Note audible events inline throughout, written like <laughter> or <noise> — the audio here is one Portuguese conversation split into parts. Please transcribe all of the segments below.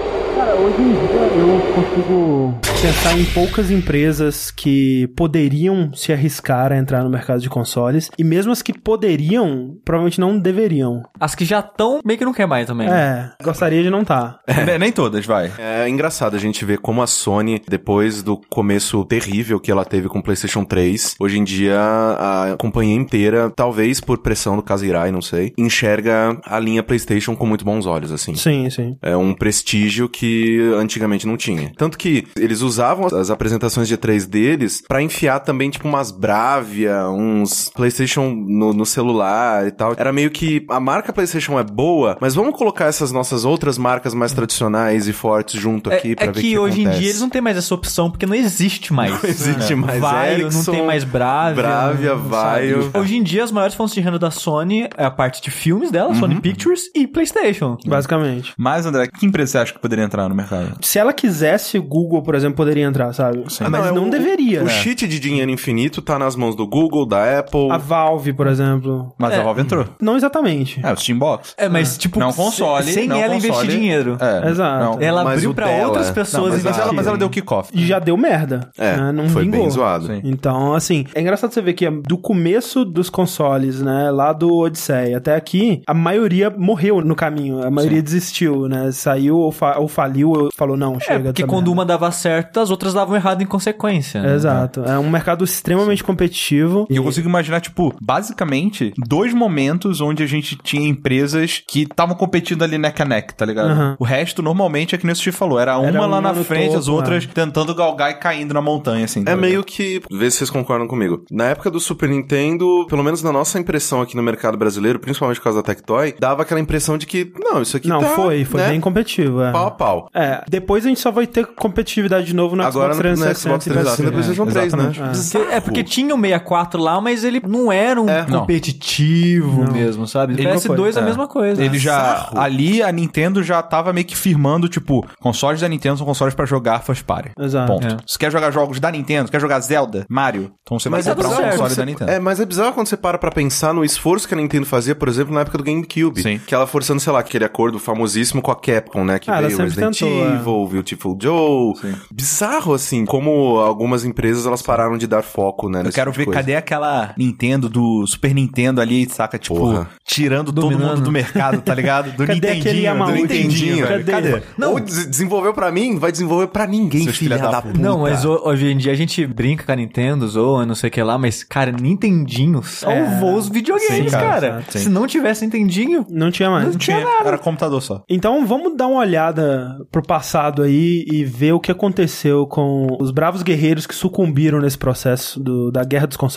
hoje em dia eu consigo pensar em poucas empresas que poderiam se arriscar a entrar no mercado de consoles. E mesmo as que poderiam, provavelmente não deveriam. As que já estão, meio que não quer mais também. né? É, gostaria de não estar. É, <laughs> nem todas, vai. É engraçado a gente ver como a Sony, depois do começo terrível que ela teve com o PlayStation 3, hoje em dia a companhia inteira, talvez por pressão do Kazirai, não sei, enxerga a linha PlayStation com muito bons olhos, assim. Sim, sim. É um prestígio que antigamente não tinha. Tanto que eles usavam as apresentações de 3 deles pra enfiar também, tipo, umas Bravia, uns PlayStation no, no celular e tal. Era meio que a marca PlayStation é boa, mas vamos colocar essas nossas outras marcas mais tradicionais e fortes junto É, aqui pra é ver o que, que, hoje em acontece. dia eles não têm mais essa opção, porque não existe mais. Não existe mais Vaio, Ericsson, não tem mais Bravia. Bravia, não Vaio. sabe. Hoje em dia, as maiores fontes de renda da Sony é a parte de filmes dela, Uhum. Sony Pictures e PlayStation. Uhum. Basicamente. Mas, André, que empresa você acha que poderia entrar no mercado? Se ela quisesse, o Google, por exemplo, poderia entrar, sabe? Mas Sim. Ah, não, não, é o- deveria. né? O cheat de dinheiro infinito tá nas mãos do Google, da Apple. A Valve, por exemplo. Mas É. a Valve entrou. Não exatamente. É, o Steam Box. É, mas tipo, Não console, sem não ela investir console. dinheiro. É, Exato. não. Ela Mas abriu o pra dela- outras pessoas Não, mas, ela, investirem. mas ela deu kickoff. E já deu merda. É, né? Ah, Não foi vingou. bem zoado. Sim. Então, assim, é engraçado você ver que do começo dos consoles, né, lá do Odyssey até aqui, a maioria morreu no caminho, a maioria desistiu, né, saiu ou, fa- ou faliu ou falou, não, É, chega. porque dessa quando merda. uma dava certo, as outras davam errado em consequência. né? Exato. É um mercado extremamente competitivo. E eu consigo imaginar, tipo, basicamente, dois momentos onde a gente tinha empresas que estavam competindo ali neck a neck, tá ligado? Aham. O resto, normalmente, é que nem o Steve falou, era uma uma lá na no frente, topo, é. as outras tentando galgar e caindo na montanha, assim. tá É ligado? meio que. Vê se vocês concordam comigo. Na época do Super Nintendo, pelo menos na nossa impressão aqui no mercado brasileiro, principalmente por causa da Tectoy, dava aquela impressão de que, não, isso aqui Não, tá, foi, foi né, bem competitivo. É. pau a pau. É, depois a gente só vai ter competitividade de novo no Agora Xbox no, no 360 Xbox e PS3. 360 e PlayStation 3, né? Exatamente. Porque- é porque tinha o 64 lá, mas ele não era um É. Não. competitivo mesmo, sabe? Ele PS2 é a É. mesma coisa. Ele já. Sarro. Ali a Nintendo já tava meio que firmando, tipo, consoles da Nintendo são consoles pra jogar first party. Exato. Ponto. É. Você quer jogar jogos da Nintendo? Quer jogar Zelda? Mario? Então você Mas é vai comprar um bizarro, console você- da Nintendo. É, mas é bizarro quando você para pra pensar no esforço que a Nintendo fazia, por exemplo, na época do GameCube. Sim. Que ela forçando, sei lá, aquele acordo famosíssimo com a Capcom, né? Que Ah, ela veio sempre Resident tentou, é. Evil, Beautiful Joe. Bizarro, assim, como algumas empresas elas pararam de dar foco, né? Eu quero ver cadê cadê aquela Nintendendo do Super Nintendo ali, saca? Tipo, Porra. tirando todo Dominando. mundo do mercado, tá ligado? Do Cadê Nintendinho, aquele do Yamauchi? Nintendinho. Cadê? velho. Cadê? Não. Ou des- desenvolveu pra mim, vai desenvolver pra ninguém, Seus filha filha da, da puta. Não, mas ho- hoje em dia a gente brinca com a Nintendo, zoa, não sei o que lá, mas, cara, Nintendinho salvou os videogames, Sim, cara, cara. sim. Se não tivesse Nintendinho, é. Não tinha mais. não tinha nada. Era computador só. Então vamos dar uma olhada pro passado aí e ver o que aconteceu com os bravos guerreiros que sucumbiram nesse processo do- da guerra dos consoles.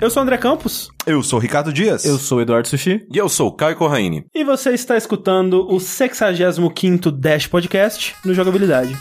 Eu sou o André Campos Eu sou o Ricardo Dias. Eu sou o Eduardo Sushi. E eu sou o Caio Corraine. e você está escutando o 65º Dash Podcast no Jogabilidade.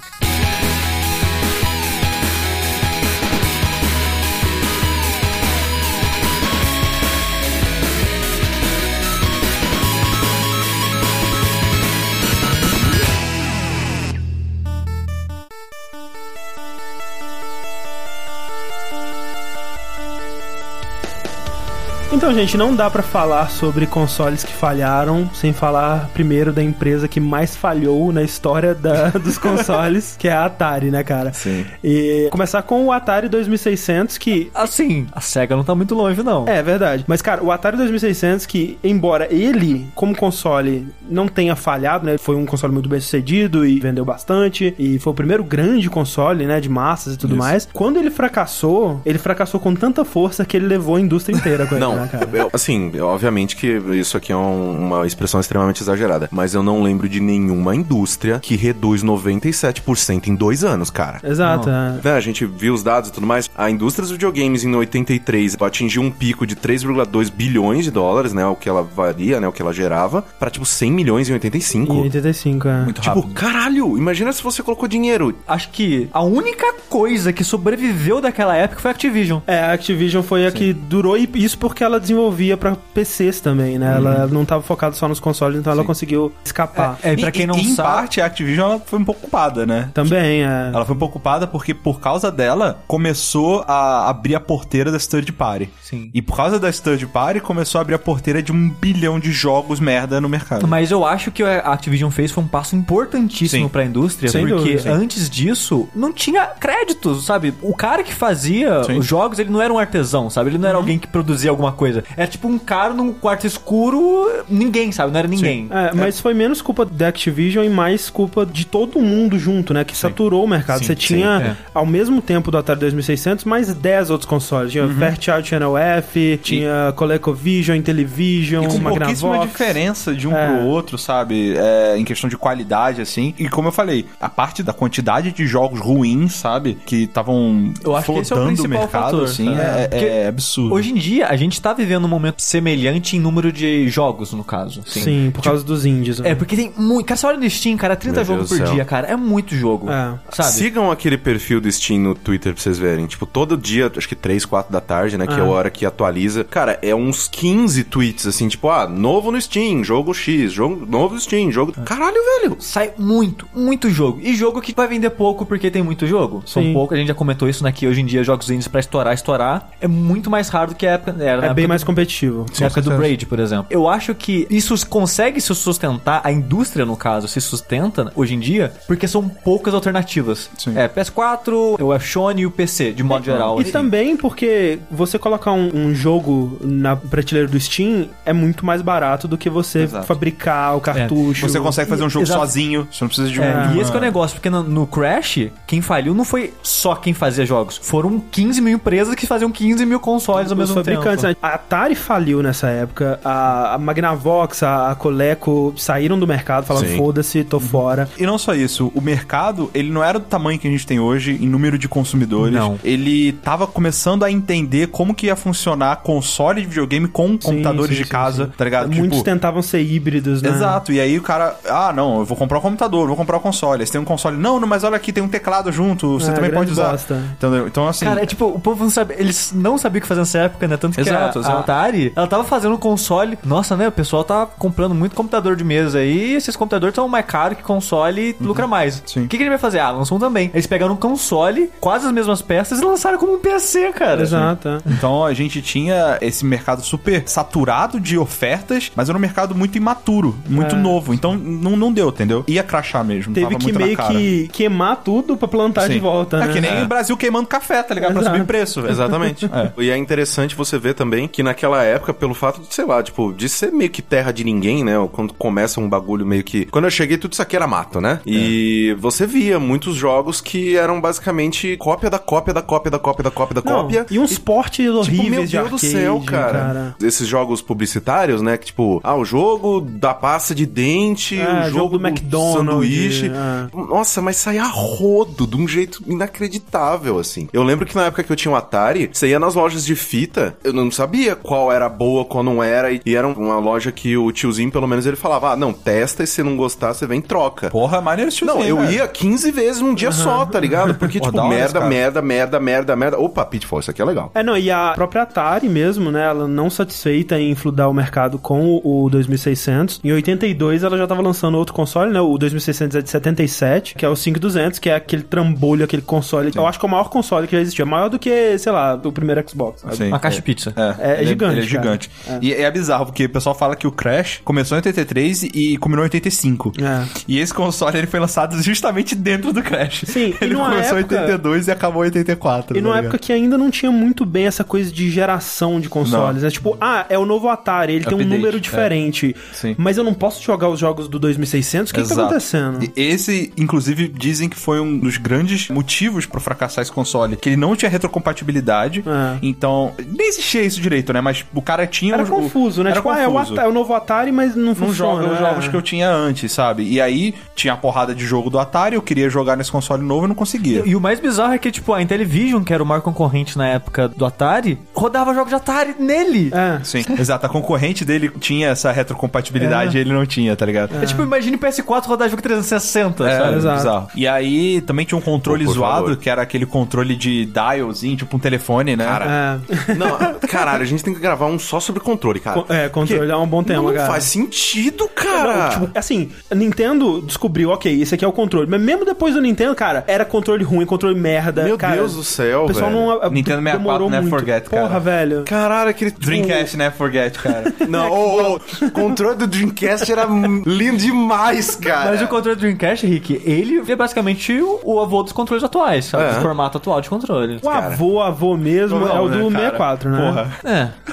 Então, gente, não dá pra falar sobre consoles que falharam sem falar primeiro da empresa que mais falhou na história da- <laughs> dos consoles, que é a Atari, né, cara? Sim. E começar com o Atari 2600, que Assim, a SEGA não tá muito longe, não. é verdade. Mas, cara, o Atari 2600, que, embora ele, como console, não tenha falhado, né? Foi um console muito bem sucedido e vendeu bastante. E foi o primeiro grande console, né? De massas e tudo mais. Quando ele fracassou, ele fracassou com tanta força que ele levou a indústria inteira com ele, Não, né, cara? eu- assim, eu- obviamente que isso aqui é um- uma expressão extremamente exagerada, mas eu não lembro de nenhuma indústria que reduz 97% em dois anos, cara. Exato. é. Né, a gente viu os dados e tudo mais. A indústria dos videogames em 83 atingiu um pico de 3,2 bilhões de dólares, né? O que ela varia, né? O que ela gerava, pra tipo 100 milhões em 85. Em 85, é. Muito Tipo, rápido. caralho, imagina se você colocou dinheiro. Acho que a única coisa que sobreviveu daquela época foi a Activision. É, a Activision foi a que durou e isso porque ela desenvolvia pra PCs também, né? Ela, Uhum. ela não tava focada só nos consoles, então ela conseguiu escapar. É, e pra quem não e, e, sabe. Em parte, a Activision ela foi um pouco culpada, né? Também, é. Ela foi um pouco culpada porque, por causa dela, começou a abrir a porteira da third party. Sim. E por causa da third party, começou a abrir a porteira de um bilhão de jogos merda no mercado. Mas eu acho que a Activision fez foi um passo importantíssimo Sim. pra indústria, Sem porque dúvida, sim. antes disso não tinha créditos, sabe? O cara que fazia Sim. os jogos, ele não era um artesão, sabe? Ele não era Uhum. alguém que produzia alguma coisa. Era tipo um cara num quarto escuro, ninguém, sabe? Não era ninguém. É, mas foi menos culpa da Activision e mais culpa de todo mundo junto, né? Que saturou o mercado. Sim, Você sim, tinha, é. ao mesmo tempo do Atari 2600, mais 10 outros consoles. Tinha Uhum. Fairchild Channel F, tinha ColecoVision, Intellivision, E com pouquíssima Magnavox. diferença de um É. pro outro, sabe? É, em questão de qualidade, assim. E como eu falei, a parte da quantidade de jogos ruins, sabe? Que estavam Eu acho que esse é o flodando o principal mercado, fator, assim, tá? é, Porque é absurdo. Hoje em dia, a gente tá vivendo um momento semelhante em número de jogos, no caso. Sim, Tipo, por causa dos indies. né? É, porque tem muito. Cara, você olha no Steam, cara, 30 Meu jogos Deus por do céu. dia, cara. É muito jogo. É. Sabe? Sigam aquele perfil do Steam no Twitter pra vocês verem. Tipo, todo dia, acho que 3, 4 da tarde, né? Que é a hora que atualiza. Cara, é uns 15 tweets, assim, tipo, ah, novo no Steam, jogo X, jogo novo no Steam, jogo. Caralho, velho! Sai muito, muito jogo. E jogo que vai vender pouco porque tem muito jogo. Sim. São pouco, a gente já comentou isso né, que Hoje em dia, jogos indies pra estourar, estourar é muito mais raro do que a época. Era na É bem época mais competitivo. Na época do Braid, por exemplo. Eu acho que isso consegue se sustentar, a indústria, no caso, se sustenta hoje em dia, porque são poucas alternativas. Sim. É, PS4, o Sony e o PC, de modo geral. É, E assim. também porque você colocar um, um jogo na prateleira do Steam é muito mais barato do que você Exato. É, fabricar o cartucho. Você consegue fazer um jogo Exato. sozinho, você não precisa de um. É, Ah. de e esse que é o uma- negócio, porque no, no Crash, quem faliu não foi só quem fazia jogos. Foram 15 mil empresas que faziam 15 mil consoles ao os mesmo fabricantes, tempo. né? A Atari faliu nessa época, a, a Magnavox, a, a Coleco saíram do mercado falando Sim. foda-se, tô Uhum. fora. E não só isso, o mercado, ele não era do tamanho que a gente tem hoje em número de consumidores. Não. Ele tava começando a entender como que ia funcionar console de videogame com computadores sim, de sim, casa, tá ligado? Muitos Tipo, tentavam ser híbridos, né? Exato, e aí o cara, ah, não, eu vou comprar o computador, vou comprar o console. Você tem um console, não, não, mas olha aqui, tem um teclado junto, você É, também pode grande usar. bosta. Entendeu? Então, assim. Cara, é tipo, o povo não sabe, eles não sabiam o que fazer nessa época, né? Tanto que Exato, a, exato. a Atari, ela tava fazendo um console. Nossa, né? O pessoal tá comprando muito computador de mesa aí, e esses computadores são mais caros que console e Uhum. lucra mais. Sim. O que, que ele vai fazer? Ah, lançou um também. Eles pegaram um console, quase as mesmas peças, e lançaram como um PC, cara. Exato. é. Então a gente tinha esse mercado super saturado de ofertas, mas era um mercado muito imaturo, muito novo. Então não, não deu, entendeu? Ia crachar mesmo. É. Teve tava que muito na meio cara. que queimar tudo pra plantar Sim. de volta, É né? que nem o Brasil queimando café, tá ligado? Pra Exato. subir preço, velho. Exatamente. E é interessante você ver também que naquela época, pelo fato de, sei lá, tipo, de ser meio que terra de ninguém, né? Quando começa um bagulho meio que. Quando eu cheguei, tudo isso aqui era mato, né? E você via muitos jogos que eram basicamente cópia da cópia da cópia da cópia da cópia da Não, cópia. E um uns portes horríveis Tipo, meu de Deus do arcade, céu, cara. Esses jogos publicitários, né? Que tipo, ah, o jogo da passa de dente, É, o jogo jogo, do McDonald's, sanduíche. é. Nossa, mas saía a rodo de um jeito inacreditável, assim. Eu lembro que na época que eu tinha um Atari, você ia nas lojas de fita, eu não sabia qual era boa, qual não era. E era um, uma loja que o tiozinho, pelo menos, ele falava: ah, não, testa e se não gostar, você vem e troca. Porra, maneiro esse né? Não, tiozinho, eu cara. ia 15 vezes num dia só, tá ligado? Porque, Pô, tipo, da hora esse merda, cara. merda, merda, merda, merda. Opa, Pitfall, isso aqui é legal. É, não, e a própria Atari mesmo, né, ela não satisfeita em fludar o mercado com o, o 2600. Em 82 ela já tava lançando outro console, né, o 2600 é de 77, que é o 5200, que é aquele trambolho, aquele console. Eu acho que é o maior console que já existiu, é maior do que, sei lá, o primeiro Xbox. sabe? Sim. Uma caixa de pizza. É ele gigante, Ele é cara. gigante. E é bizarro, porque o pessoal fala que o Crash começou em 83 e combinou em 85. É. E esse console ele foi lançado justamente dentro do Crash. Sim, e ele numa começou época- em 82 e acabou em 84. E tá numa ligado? época que ainda não tinha muito bem essa coisa de geração de consoles, né? Tipo, ah, é o novo Atari, ele tem um Update, número é. diferente, Sim. mas eu não posso jogar os jogos do 2600? O que, que tá Exato. acontecendo? E Esse, inclusive, dizem que foi um dos grandes motivos pra fracassar esse console. Que ele não tinha retrocompatibilidade. É. Então, nem existia isso direito, né? Mas o cara tinha... Era os- o- confuso, né? Era tipo, ah, é o, confuso. Atari, é o novo Atari, mas não, não funciona. joga é. os jogos que eu tinha antes, sabe? E aí tinha a porrada de jogo do Atari, eu queria jogar nesse console novo e não conseguia. E o mais bizarro é que, tipo, a Intellivision, que era o maior concorrente na época do Atari, rodava jogos de Atari nele. É. Sim, exato. A concorrente dele tinha essa retrocompatibilidade e ele não tinha, tá ligado? É tipo, imagine o PS4 rodar jogo 360, É, sabe? exato. bizarro. E aí também tinha um controle Por zoado, favor. que era aquele controle de dialzinho, tipo um telefone, né? Cara, É. Não, caralho, gente tem que gravar um só sobre controle, cara. Co- é, controle Porque é um bom tema, não cara. faz sentido, cara. Tipo, assim, a Nintendo descobriu, ok, esse aqui é o controle. Mas mesmo depois do Nintendo, cara, era controle ruim, controle merda. Meu cara, Deus do céu, O pessoal velho. não. a- Nintendo 64, demorou né, muito. forget, cara. Porra, velho. <laughs> Caralho, aquele... Dreamcast, né? Forget, cara. Não, ô, ô, o controle do Dreamcast era lindo demais, cara. Mas o controle do Dreamcast, Rick, ele é basicamente o, o avô dos controles atuais, sabe? É. Do formato atual de controle. O avô, avô mesmo, Não, é o né, do cara? 64, né? Porra.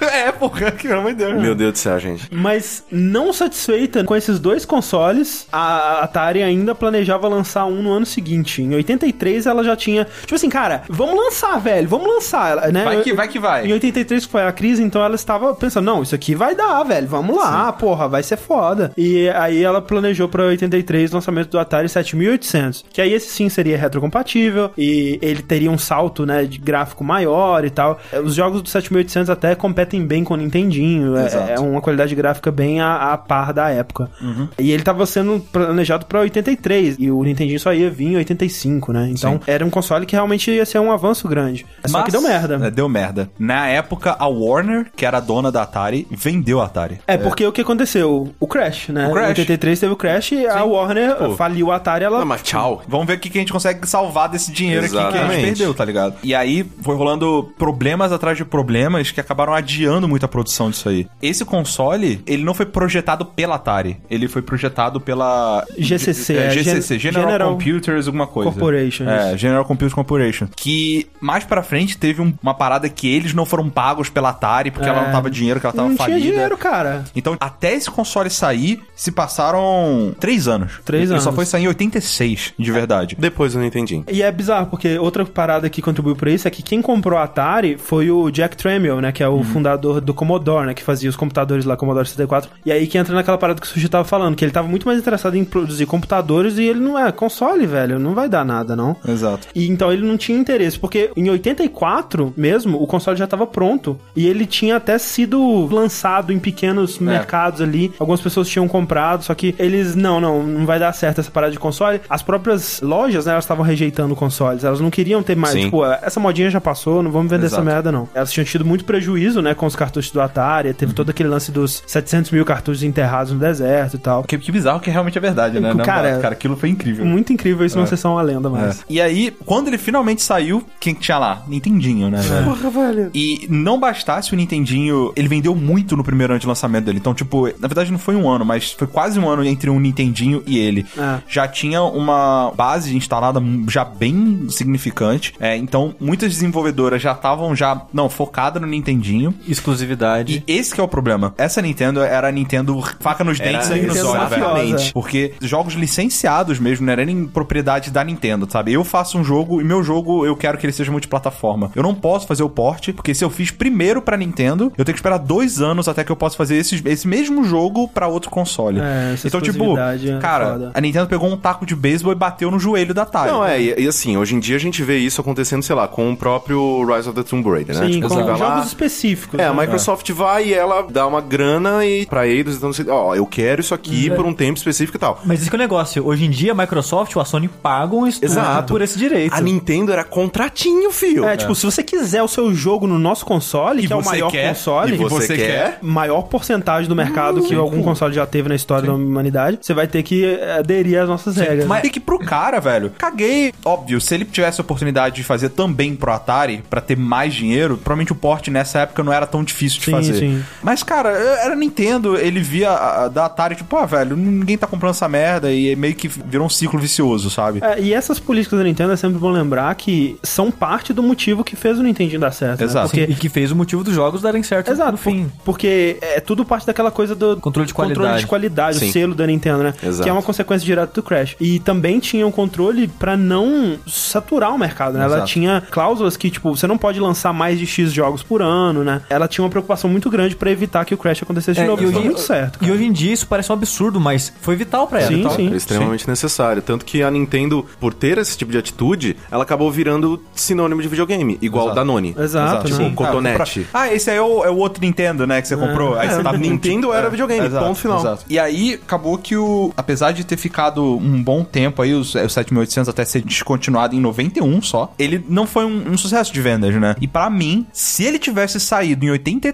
É. É, porra, que pelo amor de Deus. Meu Deus do céu, gente. Mas não satisfeita com esses dois consoles, a Atari ainda planejava lançar um no ano seguinte. Em 83 ela já tinha, tipo assim, cara, vamos lançar, velho, vamos lançar, né? Vai que vai que vai. Em 83 que foi a crise, então ela estava pensando, não, isso aqui vai dar, velho, vamos lá, porra, vai ser foda. E aí ela planejou para 83 o lançamento do Atari 7800, que aí esse sim seria retrocompatível e ele teria um salto, né, de gráfico maior e tal. É, Os jogos do 7800 até competem bem com o Nintendinho, é- Exato. Uhum. é uma qualidade gráfica bem a, a par da época. E ele tava sendo planejado pra 83 e o Nintendinho só ia vir em 85, né? Então era um console que realmente ia ser um avanço grande. Só que Mas- deu merda. É, deu merda. Na época, a Warner, que era a dona da Atari, vendeu a Atari. É, porque o que aconteceu? O Crash, né? O Crash. Em 83 teve o Crash e a Warner faliu a Atari, ela... Não, mas tchau. Vamos ver o que, que a gente consegue salvar desse dinheiro aqui que a gente Exatamente. perdeu, tá ligado? E aí foi rolando problemas atrás de problemas que acabaram adiando muito a produção disso aí. Esse console, ele não foi projetado pela Atari, ele foi projetado pela GCC, é, é, GCC, Gen- General, General Computers, alguma coisa. Corporation, É, isso. General Computers Corporation. Que mais pra frente teve um- uma parada que eles não foram pagos pela Atari porque ela não tava dinheiro, que ela tava É. não falida. tinha dinheiro, cara. Então, até esse console sair, se passaram três anos. Três Ele anos. só foi sair em 86, de verdade. Depois eu não entendi. E é bizarro, porque outra parada que contribuiu pra isso é que quem comprou a Atari foi o Jack Tramiel, né? Que Uhum. é o fundador do Commodore, né? Que fazia os computadores lá, Commodore 64. E aí que entra naquela parada que o Sushi tava falando, que ele tava muito mais interessado em produzir computadores e ele não é console, velho. Não vai dar nada, não. Exato. E então ele não tinha interesse, porque em 84 mesmo, o console já estava pronto e ele tinha até sido lançado em É. pequenos mercados ali. Algumas pessoas tinham comprado, só que eles não, não, não vai dar certo essa parada de console. As próprias lojas, né, elas estavam rejeitando consoles, elas não queriam ter mais, Sim. tipo, essa modinha já passou, não vamos vender Exato. essa merda não. Elas tinham tido muito prejuízo, né, com os cartuchos do Atari, teve Uhum. todo aquele lance dos 700 mil cartuchos enterrados no deserto e tal. Que, que bizarro que realmente é verdade, né? Não, Cara, cara, aquilo foi incrível. Muito incrível isso, É. não ser só uma lenda, mas... E aí, quando ele finalmente saiu, quem que tinha lá? Nintendinho, né? velho? É. Porra, velho. E não bastasse o Nintendinho, ele vendeu muito no primeiro ano de lançamento dele. Então, tipo, na verdade não foi um ano, mas foi quase um ano entre o Nintendinho e ele. É. Já tinha uma base instalada m- já bem significante. É, então, muitas desenvolvedoras já estavam já, não, focada no Nintendinho. Exclusividade. E esse que é o problema. Essa Nintendo era a Nintendo faca nos Era dentes, sangue nos Nintendo olhos, mafiosa. velho. Porque jogos licenciados mesmo, né, não era nem propriedade da Nintendo, sabe? Eu faço um jogo e meu jogo eu quero que ele seja multiplataforma. Eu não posso fazer o porte, porque se eu fiz primeiro pra Nintendo, eu tenho que esperar dois anos até que eu possa fazer esse, esse mesmo jogo pra outro console. É, essa então, tipo, exclusividade é cara, foda. a Nintendo pegou um taco de beisebol e bateu no joelho da Atari. Não, é, e, e assim, hoje em dia a gente vê isso acontecendo, sei lá, com o próprio Rise of the Tomb Raider, né? Sim, Tipo, com você vai jogos lá- específicos. É, né? a Microsoft vai e ela dá uma grana e pra eles, então, assim, ó, eu quero isso aqui Uhum. por um tempo específico e tal. Mas isso que é o negócio. Hoje em dia, a Microsoft ou a Sony pagam o estúdio Exato. por esse direito. A Nintendo era contratinho, fio. É, tipo, se você quiser o seu jogo no nosso console, que é o você maior quer? console, E você quer? maior porcentagem do mercado que algum console já teve na história da humanidade, você vai ter que eh, aderir às nossas regras. Mas tem que pro cara, velho. Caguei. Óbvio, se ele tivesse a oportunidade de fazer também pro Atari, pra ter mais dinheiro, provavelmente o porte nessa época não era tão difícil de Sim, fazer. sim. Mas, cara, era Nintendo, ele via a- a da Atari, tipo, ah, velho, ninguém tá comprando essa merda e meio que virou um ciclo vicioso, sabe? É, e essas políticas da Nintendo é sempre bom lembrar que são parte do motivo que fez o Nintendinho dar certo. né? Exato. Porque E que fez o motivo dos jogos darem certo Exato, no por- fim. porque é tudo parte daquela coisa do Controle de controle qualidade. de qualidade, Sim. o selo da Nintendo, né? Exato. Que é uma consequência direta do Crash. E também tinha um controle pra não saturar o mercado, né? Ela Exato. tinha cláusulas que, tipo, você não pode lançar mais de X jogos por ano, né? Ela tinha uma preocupação muito grande pra evitar que o Crash acontecesse de É, novo. e Isso hoje- deu muito certo. E hoje em dia isso parece um absurdo, mas foi vital pra ela. Sim, então. sim. É extremamente necessário. Tanto que a Nintendo, por ter esse tipo de atitude, ela acabou virando sinônimo de videogame, igual o Exato. Danone. Exato, Tipo, né? o Ah, cotonete. compra- Ah, esse aí é o, é o outro Nintendo, né, que você comprou. Aí você É, tava Nintendo era videogame, ponto final. E aí, acabou que o... Apesar de ter ficado um bom tempo aí, o, s- o 7800 até ser um descontinuado em 91 só, ele não foi um, um sucesso de vendas, né? E pra mim, se ele tivesse saído em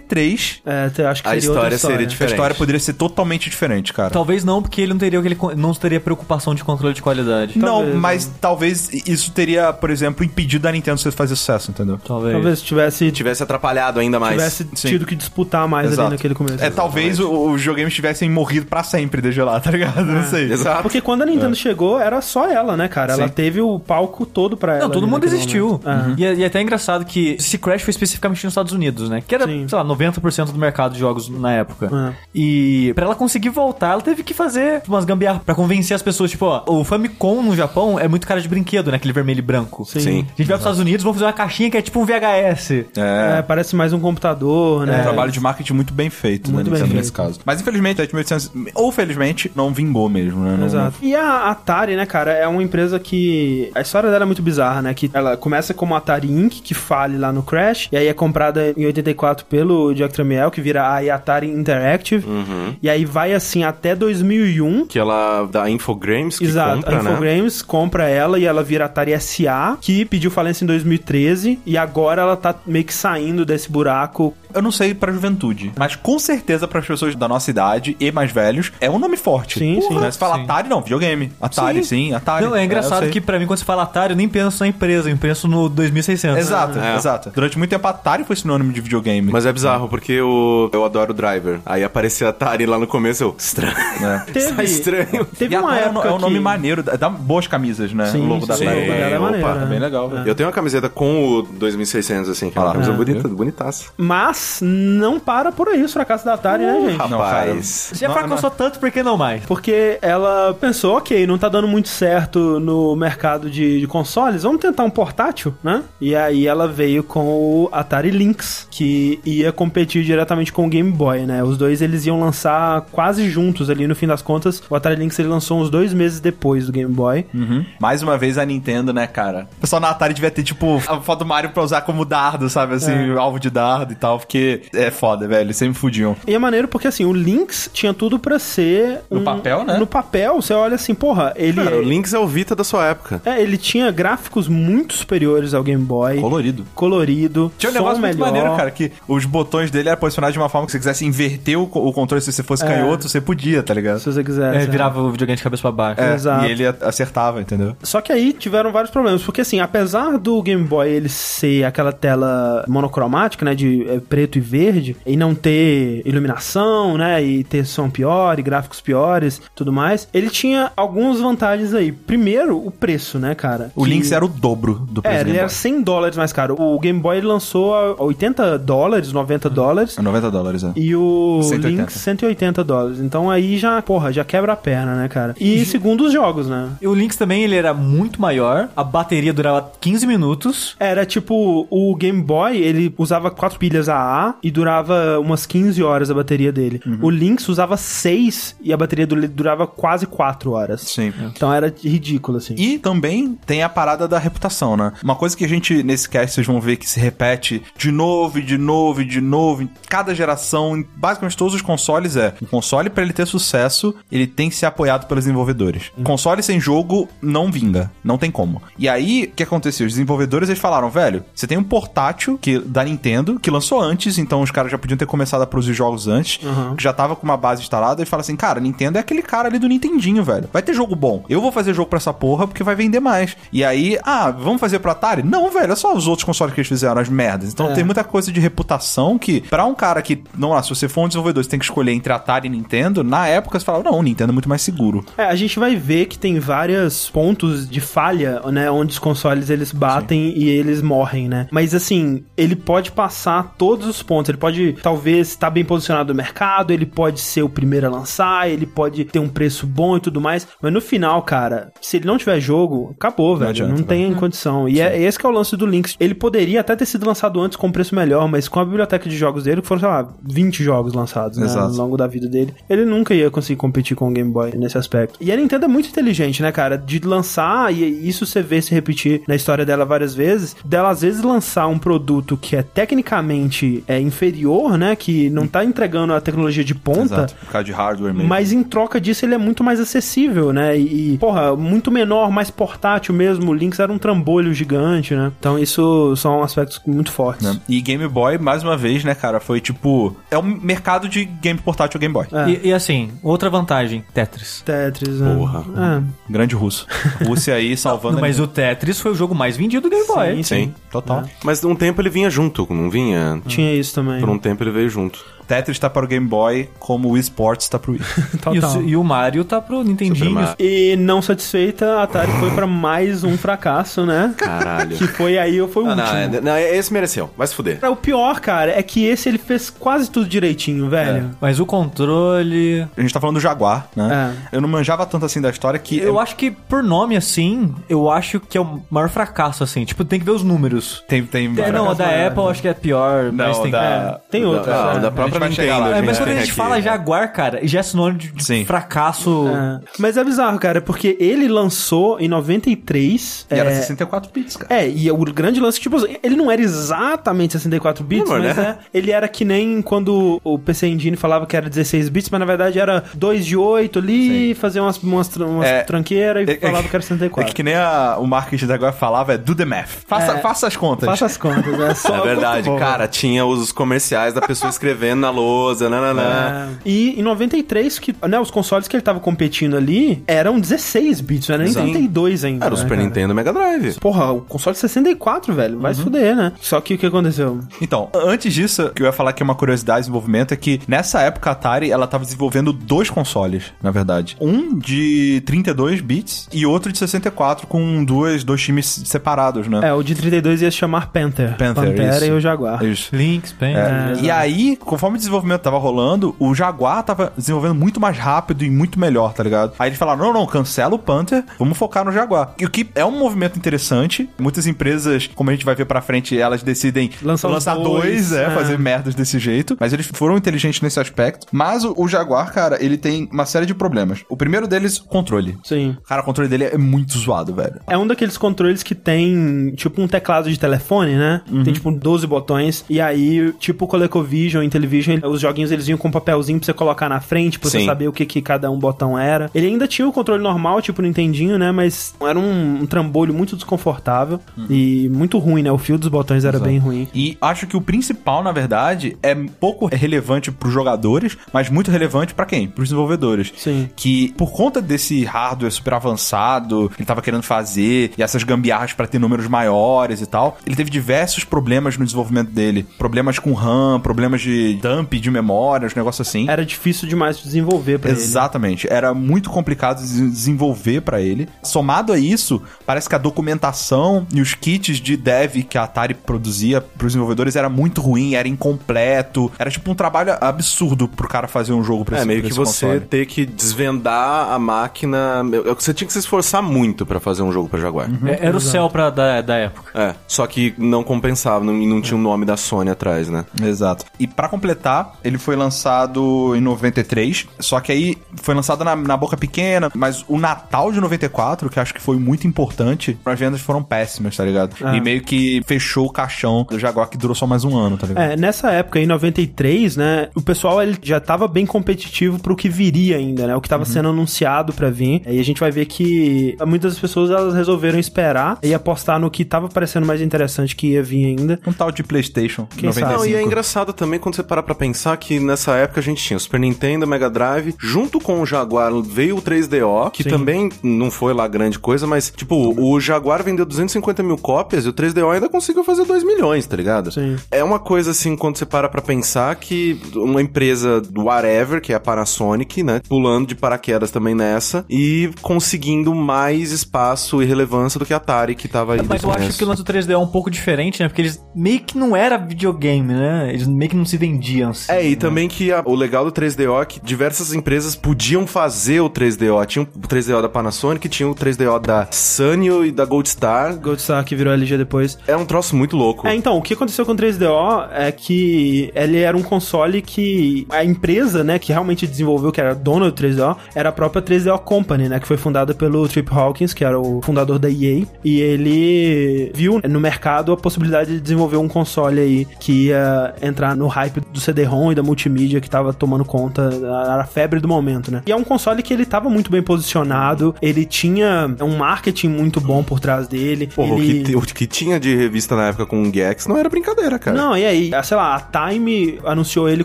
83, É, te- acho que A seria outra né? história seria a diferente. história poderia ser totalmente diferente, cara. Talvez não, porque ele não teria, aquele con- não teria preocupação de controle de qualidade. não, talvez, mas talvez isso teria, por exemplo, impedido a Nintendo de fazer sucesso, entendeu? Talvez. Talvez tivesse, Tivesse atrapalhado ainda mais. tivesse sim. tido que disputar mais Exato. ali naquele começo. É, talvez o- os videogames tivessem morrido pra sempre desde lá, tá ligado? Não sei. Exato. Porque quando a Nintendo chegou, era só ela, né, cara? Ela Sim. teve o palco todo pra ela. Não, todo ali mundo naquele existiu. momento. É. E, é- e é até engraçado que esse Crash foi especificamente nos Estados Unidos, né? Que era, Sim. sei lá, 90% do mercado de jogos na época. É. E pra ela conseguir voltar, ela teve que fazer umas gambiarras pra convencer as pessoas. Tipo, ó, o Famicom no Japão é muito cara de brinquedo, né? Aquele vermelho e branco. Sim. Sim. A gente vai pros Estados Unidos, vamos fazer uma caixinha que é tipo um VHS. É, parece mais um computador, É, né? Um trabalho de marketing muito bem feito Muito bem da Nintendo feito. nesse caso. Mas infelizmente, 7800, ou felizmente, não vingou mesmo, né? Não- Exato. E a Atari, né, cara, é uma empresa que. A história dela é muito bizarra, né? Que ela começa como Atari Inc., que fale lá no Crash, e aí é comprada em 84 pelo Jack Tramiel, que vira a Atari Interactive. Uhum. E aí vai assim até 2001. Que ela da Infogrames que Exato, compra, a né? Infogrames compra ela e ela vira Atari SA, que pediu falência em 2013 e agora ela tá meio que saindo desse buraco. Eu não sei pra juventude, mas com certeza para as pessoas da nossa idade e mais velhos, é um nome forte. Sim, sim. Né? Você fala Sim. Atari, não, videogame. Atari, sim, Atari. Não, é eu engraçado sei. que pra mim, quando você fala Atari, eu nem penso na empresa, eu penso no 2600. Exato, É. exato. Durante muito tempo, Atari foi sinônimo de videogame. Mas é bizarro, porque eu, eu adoro Driver. Aí apareceu a Atari lá no começo, eu... Estranho. <laughs> né? Teve, <laughs> Tá estranho. Teve E uma agora é um- época é um nome que... maneiro, dá dá boas camisas, né? Sim, o logo da sim, Atari. o logo dela é Opa, maneiro, tá né? bem legal, velho. Eu tenho uma camiseta com o 2600, assim, que é uma Ah. camisa Ah. bonita, bonitaça. Mas não para por aí os fracassos da Atari, né, gente? Rapaz. Se já Não, fracassou tanto, por que não mais? Porque ela pensou, ok, não tá dando muito certo no mercado de, de consoles, vamos tentar um portátil, né? E aí ela veio com o Atari Lynx, que ia competir diretamente com o Game Boy, né? Os dois eles iam lançar quase juntos ali, no fim das contas. O Atari Lynx ele lançou uns dois meses depois do Game Boy. Uhum. Mais uma vez a Nintendo, né, cara? O pessoal na Atari devia ter, tipo, a foto do Mario pra usar como dardo, sabe? Assim, É. alvo de dardo e tal, porque é foda, velho. Eles Sempre fudiam. E é maneiro porque, assim, o Lynx tinha tudo pra ser... um No papel, né? No papel, você olha assim, porra, ele... Cara, o Lynx é o Vita da sua época. É, ele tinha gráficos muito superiores ao Game Boy. Colorido. colorido, Tinha um som negócio muito melhor. maneiro, cara, que os botões dele eram posicionados de uma forma que se você quisesse inverter o, co- o controle, se você É. fosse canhoto, você podia, tá ligado? Se você quiser. assim. É, sabe? virava o videogame de cabeça pra baixo. É, Exato. E ele a- acertava, entendeu? Só que aí tiveram vários problemas, porque assim, apesar do Game Boy ele ser aquela tela monocromática, né, de é, preto e verde, e não ter iluminação, né, e ter som pior, e gráficos piores, tudo mais, ele tinha algumas vantagens aí. Primeiro, o preço, né, cara? O Que- Lynx era o dobro do É, preço do ele Game era Boy. 100 dólares mais caro. O Game Boy ele lançou a 80 dólares, 90 dólares. É 90 dólares, é. E o 180. Lynx, 180 dólares. Então aí já, porra, já quebra a perna, né, cara? E segundo os jogos, né? E o Lynx também, ele era muito maior, a bateria durava 15 minutos. Era tipo, o Game Boy, ele usava quatro pilhas AA e durava umas 15 horas a bateria dele. O Lynx usava seis e a bateria dele durava quase quatro horas. Sim. Então era ridículo, assim. E também tem a parada da reputação, né? Uma coisa que a gente, nesse cast, vocês vão ver que se repete de novo, e de novo, e de novo, em cada geração, em basicamente todos os consoles, é um console, pra ele ter sucesso, ele tem que ser apoiado pelos desenvolvedores. Console sem jogo não vinga, não tem como. E aí, o que aconteceu? Os desenvolvedores, eles falaram, velho, você tem um portátil que, da Nintendo, que lançou antes, então os caras já podiam ter começado a produzir jogos antes, que já tava com uma base instalada, e fala assim, cara, Nintendo é aquele cara ali do Nintendinho, velho. Vai ter jogo bom. Eu vou fazer jogo pra essa porra porque vai vender mais. E aí, ah, vamos fazer pro Atari? Não, velho, é só os outros consoles que eles fizeram, as merdas. Então tem muita coisa de reputação que, pra um cara que, não lá, se você for um desenvolvedor, você tem que escolher entre Atari e Nintendo, na época você falava, não, o Nintendo é muito mais seguro. É, a gente vai ver que tem vários pontos de falha, né? Onde os consoles eles batem e eles morrem, né? Mas assim, ele pode passar todos os pontos. Ele pode, talvez, estar bem posicionado no mercado, ele pode ser o primeiro a lançar, ele pode ter um preço bom e tudo mais. Mas no final, cara, se ele não tiver jogo, acabou, velho. adianta, não velho. tem condição. E é esse que é o lance do Lynx. Ele poderia até ter sido lançado antes com um preço melhor, mas com a biblioteca de jogos dele, que foram, sei lá, 20 jogos lançados né, Exato. no longo da vida dele, ele nunca ia conseguir competir com o Game Boy nesse aspecto. E a Nintendo é muito inteligente, né, cara? De lançar, e isso você vê se repetir na história dela várias vezes, dela às vezes lançar um produto que é tecnicamente hoje é inferior, né? Que não tá entregando a tecnologia de ponta. Exato, por causa de hardware mesmo. Mas em troca disso ele é muito mais acessível, né? E, e, porra, muito menor, mais portátil mesmo. O Lynx era um trambolho gigante, né? Então isso são aspectos muito fortes. É. né? E Game Boy, mais uma vez, né, cara, foi tipo. É um mercado de game portátil Game Boy. É. E, e assim, outra vantagem, Tetris. Tetris, né? Porra. É. Grande russo. Rússia aí salvando. Mas o É. Tetris foi o jogo mais vendido do Game Boy. Sim, sim. Sim. É. Total. Mas um tempo ele vinha junto, não vinha? Tinha isso também. Por um tempo ele veio junto. Tetris tá para o Game Boy, como o esportes tá pro Wii. Total. E o, e o Mario tá pro Nintendinho. Mario. E não satisfeita, a Atari foi pra mais um fracasso, né? Caralho. <laughs> Que foi aí, eu foi o Ah, Não, último. é não, não, é, esse mereceu. Vai se fuder. Cara, O pior, cara, é que esse ele fez quase tudo direitinho, velho. Mas o controle. A gente tá falando do Jaguar, né? Eu não manjava tanto assim da história que. É. Eu acho que, por nome assim, eu acho que é o maior fracasso, assim. Tipo, tem que ver os números. Tem, tem. É, não, a da maior, Apple eu acho que é pior, Não, mas tem da- é. Tem Da- outras, ah, né? da A gente própria vai chegar Nintendo. lá. É, mas quando a tem gente aqui, fala é. Jaguar, cara, já é sinônimo de de Sim. fracasso. É. Mas é bizarro, cara, porque ele lançou em 93. E é, era 64 bits, cara. É, e o grande lance, tipo, ele não era exatamente 64 bits, Não, mas né? é, ele era que nem quando o PC Engine falava que era 16 bits, mas na verdade era 2 de 8 ali, fazia umas, umas, tran- umas É. tranqueiras e É- é falava que- que era É 64. que nem a- o marketing da agora falava, é do the math. Faça, faça as contas. Faça as contas, <laughs> é só É verdade, muito bom. cara. Tinha os comerciais da pessoa escrevendo na lousa, nananã. É. E em 93, que, né, os consoles que ele tava competindo ali eram 16 bits, não era nem Exato. 32 ainda. Era o né, Super cara? Nintendo Uhum. Mega Drive. Porra, o console 64, velho, vai se fuder, né? Só que o que aconteceu? Então, antes disso, o que eu ia falar que é uma curiosidade de desenvolvimento é que nessa época a Atari ela tava desenvolvendo dois consoles, na verdade. Um de 32 bits e outro de 64 com duas, dois times separados, né? É, o de 32 ia se chamar Panther. Panther, Pantera isso. e o Jaguar. Isso. Links, pen. É, e aí, conforme o desenvolvimento tava rolando, o Jaguar tava desenvolvendo muito mais rápido e muito melhor, tá ligado? Aí eles falaram: não, não, cancela o Panther, vamos focar no Jaguar. E o que é um movimento interessante. Muitas empresas, como a gente vai ver pra frente, elas decidem Lançar os dois, é, é. fazer merdas desse jeito. Mas eles foram inteligentes nesse aspecto. Mas o, o Jaguar, cara, ele tem uma série de problemas. O primeiro deles, controle. Sim. Cara, o controle dele é muito zoado, velho. É um daqueles controles que tem, tipo, um teclado de telefone, né? Tem, tipo, 12 botões. E aí, tipo, o ColecoVision, Intellivision, os joguinhos eles vinham com um papelzinho pra você colocar na frente, pra você Sim. saber o que, que cada um botão era. Ele ainda tinha o controle normal, tipo, Nintendinho, né? Mas era um, um trambolho muito desconfortável e muito ruim, né? O fio dos botões era bem ruim. E acho que o principal, na verdade, é pouco relevante pros jogadores, mas muito relevante pra quem? Pros desenvolvedores. Sim. Que por conta desse hardware super avançado que ele tava querendo fazer e essas gambiarras pra ter números maiores e tal, ele teve diversos problemas no desenvolvimento dele. Problemas com RAM, problemas de dump de memória, uns negócios assim. Era difícil demais de desenvolver pra ele. Exatamente. Era muito complicado de desenvolver pra ele. Somado a isso, parece que a documentação e os kits de dev que a Atari produzia pros desenvolvedores era muito ruim, era incompleto. Era tipo um trabalho absurdo pro cara fazer um jogo pra É, esse, meio pra que esse você console. ter que desvendar a máquina. Eu- eu- Você tinha que se esforçar muito pra fazer um jogo pra Jaguar. É, era o céu pra, da, da época. É, só que não compensava, não, não tinha o nome da Sony atrás, né? Exato. E pra completar, ele foi lançado em 93, só que aí foi lançado na, na boca pequena, mas o Natal de 94, que acho que foi muito importante, as vendas foram péssimas, tá ligado? Ah. E meio que fechou o caixão do Jaguar, que durou só mais um ano, tá ligado? É, nessa época, em 93, né, o pessoal ele já tava bem competitivo pro que viria ainda, né, o que tava sendo anunciado pra vir. E a gente vai ver que muitas pessoas elas resolveram esperar e apostar no que tava parecendo mais interessante que ia vir ainda. Um tal de PlayStation É. Quem sabe? Não, e é 95. engraçado também quando você parar pra pensar que nessa época a gente tinha o Super Nintendo, Mega Drive, junto com o Jaguar veio o 3DO, que Sim. também não foi lá grande coisa, mas, tipo, o Jaguar vendeu 250 mil cópias e o 3DO ainda conseguiu fazer 2 milhões, tá ligado? Sim. É uma coisa assim, quando você para pra pensar que uma empresa do whatever, que é a Panasonic, né, pulando de paraquedas também nessa e conseguindo mais espaço e relevância do que a Atari, que tava aí Mas desde o eu acho começo. que o lance do 3D é um pouco diferente, né? Porque eles meio que não era videogame, né? Eles meio que não se vendia audience. É, e também que a- o legal do 3DO é que diversas empresas podiam fazer o 3DO. Tinha o 3DO da Panasonic, tinha o 3DO da Sanyo e da Gold Star. Goldstar que virou LG depois. É um troço muito louco. É, então, o que aconteceu com o 3DO é que ele era um console que a empresa, né, que realmente desenvolveu, que era dona do 3DO, era a própria 3DO Company, né, que foi fundada pelo Trip Hawkins, que era o fundador da EA, e ele viu no mercado a possibilidade de desenvolver um console aí que ia entrar no hype do CD-ROM e da multimídia que tava tomando conta, era a febre do momento, né. E é um console que ele tava muito bem posicionado, ele tinha um marketing muito bom por trás dele. Porra, ele... o, que, te- o que tinha de revista na época com o Gex não era brincadeira, cara. Não, e aí, ah, sei lá, a Time anunciou ele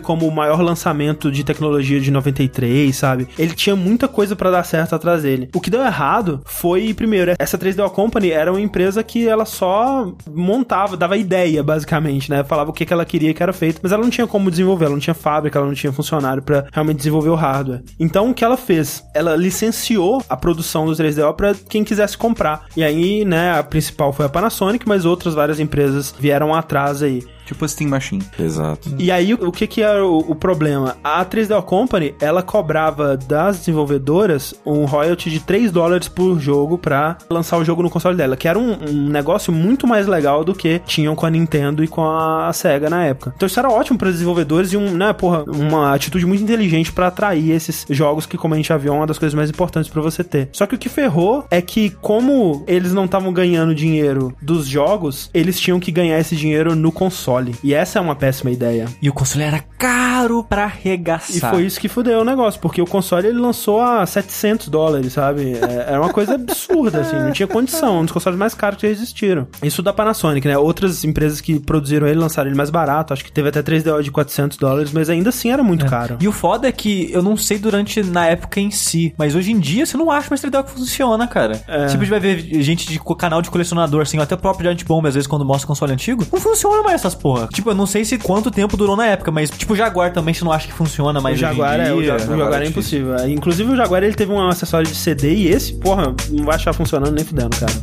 como o maior lançamento de tecnologia de 93, sabe? Ele tinha muita coisa pra dar certo atrás dele. O que deu errado foi, primeiro, essa 3DO Company era uma empresa que ela só montava, dava ideia, basicamente, né? Falava o que, que ela queria que era feito, mas ela não tinha como desenvolver, ela não tinha fábrica, ela não tinha funcionário pra realmente desenvolver o hardware. Então, o que ela fez? Ela licenciou a produção do 3DO pra quem quisesse comprar. E aí, né, a principal foi a Panasonic, mas outras várias empresas vieram atrás aí. Tipo a Steam Machine. <laughs> Exato. E aí, o que que era o, o problema? A 3DO Company, ela cobrava das desenvolvedoras um royalty de 3 dólares por jogo pra lançar o jogo no console dela, que era um, um negócio muito mais legal do que tinham com a Nintendo e com a SEGA na época. Então isso era ótimo para desenvolvedores e um, né, porra, uma atitude muito inteligente pra atrair esses jogos que, como a gente já viu, é uma das coisas mais importantes pra você ter. Só que o que ferrou é que, como eles não estavam ganhando dinheiro dos jogos, eles tinham que ganhar esse dinheiro no console. E essa é uma péssima ideia. E o console era caro pra E arregaçar. foi isso que fudeu o negócio, porque o console ele lançou a 700 dólares, sabe? É- Era uma coisa absurda, assim, não tinha condição. Um dos consoles mais caros que já existiram. Isso da Panasonic, né? Outras empresas que produziram ele lançaram ele mais barato, acho que teve até 3DO de 400 dólares, mas ainda assim era muito caro. E o foda é que eu não sei durante na época em si, mas hoje em dia você não acha mais 3DO que funciona, cara. É. Tipo, a gente vai ver gente de co- canal de colecionador, assim, até o próprio Giant Bomb, às vezes, quando mostra o console antigo, não funciona mais essas porra. Tipo, eu não sei se quanto tempo durou na época, mas, tipo, o Jaguar também você não acha que funciona O mais Jaguar, é, hoje o em dia. Ja- o Jaguar, é impossível. É, Inclusive o Jaguar ele teve um acessório de CD e esse, porra, não vai achar funcionando nem fudendo, cara.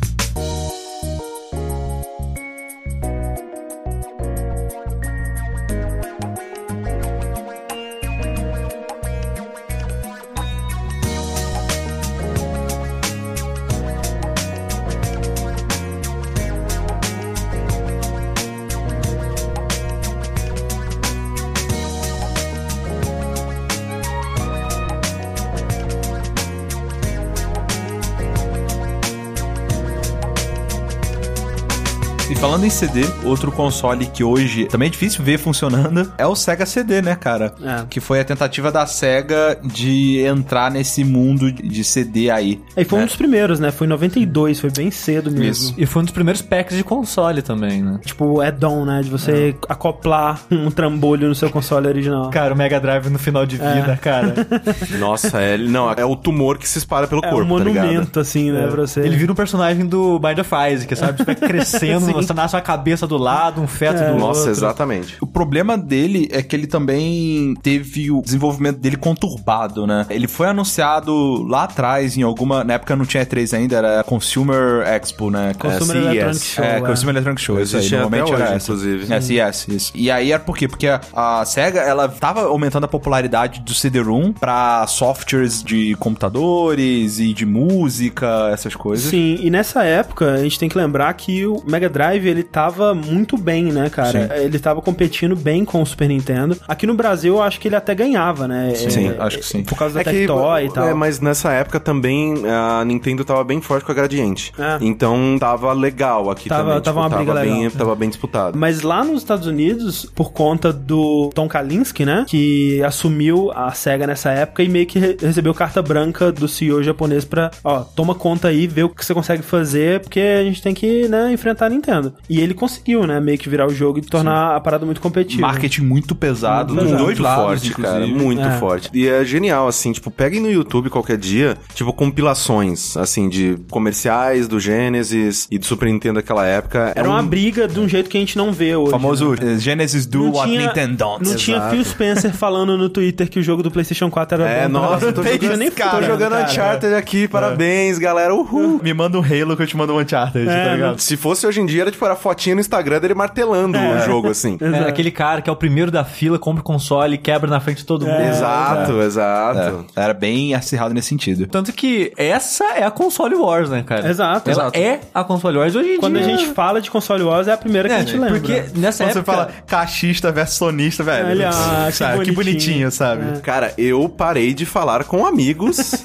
E falando em CD, outro console que hoje também é difícil ver funcionando é o Sega CD, né, cara? É. Que foi a tentativa da Sega de entrar nesse mundo de CD aí. Aí foi um né? dos primeiros, né? Foi em 92, foi bem cedo mesmo. Isso. E foi um dos primeiros packs de console também, né? Tipo, é dom, né? De você acoplar um trambolho no seu console original. Cara, o Mega Drive no final É. de vida, cara. <laughs> Nossa, é, não, é o tumor que se espalha pelo É corpo, um tá ligado? monumento, assim, É. né, pra você. Ele vira um personagem do Mind of Isaac, sabe? Você vai <laughs> crescendo, você nasce uma cabeça do lado, um feto É, né, do Nossa, outro. exatamente. O problema dele é que ele também teve o desenvolvimento dele conturbado, né? Ele foi anunciado lá atrás, em alguma. Na época não tinha E3 ainda, era Consumer Expo, né? Consumer É, CES. Electronic Show, É, é. Consumer Electronic Show. Isso aí, Existe até normalmente hoje, era essa. inclusive. É, Uhum. CES, isso. E aí era por quê? Porque a, a SEGA, ela tava aumentando a popularidade do CD-ROM pra softwares de computadores e de música, essas coisas. Sim, e nessa época a gente tem que lembrar que o Mega Drive ele tava muito bem, né, cara? Ele tava competindo bem com o Super Nintendo. Aqui no Brasil eu acho que ele até ganhava, né? Sim, acho que sim. Por causa da É que- Tectoy e tal. é, mas nessa época também a Nintendo tava bem forte com a Gradiente. É. Então tava legal aqui Tava- também. tipo, tava uma briga tava Bem, legal. Tava bem disputado. Mas lá nos Estados Unidos, por conta do Tom Kalinske, né? Que assumiu a SEGA nessa época e meio que re- recebeu carta branca do CEO japonês pra, ó, toma conta aí, vê o que você consegue fazer, porque a gente tem que, né, enfrentar a Nintendo. E ele conseguiu, né, meio que virar o jogo e tornar a parada muito competitiva. Marketing muito pesado, Muito dos pesado. dois lados, forte, cara. inclusive. Muito É. forte. E é genial, assim, tipo, peguem no YouTube qualquer dia, tipo, compilações, assim, de comerciais do Genesis e do Super Nintendo daquela época. Era É uma um- briga de um jeito que a gente não vê hoje. O famoso eh, Genesis do né? Não What tinha- Nintendo Não tinha Phil Spencer falando no Twitter que o jogo do PlayStation 4 era É, bom pra <laughs> caralho. nossa, tô Eu jogando, nem <laughs> tô jogando cara. É. Uncharted aqui, parabéns, galera, uhul. Me manda um Halo que eu te mando um Uncharted, É, tá ligado? Se fosse hoje em dia, era tipo, era fotinha no Instagram dele martelando o jogo, <laughs> assim. É, aquele cara que é o primeiro da fila, compra o console e quebra na frente de todo É. mundo. exato, exato. É, era bem acirrado nesse sentido. Tanto que essa é a console wars, né, cara? Exato. Ela Exato. é a console wars hoje em Quando a dia. gente fala de console Wars, é a primeira que a gente É, lembra. porque nessa época... Quando você fala "Tá caixista versus sonista, velho. Olha, que sabe, bonitinho. que É. bonitinho, sabe? Cara, eu parei de falar <laughs> com amigos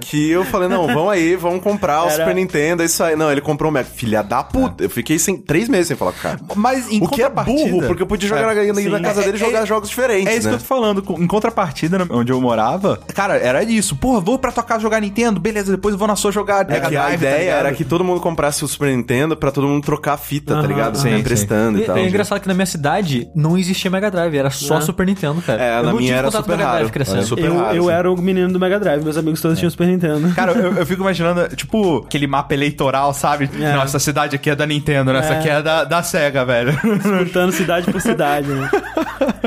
que eu falei, não, vão aí, vão comprar o Era- Super Nintendo, é isso aí. Não, ele comprou o Mac. Filha da puta. Eu fiquei sem, três meses sem falar com o cara. Mas em o que é contrapartida- burro, porque eu podia jogar na, na casa dele e É- jogar é- jogos diferentes, É isso né? que eu tô falando. com- Em contrapartida, na- onde eu morava, cara, era isso. Porra, vou pra tua casa jogar Nintendo, beleza, depois eu vou na sua jogar É Mega que a Drive, tá ideia ligado? era que todo mundo comprasse o Super Nintendo pra todo mundo trocar a fita, tá Aham, ligado? sim, Sim, sim. emprestando e E, tal. é engraçado que na minha cidade não existia Mega Drive, era só Ah. Super Nintendo, cara. É, na não minha tive era contato com super Mega raro. Drive crescendo. Era super Eu, raro, eu assim. era o menino do Mega Drive, meus amigos todos tinham Super Nintendo. Cara, eu, eu fico imaginando, tipo, aquele mapa eleitoral, sabe? É. Não, essa cidade aqui é da Nintendo, né? Essa aqui é da, da SEGA, velho. disputando cidade por cidade, né?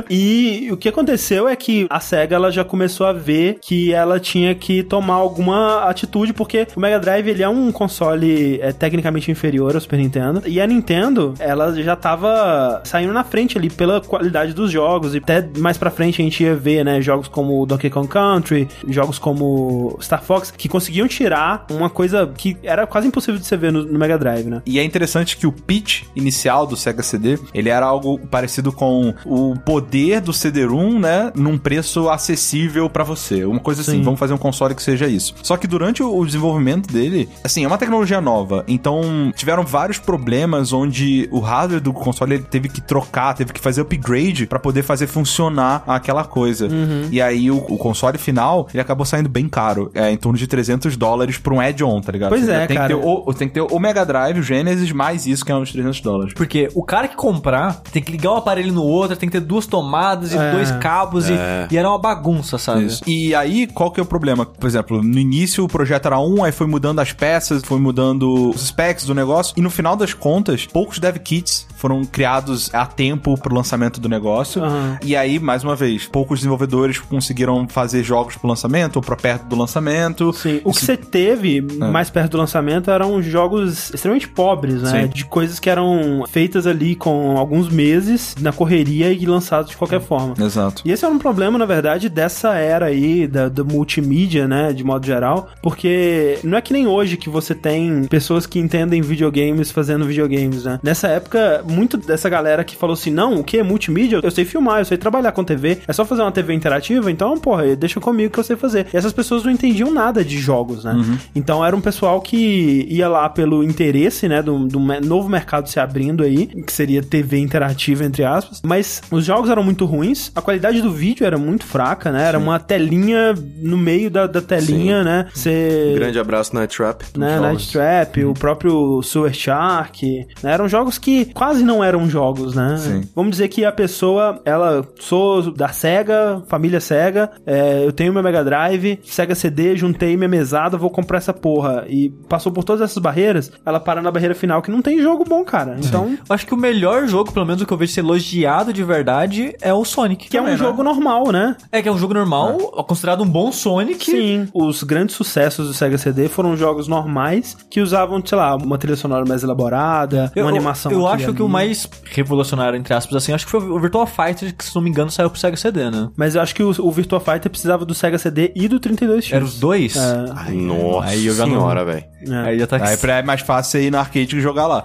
E o que aconteceu é que a SEGA ela já começou a ver que ela tinha que tomar alguma atitude, porque o Mega Drive ele é um console é, tecnicamente inferior ao Super Nintendo. E a Nintendo, ela já tava saindo na frente ali pela qualidade dos jogos. E até mais pra frente a gente ia ver, né? Jogos como Donkey Kong Country, jogos como Star Fox, que conseguiam tirar uma coisa que era quase impossível de você ver no, no Mega Drive, né? E é interessante que o pitch inicial do Sega CD, ele era algo parecido com o poder do CD-ROM, né, num preço acessível pra você. Uma coisa assim, Sim. vamos fazer um console que seja isso. Só que durante o o desenvolvimento dele, assim, é uma tecnologia nova, então tiveram vários problemas onde o hardware do console ele teve que trocar, teve que fazer upgrade pra poder fazer funcionar aquela coisa. Uhum. E aí o, o console final, ele acabou saindo bem caro, é em torno de 300 dólares pra um add-on, tá ligado? Pois Você é, ainda tem cara. Que ter o- o- tem que ter o Mega Drive, o Genesis, mais isso, que é uns 300 dólares. Porque o cara que comprar tem que ligar um aparelho no outro, tem que ter duas tomadas e É. dois cabos e, e era uma bagunça, sabe? É. Isso. É. E aí, qual que é o problema? Por exemplo, no início o projeto era um, aí foi mudando as peças, foi mudando os specs do negócio, e no final das contas, poucos dev kits foram criados a tempo pro lançamento do negócio. Aham. E aí, mais uma vez, poucos desenvolvedores conseguiram fazer jogos pro lançamento ou pra perto do lançamento. Sim, o que você teve mais perto do lançamento eram jogos extremamente pobres, né? Sim. De coisas que eram feitas ali com alguns meses na correria e lançados de qualquer forma. Exato. E esse era um problema, na verdade, dessa era aí da, do multimídia, né, de modo geral, porque não é que nem hoje que você tem pessoas que entendem videogames fazendo videogames, né? Nessa época, muito dessa galera que falou assim, não, o que é multimídia? Eu sei filmar, eu sei trabalhar com TV, é só fazer uma TV interativa, então, porra, deixa comigo que eu sei fazer. E essas pessoas não entendiam nada de jogos, né? Então era um pessoal que ia lá pelo interesse, né, do, do me- novo mercado se abrindo aí, que seria TV interativa, entre aspas, mas os jogos eram muito ruins, a qualidade do vídeo era muito fraca, né? Era uma telinha no meio da, da telinha, né? Você. Um grande abraço, Night Trap. Né, Jogos. Night Trap, o próprio Sewer Shark, né, eram jogos que quase não eram jogos, né? Vamos dizer que a pessoa, ela, sou da SEGA, família SEGA, é, eu tenho meu Mega Drive, SEGA CD, juntei minha mesada, vou comprar essa porra. E passou por todas essas barreiras, ela para na barreira final que não tem jogo bom, cara. Então, Eu Acho que o melhor jogo, pelo menos o que eu vejo ser elogiado de verdade, é o Sonic. que é um jogo normal, né? É que é um jogo normal, considerado um bom Sonic. Sim, os grandes sucessos do Sega CD foram jogos normais que usavam, sei lá, uma trilha sonora mais elaborada, Eu- uma animação. é Eu, aqui e acho que o ali. mais revolucionário, entre aspas, assim, acho que foi o Virtua Fighter, que se não me engano saiu pro Sega CD, né? Mas eu acho que o, o Virtua Fighter precisava do Sega CD e do 32X. Era os dois? É, Ai, Nossa Aí eu já não- senhora, velho. é. Aí já tá Aí pra- é mais fácil você ir no arcade que <laughs> jogar lá.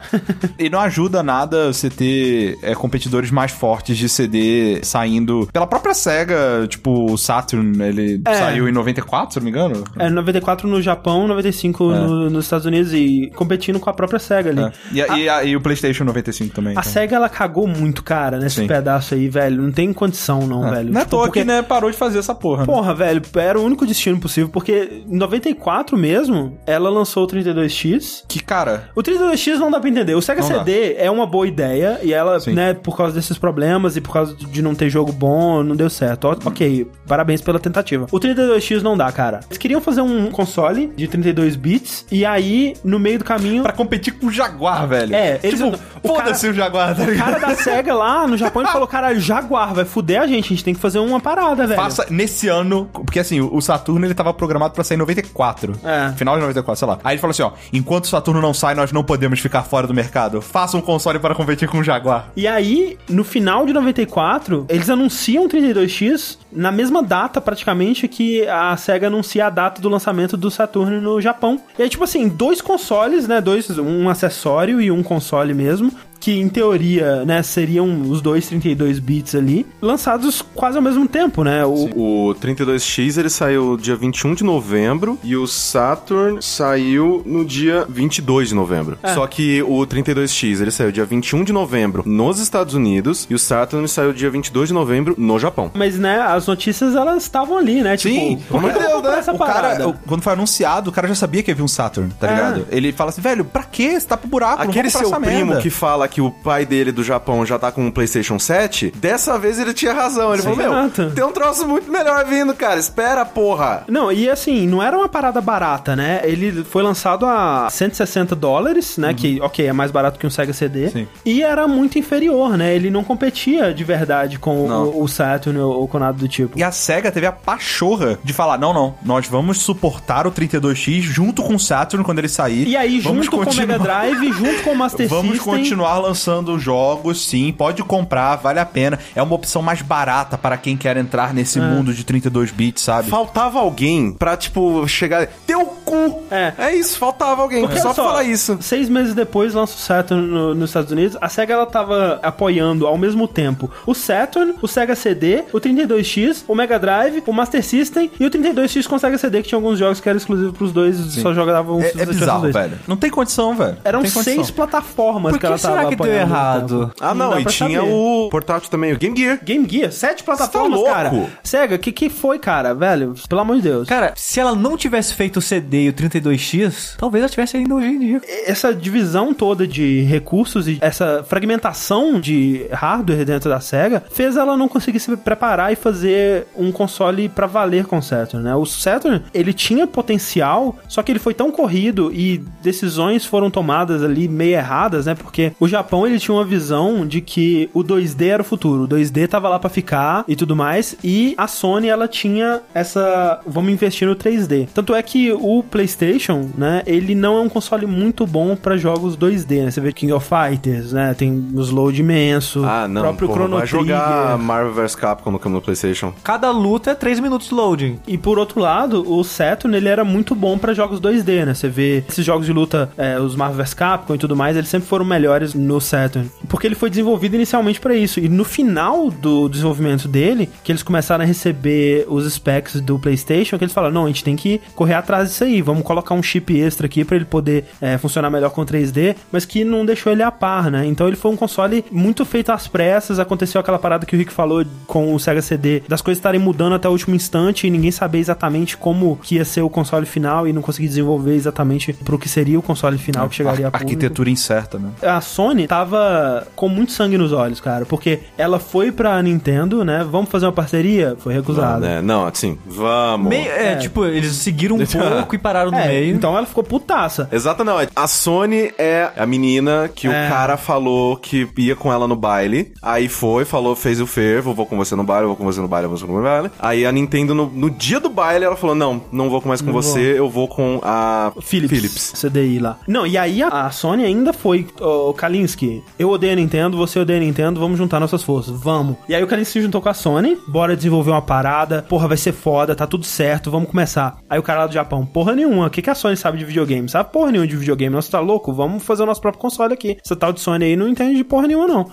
e não ajuda nada você ter é, competidores mais fortes de CD saindo pela própria SEGA, tipo o Saturn, ele É. saiu em 94, se não me engano. É, 94 no Japão, 95 no- nos Estados Unidos e competindo com a própria SEGA ali. É. E, a- e a- e o PlayStation 95 também. A então. SEGA, ela cagou muito, cara, nesse Sim. pedaço aí, velho. Não tem condição, não, É. velho. Não é à Tipo, toa porque- que né, parou de fazer essa porra. né? Porra, velho, era o único destino possível, porque em 94 mesmo, ela lançou o 32X. Que cara. O 32X não dá pra entender. O Sega Não CD é uma boa ideia e ela, Sim. né, por causa desses problemas e por causa de não ter jogo bom, não deu certo. Ó, Ok, parabéns pela tentativa. O 32X não dá, cara. Eles queriam fazer um console de 32 bits e aí, no meio do caminho. Pra competir com o Jaguar, velho. É, eles- tipo, o cara- foda-se, o Jaguar, tá O ligado? cara da SEGA lá no Japão ele falou: caralho, Jaguar, vai fuder a gente, a gente tem que fazer uma parada, velho. Passa nesse ano, porque assim, o Saturno ele tava programado pra sair em 94. É. Final de 94, sei lá. Aí ele falou assim, ó, enquanto o Saturno não sai, nós não podemos ficar fora do mercado. Faça um console para competir com o Jaguar. E aí, no final de 94, eles anunciam o 32X na mesma data, praticamente, que a SEGA anuncia a data do lançamento do Saturn no Japão. E aí, tipo assim, dois consoles, né? Dois, um acessório e um console mesmo. Que em teoria, né, seriam os dois 32 bits ali, lançados quase ao mesmo tempo, né? O, O 32X ele saiu dia 21 de novembro e o Saturn saiu no dia 22 de novembro. É. Só que o 32X ele saiu dia 21 de novembro nos Estados Unidos e o Saturn saiu dia 22 de novembro no Japão. Mas, né, as notícias elas estavam ali, né? Sim, né?" tipo, por que que eu vou comprar essa o cara, parada? o- quando foi anunciado, o cara já sabia que havia um Saturn, tá É. ligado? Ele fala assim, velho, pra quê? Você tá pro Ah, buraco, Aquele não vou comprar seu essa primo merda. que fala que o pai dele do Japão já tá com um PlayStation 7, dessa vez ele tinha razão. Ele falou: Meu, Exato. tem um troço muito melhor vindo, cara. Espera, porra. Não, e assim, não era uma parada barata, né? Ele foi lançado a 160 dólares, né? Que, ok, é mais barato que um Sega CD. Uhum. Sim. E era muito inferior, né? Ele não competia de verdade com Não. o, o Saturn ou com nada do tipo. E a SEGA teve a pachorra de falar: não, não, nós vamos suportar o 32X junto com o Saturn quando ele sair. E aí, Vamos junto com o Mega continuar- Drive, junto com o Master <laughs> Vamos System... continuar lançando jogos, sim. Pode comprar, vale a pena. É uma opção mais barata para quem quer entrar nesse É. mundo de 32 bits, sabe? Faltava alguém pra, tipo, chegar. Teu cu! É. isso, faltava alguém. Porque, só olha falar isso. Seis meses depois lança o Saturn no- nos Estados Unidos. A SEGA ela tava apoiando ao mesmo tempo o Saturn, o Sega CD, o 32X, o Mega Drive, o Master System e o 32X com o Sega CD, que tinha alguns jogos que eram exclusivos pros dois, só jogavam os É, é bizarro, velho. Não tem condição, velho. Eram Não tem condição. seis plataformas Por que ela que tava será que deu apoiando ao mesmo tempo. errado? Ah, não, dá e pra tinha saber. o portátil também, o Game Gear. Game Gear, sete plataformas, louco? cara. Sega, que que foi, cara, velho? Pelo amor de Deus. Cara, se ela não tivesse feito o CD e o 32X, talvez ela tivesse ainda hoje em dia. essa divisão toda de recursos e essa fragmentação de hardware dentro da Sega fez ela não conseguir se preparar e fazer um console pra valer com o Saturn, né? O Saturn, ele tinha potencial, só que ele foi tão corrido e decisões foram tomadas ali meio erradas, né? Porque o Japão, ele tinha uma visão de que o 2D era o futuro, o 2D tava lá pra ficar e tudo mais, e a Sony, ela tinha essa, vamos investir no 3D. Tanto é que o PlayStation, né, ele não é um console muito bom pra jogos 2D, né? Você vê King of Fighters, né? Tem os load imenso, Ah, não. o próprio porra, Chrono vai Trigger. jogar Marvel vs Capcom no câmbio do PlayStation. Cada luta é 3 minutos de loading. E por outro lado, o Saturn ele era muito bom pra jogos 2D, né? Você vê esses jogos de luta, é, os Marvel vs Capcom e tudo mais, eles sempre foram melhores no Saturn, porque ele foi desenvolvido inicialmente pra isso. E no final do desenvolvimento dele, que eles começaram a receber os specs do PlayStation, que eles falaram: "Não, a gente tem que correr atrás disso aí, vamos colocar um chip extra aqui pra ele poder é, funcionar melhor com 3D", mas que não deixou ele a par, né? Então ele foi um console muito feito às pressas, aconteceu aquela parada que o Rick falou com o Sega CD, das coisas estarem mudando até o último instante e ninguém saber exatamente como que ia ser o console final e não conseguir desenvolver exatamente pro que seria o console final que chegaria a Ar- arquitetura incerta, né? a Sony tava com muito sangue nos olhos, cara, porque ela foi pra Nintendo, né? Vamos fazer uma parceria? Foi Ah, recusada. né? Não, assim, vamos. Meio, é, É. tipo, eles seguiram um pouco e pararam no É, meio. então ela ficou putaça. Exato, não. A Sony é a menina que É. o cara falou que ia com ela no baile. Aí foi, falou, fez o fervo, vou com você no baile, vou com você no baile, vou com você no baile. Aí a Nintendo, no, no dia do baile, ela falou: Não, não vou mais com você, eu vou com a Philips, CDI lá. Não, e aí a, a Sony ainda foi, ô Kalinski, eu odeio a Nintendo, você odeia a Nintendo, vamos juntar nossas forças, vamos. E aí o Kalinski se juntou com a Sony, bora desenvolver uma parada, porra, vai ser foda, tá tudo certo, vamos começar. Aí o cara lá do Japão, porra nenhuma, o que, que a Sony sabe de videogame? Sabe porra nenhuma de videogame, nossa, tá louco? Vamos fazer o nosso próprio console aqui. Essa tal de Sony aí não entende de porra nenhuma, não.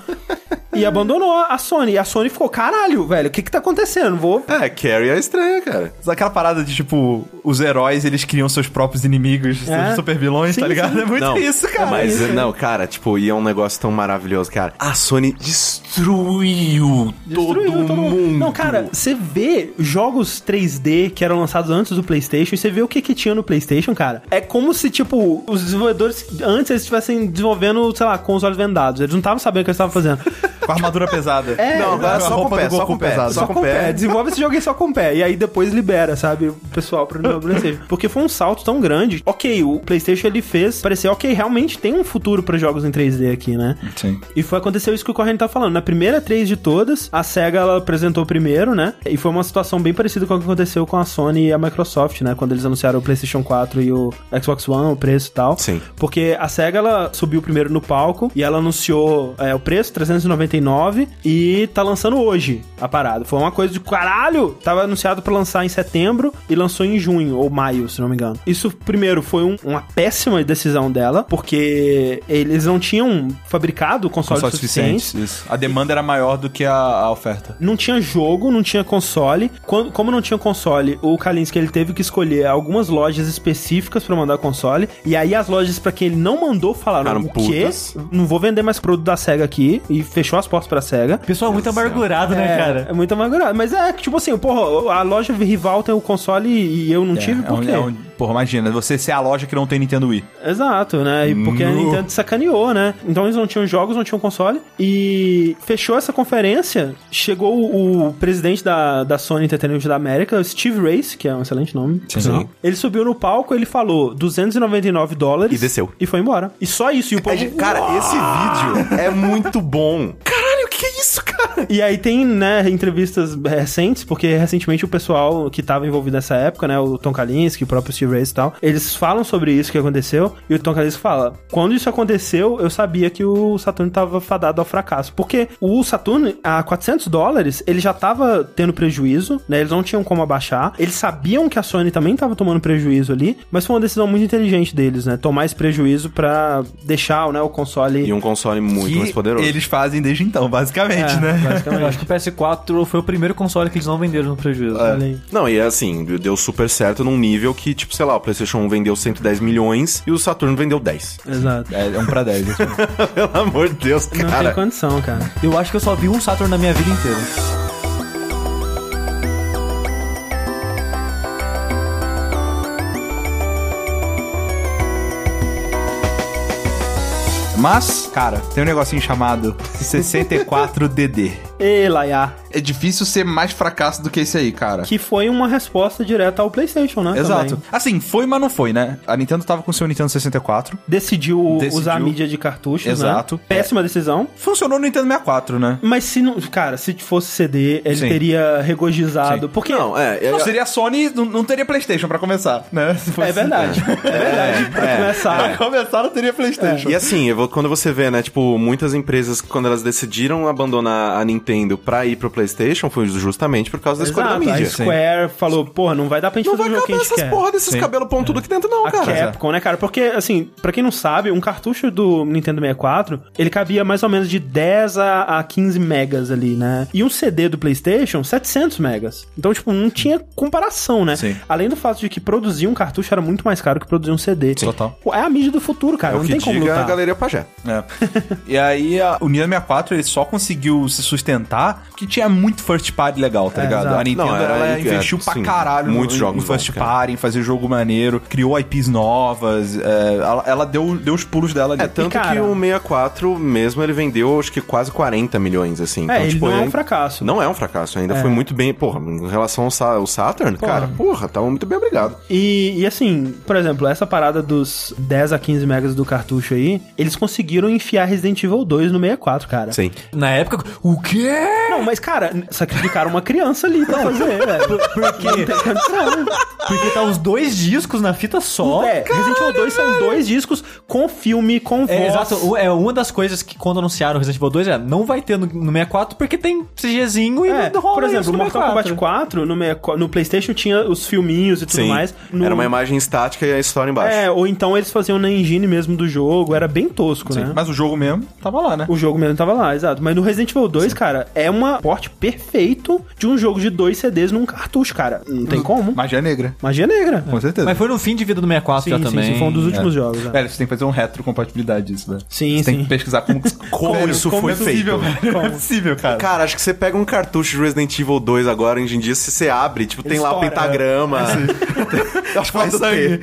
e abandonou a Sony. E a Sony ficou, caralho, velho, o que que tá acontecendo? Vou É, Carrie é estranha, cara. Aquela parada de, tipo, os heróis, eles criam seus próprios inimigos, É. seus super vilões, Sim, tá ligado? sim. É muito isso, cara. Mas, isso, não, cara, tipo, e é um negócio tão maravilhoso, cara. A Sony destruiu, todo, Destruiu mundo. Não, cara, você vê jogos 3D que eram lançados antes do PlayStation, e você vê o que que tinha no PlayStation, cara. É como se, tipo, os desenvolvedores antes eles estivessem desenvolvendo, sei lá, com os olhos vendados. Eles não estavam sabendo o que eles estavam <laughs> fazendo. Com a armadura pesada. É, Não, agora a só com roupa o pé, do Tá só Goku com o pé, pesada. só com o pé. Desenvolve esse jogo aí só com o pé. E aí depois libera, sabe, o pessoal pra não o PlayStation. Porque foi um salto tão grande. Ok, o PlayStation ele fez parecer, ok, realmente tem um futuro pra jogos em 3D aqui, né? Sim. E foi aconteceu isso que o Corrente tá falando. Na primeira três de todas, a SEGA ela apresentou primeiro, né? E foi uma situação bem parecida com o que aconteceu com a Sony e a Microsoft, né? Quando eles anunciaram o PlayStation 4 e o Xbox One, o preço e tal. Sim. Porque a SEGA ela subiu primeiro no palco e ela anunciou é, o preço, 399, e tá lançando hoje a parada. Foi uma coisa de caralho! Tava anunciado pra lançar em setembro e lançou em junho ou maio, se não me engano. Isso, primeiro, foi um- uma péssima decisão dela, porque eles não tinham fabricado console, Console suficiente. suficiente. Isso. A demanda era maior do que a, a oferta. Não tinha jogo, não tinha console. Quando- como não tinha console, o Kalinski ele teve que escolher algumas lojas específicas pra mandar console. E aí as lojas pra quem ele não mandou falaram Ficaram o quê? putas." Não vou vender mais produto da SEGA aqui. E fechou as portas pra SEGA. Pessoal, muito amargurado, né, É cara? muito amargurado. Mas é que, tipo assim, porra, a loja rival tem o console e eu não tive, é um- por quê? é um- porra, imagina, você ser a loja que não tem Nintendo Wii. Exato, né? E porque a No. Nintendo sacaneou, né? Então eles não tinham jogos, não tinham console. E fechou essa conferência. Chegou o, o presidente da, da Sony Entertainment da América, Steve Race, que é um excelente nome. por sinal. Ele subiu no palco, ele falou 299 dólares. E desceu. E foi embora. E só isso. E <laughs> o povo... Cara, esse vídeo é muito bom. Caralho, o que é isso, cara? E aí tem, né, entrevistas recentes, porque recentemente o pessoal que tava envolvido nessa época, né, o Tom Kalinske, o próprio Steve Race e tal, eles falam sobre isso que aconteceu, e o Tom Kalinske fala, quando isso aconteceu, eu sabia que o Saturno tava fadado ao fracasso, porque o Saturno, a 400 dólares, ele já tava tendo prejuízo, né, eles não tinham como abaixar, eles sabiam que a Sony também tava tomando prejuízo ali, mas foi uma decisão muito inteligente deles, né, tomar esse prejuízo pra deixar, né, o console... E um console É muito Que mais poderoso. Eles fazem desde então, basicamente, É, né? Eu acho que o PS4 foi o primeiro console que eles não venderam no prejuízo. Olha aí. Não, e assim, deu super certo num nível que, tipo, sei lá, o PlayStation 1 vendeu 110 milhões e o Saturno vendeu 10. Exato. <laughs> É, é um pra 10. isso. <laughs> Pelo amor de Deus, Não cara. tem condição, cara. Eu acho que eu só vi um Saturn na minha vida inteira. Mas, cara, tem um negocinho chamado 64DD. E Laiá, É difícil ser mais fracasso do que esse aí, cara. que foi uma resposta direta ao PlayStation, né? Exato. também. Assim, foi, mas não foi, né? A Nintendo tava com seu Nintendo 64. Decidiu, Decidiu. usar a mídia de cartuchos, Exato. né? Péssima decisão. Funcionou no Nintendo 64, né? Mas se não. Cara, se fosse CD, ele Sim. teria regogizado. Porque. Não, é. é Não, seria a Sony, não, não teria Playstation pra começar, né? Se fosse- É verdade. É, verdade. pra começar. Pra começar, não teria Playstation. E assim, eu vou- quando você vê, né, tipo, muitas empresas, quando elas decidiram abandonar a Nintendo pra ir pro PlayStation, foi justamente por causa da escolha da Exato. mídia. A Square falou, porra, não vai dar pra gente Não vai fazer o jogo que caber a gente essas quer. porra desses cabelos pontudos aqui dentro, não, A cara. Pois é. Capcom, né, cara? Porque, assim, pra quem não sabe, um cartucho do Nintendo 64, ele cabia mais ou menos de 10 a, a 15 megas ali, né? E um CD do PlayStation, 700 megas. Então, tipo, não tinha comparação, né? Sim. Além do fato de que produzir um cartucho era muito mais caro que produzir um CD. Total. Pô, É a mídia do futuro, cara. É o não que tem como diga a lutar. galeria Pajé. É. e aí, a, o Nintendo 64, ele só conseguiu se sustentar porque tinha muito first party legal, tá É, ligado? exato. A Nintendo, Não, era- ela é, investiu pra sim, caralho muitos no, jogos no first bons, cara. party, em fazer jogo maneiro, criou IPs novas, é, ela, ela deu, deu os pulos dela ali. É, tanto cara- que o 64 mesmo ele vendeu acho que quase 40 milhões, assim. É, ele não é um ainda- fracasso. Não é um fracasso, ainda foi muito bem. Porra, em relação ao Sa- ao Saturn, cara, porra, tava muito bem obrigado. E, e assim, por exemplo, essa parada dos 10 a 15 megas do cartucho aí, eles conseguiram enfiar Resident Evil 2 no 64, cara. Sim. Na época, o quê? Não, mas cara, sacrificaram uma criança ali pra fazer, velho. Por quê? Não tem condição. Porque tá os dois discos na fita só. É, Resident Evil 2 são dois discos com filme, com voz. É, exato. O- É uma das coisas que quando anunciaram o Resident Evil 2 é não vai ter no, no 64 porque tem CGzinho e É, não rola por isso exemplo, no Mortal 64. Kombat 4 no, meia- no PlayStation tinha os filminhos e tudo Sim. mais. No- Era uma imagem estática e a história embaixo. É, ou então eles faziam na engine mesmo do jogo, era bem tosco, né? Mas o jogo mesmo tava lá, né? O jogo mesmo tava lá, exato. Mas no Resident Evil 2, cara, é um porte perfeito de um jogo de dois CDs num cartucho, cara. Não tem como. Magia negra, Magia negra. com certeza. É. Mas foi um no fim de vida do 64 Sim, já sim, também. sim, foi um dos últimos jogos. né? Velho, você tem que fazer um retrocompatibilidade disso, velho. Sim, você tem sim. que pesquisar como, como Velho, como é possível, velho. Não <laughs> é possível, cara. Cara, acho que você pega um cartucho de Resident Evil 2 agora, hoje em né? dia, se você abre, tipo, tem lá o <laughs> Estoura, pentagrama. Eu acho que Faz sangue.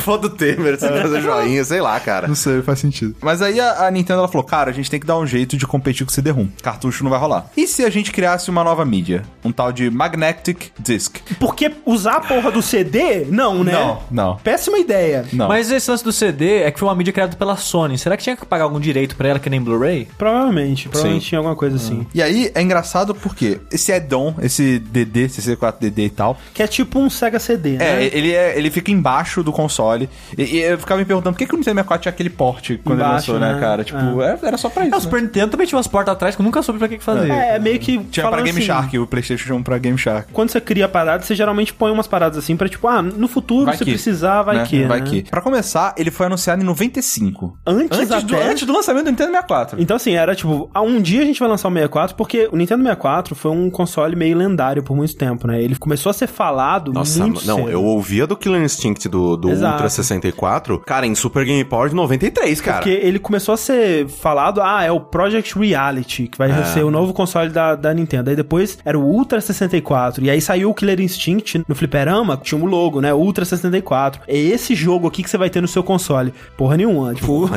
Foda o Temer, É. você fazer joinha, sei lá, cara. Não sei, faz sentido. Mas aí a, a Nintendo ela falou: cara, a gente tem que dar um jeito de competir com o CD-ROM. Cartucho não vai rolar. E se a gente criasse uma nova mídia? Um tal de Magnetic Disc. Porque usar a porra do CD, não, né? Não, não. Péssima ideia. Não. Mas esse lance do CD é que foi uma mídia criada pela Sony. Será que tinha que pagar algum direito pra ela que nem Blu-ray? Provavelmente, provavelmente tinha alguma coisa assim. E aí é engraçado porque esse add-on, esse DD, CC4DD e tal, Que é tipo um Sega CD, é, né? ele, é, ele fica embaixo do console. E, e eu ficava me perguntando por que, que o Nintendo 64 tinha aquele porte quando Embaixo, ele lançou, né, né? cara? Tipo, era- era só pra É, o isso. né? Super Nintendo também tinha umas portas atrás que eu nunca soube pra que, que fazer. É, é meio que. Tinha pra falando Game assim, Shark, o PlayStation tinha um pra Game Shark. Quando você cria a parada, você geralmente põe umas paradas assim pra tipo, ah, no futuro, Vai se que, precisar, vai né? que. Vai né? que. Pra começar, ele foi anunciado em 95. Antes, Antes, do, até- antes do lançamento do Nintendo 64. Então, assim, era tipo, ah, um dia a gente vai lançar o 64, porque o Nintendo 64 foi um console meio lendário por muito tempo, né? Ele começou a ser falado Nossa, muito não, cedo. eu ouvia do Killer Instinct do, do Exato. Ultra 64, cara, em Super Game Power de 93, cara. Porque ele começou a ser falado, ah, é o Project Reality, que É. vai ser o novo console da, da Nintendo. Aí depois era o Ultra 64. E aí saiu o Killer Instinct no fliperama, que tinha um logo, né? Ultra 64. É esse jogo aqui que você vai ter no seu console. Porra nenhuma. Tipo, Porra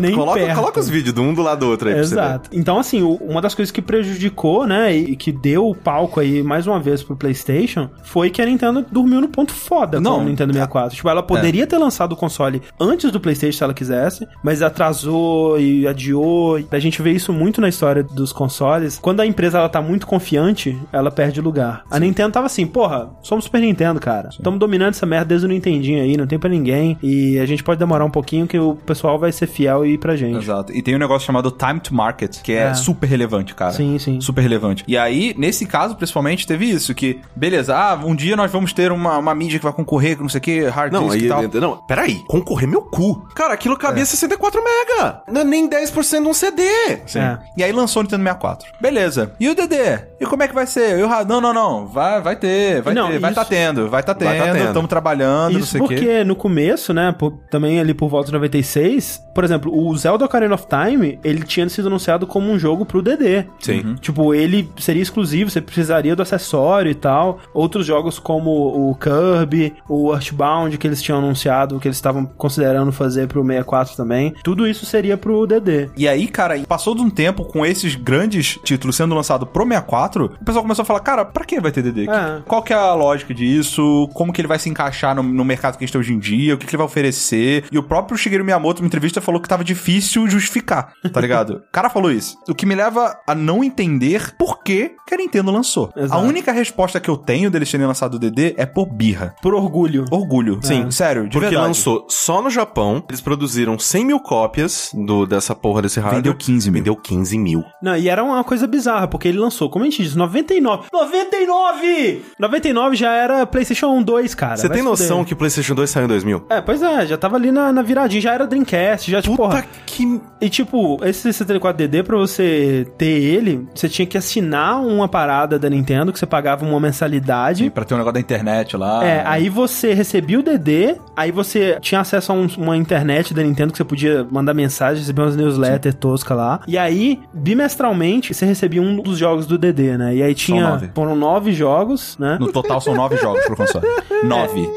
<laughs> Nem Coloca, perto. coloca os vídeos do um do lado do outro aí pra você ver. Exato. Então, assim, o- uma das coisas que prejudicou, né, e que deu o palco aí mais uma vez pro PlayStation, foi que a Nintendo dormiu no ponto foda Não. com o Nintendo 64. Tipo, ela poderia ter lançado o console antes do PlayStation se ela quisesse, mas atrasou e adiou. E A gente vê isso muito na história dos consoles. Quando a empresa ela tá muito confiante, ela perde lugar. A Nintendo tava assim, porra, somos Super Nintendo, cara. Estamos dominando essa merda desde o Nintendinho aí, não tem pra ninguém. E a gente pode demorar um pouquinho que o pessoal vai ser fiel e ir pra gente. Exato. E tem um negócio chamado time to market, que é, É. super relevante, cara. Sim, sim. Super relevante. E aí, nesse caso, principalmente, teve isso, que, beleza, ah, um dia nós vamos ter uma, uma mídia que vai concorrer com não sei o que, hard Não, disk aí, e tal. não, peraí, concorrer meu cu. É. Cara, aquilo cabia 64 mega. Não é nem 10% de um CD. Sim. É. E aí lançou o Nintendo 64. Beleza. E o DD? E como é que vai ser? E o Ra- Não, não, não. Vai, vai ter, vai Não, ter, vai isso- tá tendo, vai tá Vai tendo, tá Estamos tendo. trabalhando, não Isso sei o porque quê. no começo, né, por- também ali por volta de 96, por exemplo, o Zelda Ocarina of Time, ele tinha sido anunciado como um jogo pro DD. Sim. Tipo, ele seria exclusivo, você precisaria do acessório e tal. Outros jogos como o Kirby, o Earthbound, que eles tinham anunciado, que eles estavam considerando fazer pro 64 também, tudo isso seria pro DD. E aí, cara, passou de um tempo com esses grandes títulos sendo lançados pro 64, o pessoal começou a falar, cara, pra que vai ter DD? É. Qual que é a lógica disso? Como que ele vai se encaixar no, no mercado que a gente tem hoje em dia? O que, que ele vai oferecer? E o próprio Shigeru Miyamoto, numa entrevista, falou que tava difícil justificar, tá ligado? <laughs> o cara falou isso. O que me leva a não entender por que, que a Nintendo lançou. Exato. A única resposta que eu tenho deles terem lançado o DD é por birra. Por orgulho. Orgulho. Sim. Sério, de Porque verdade. lançou só no Japão, eles produziram 100 mil cópias do, dessa porra desse hardware. Vendeu 15 mil. Vendeu 15 mil. Não, e era uma coisa bizarra, porque ele lançou, como a gente disse, 99. 99! 99 já era PlayStation 2, cara. Você vai tem se fuder. noção que o PlayStation 2 saiu em 2000? É, pois é, já tava ali na, na viradinha, já era Dreamcast, já tipo, porra. que. E tipo, esse 64DD, pra você ter ele, você tinha que assinar uma parada da Nintendo, que você pagava uma mensalidade. Pra ter um negócio da internet lá. É, aí você recebia o DD, aí você tinha acesso a um- uma internet da Nintendo que você podia mandar mensagem, receber umas newsletters tosca lá. E aí, bimestralmente, você recebia um dos jogos do DD, né? E aí tinha. nove. Foram nove jogos, né? No total são nove jogos <laughs> pro console. É. Nove.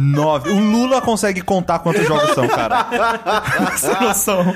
Nove. O Lula consegue contar quantos jogos <laughs> são, cara. Sem noção.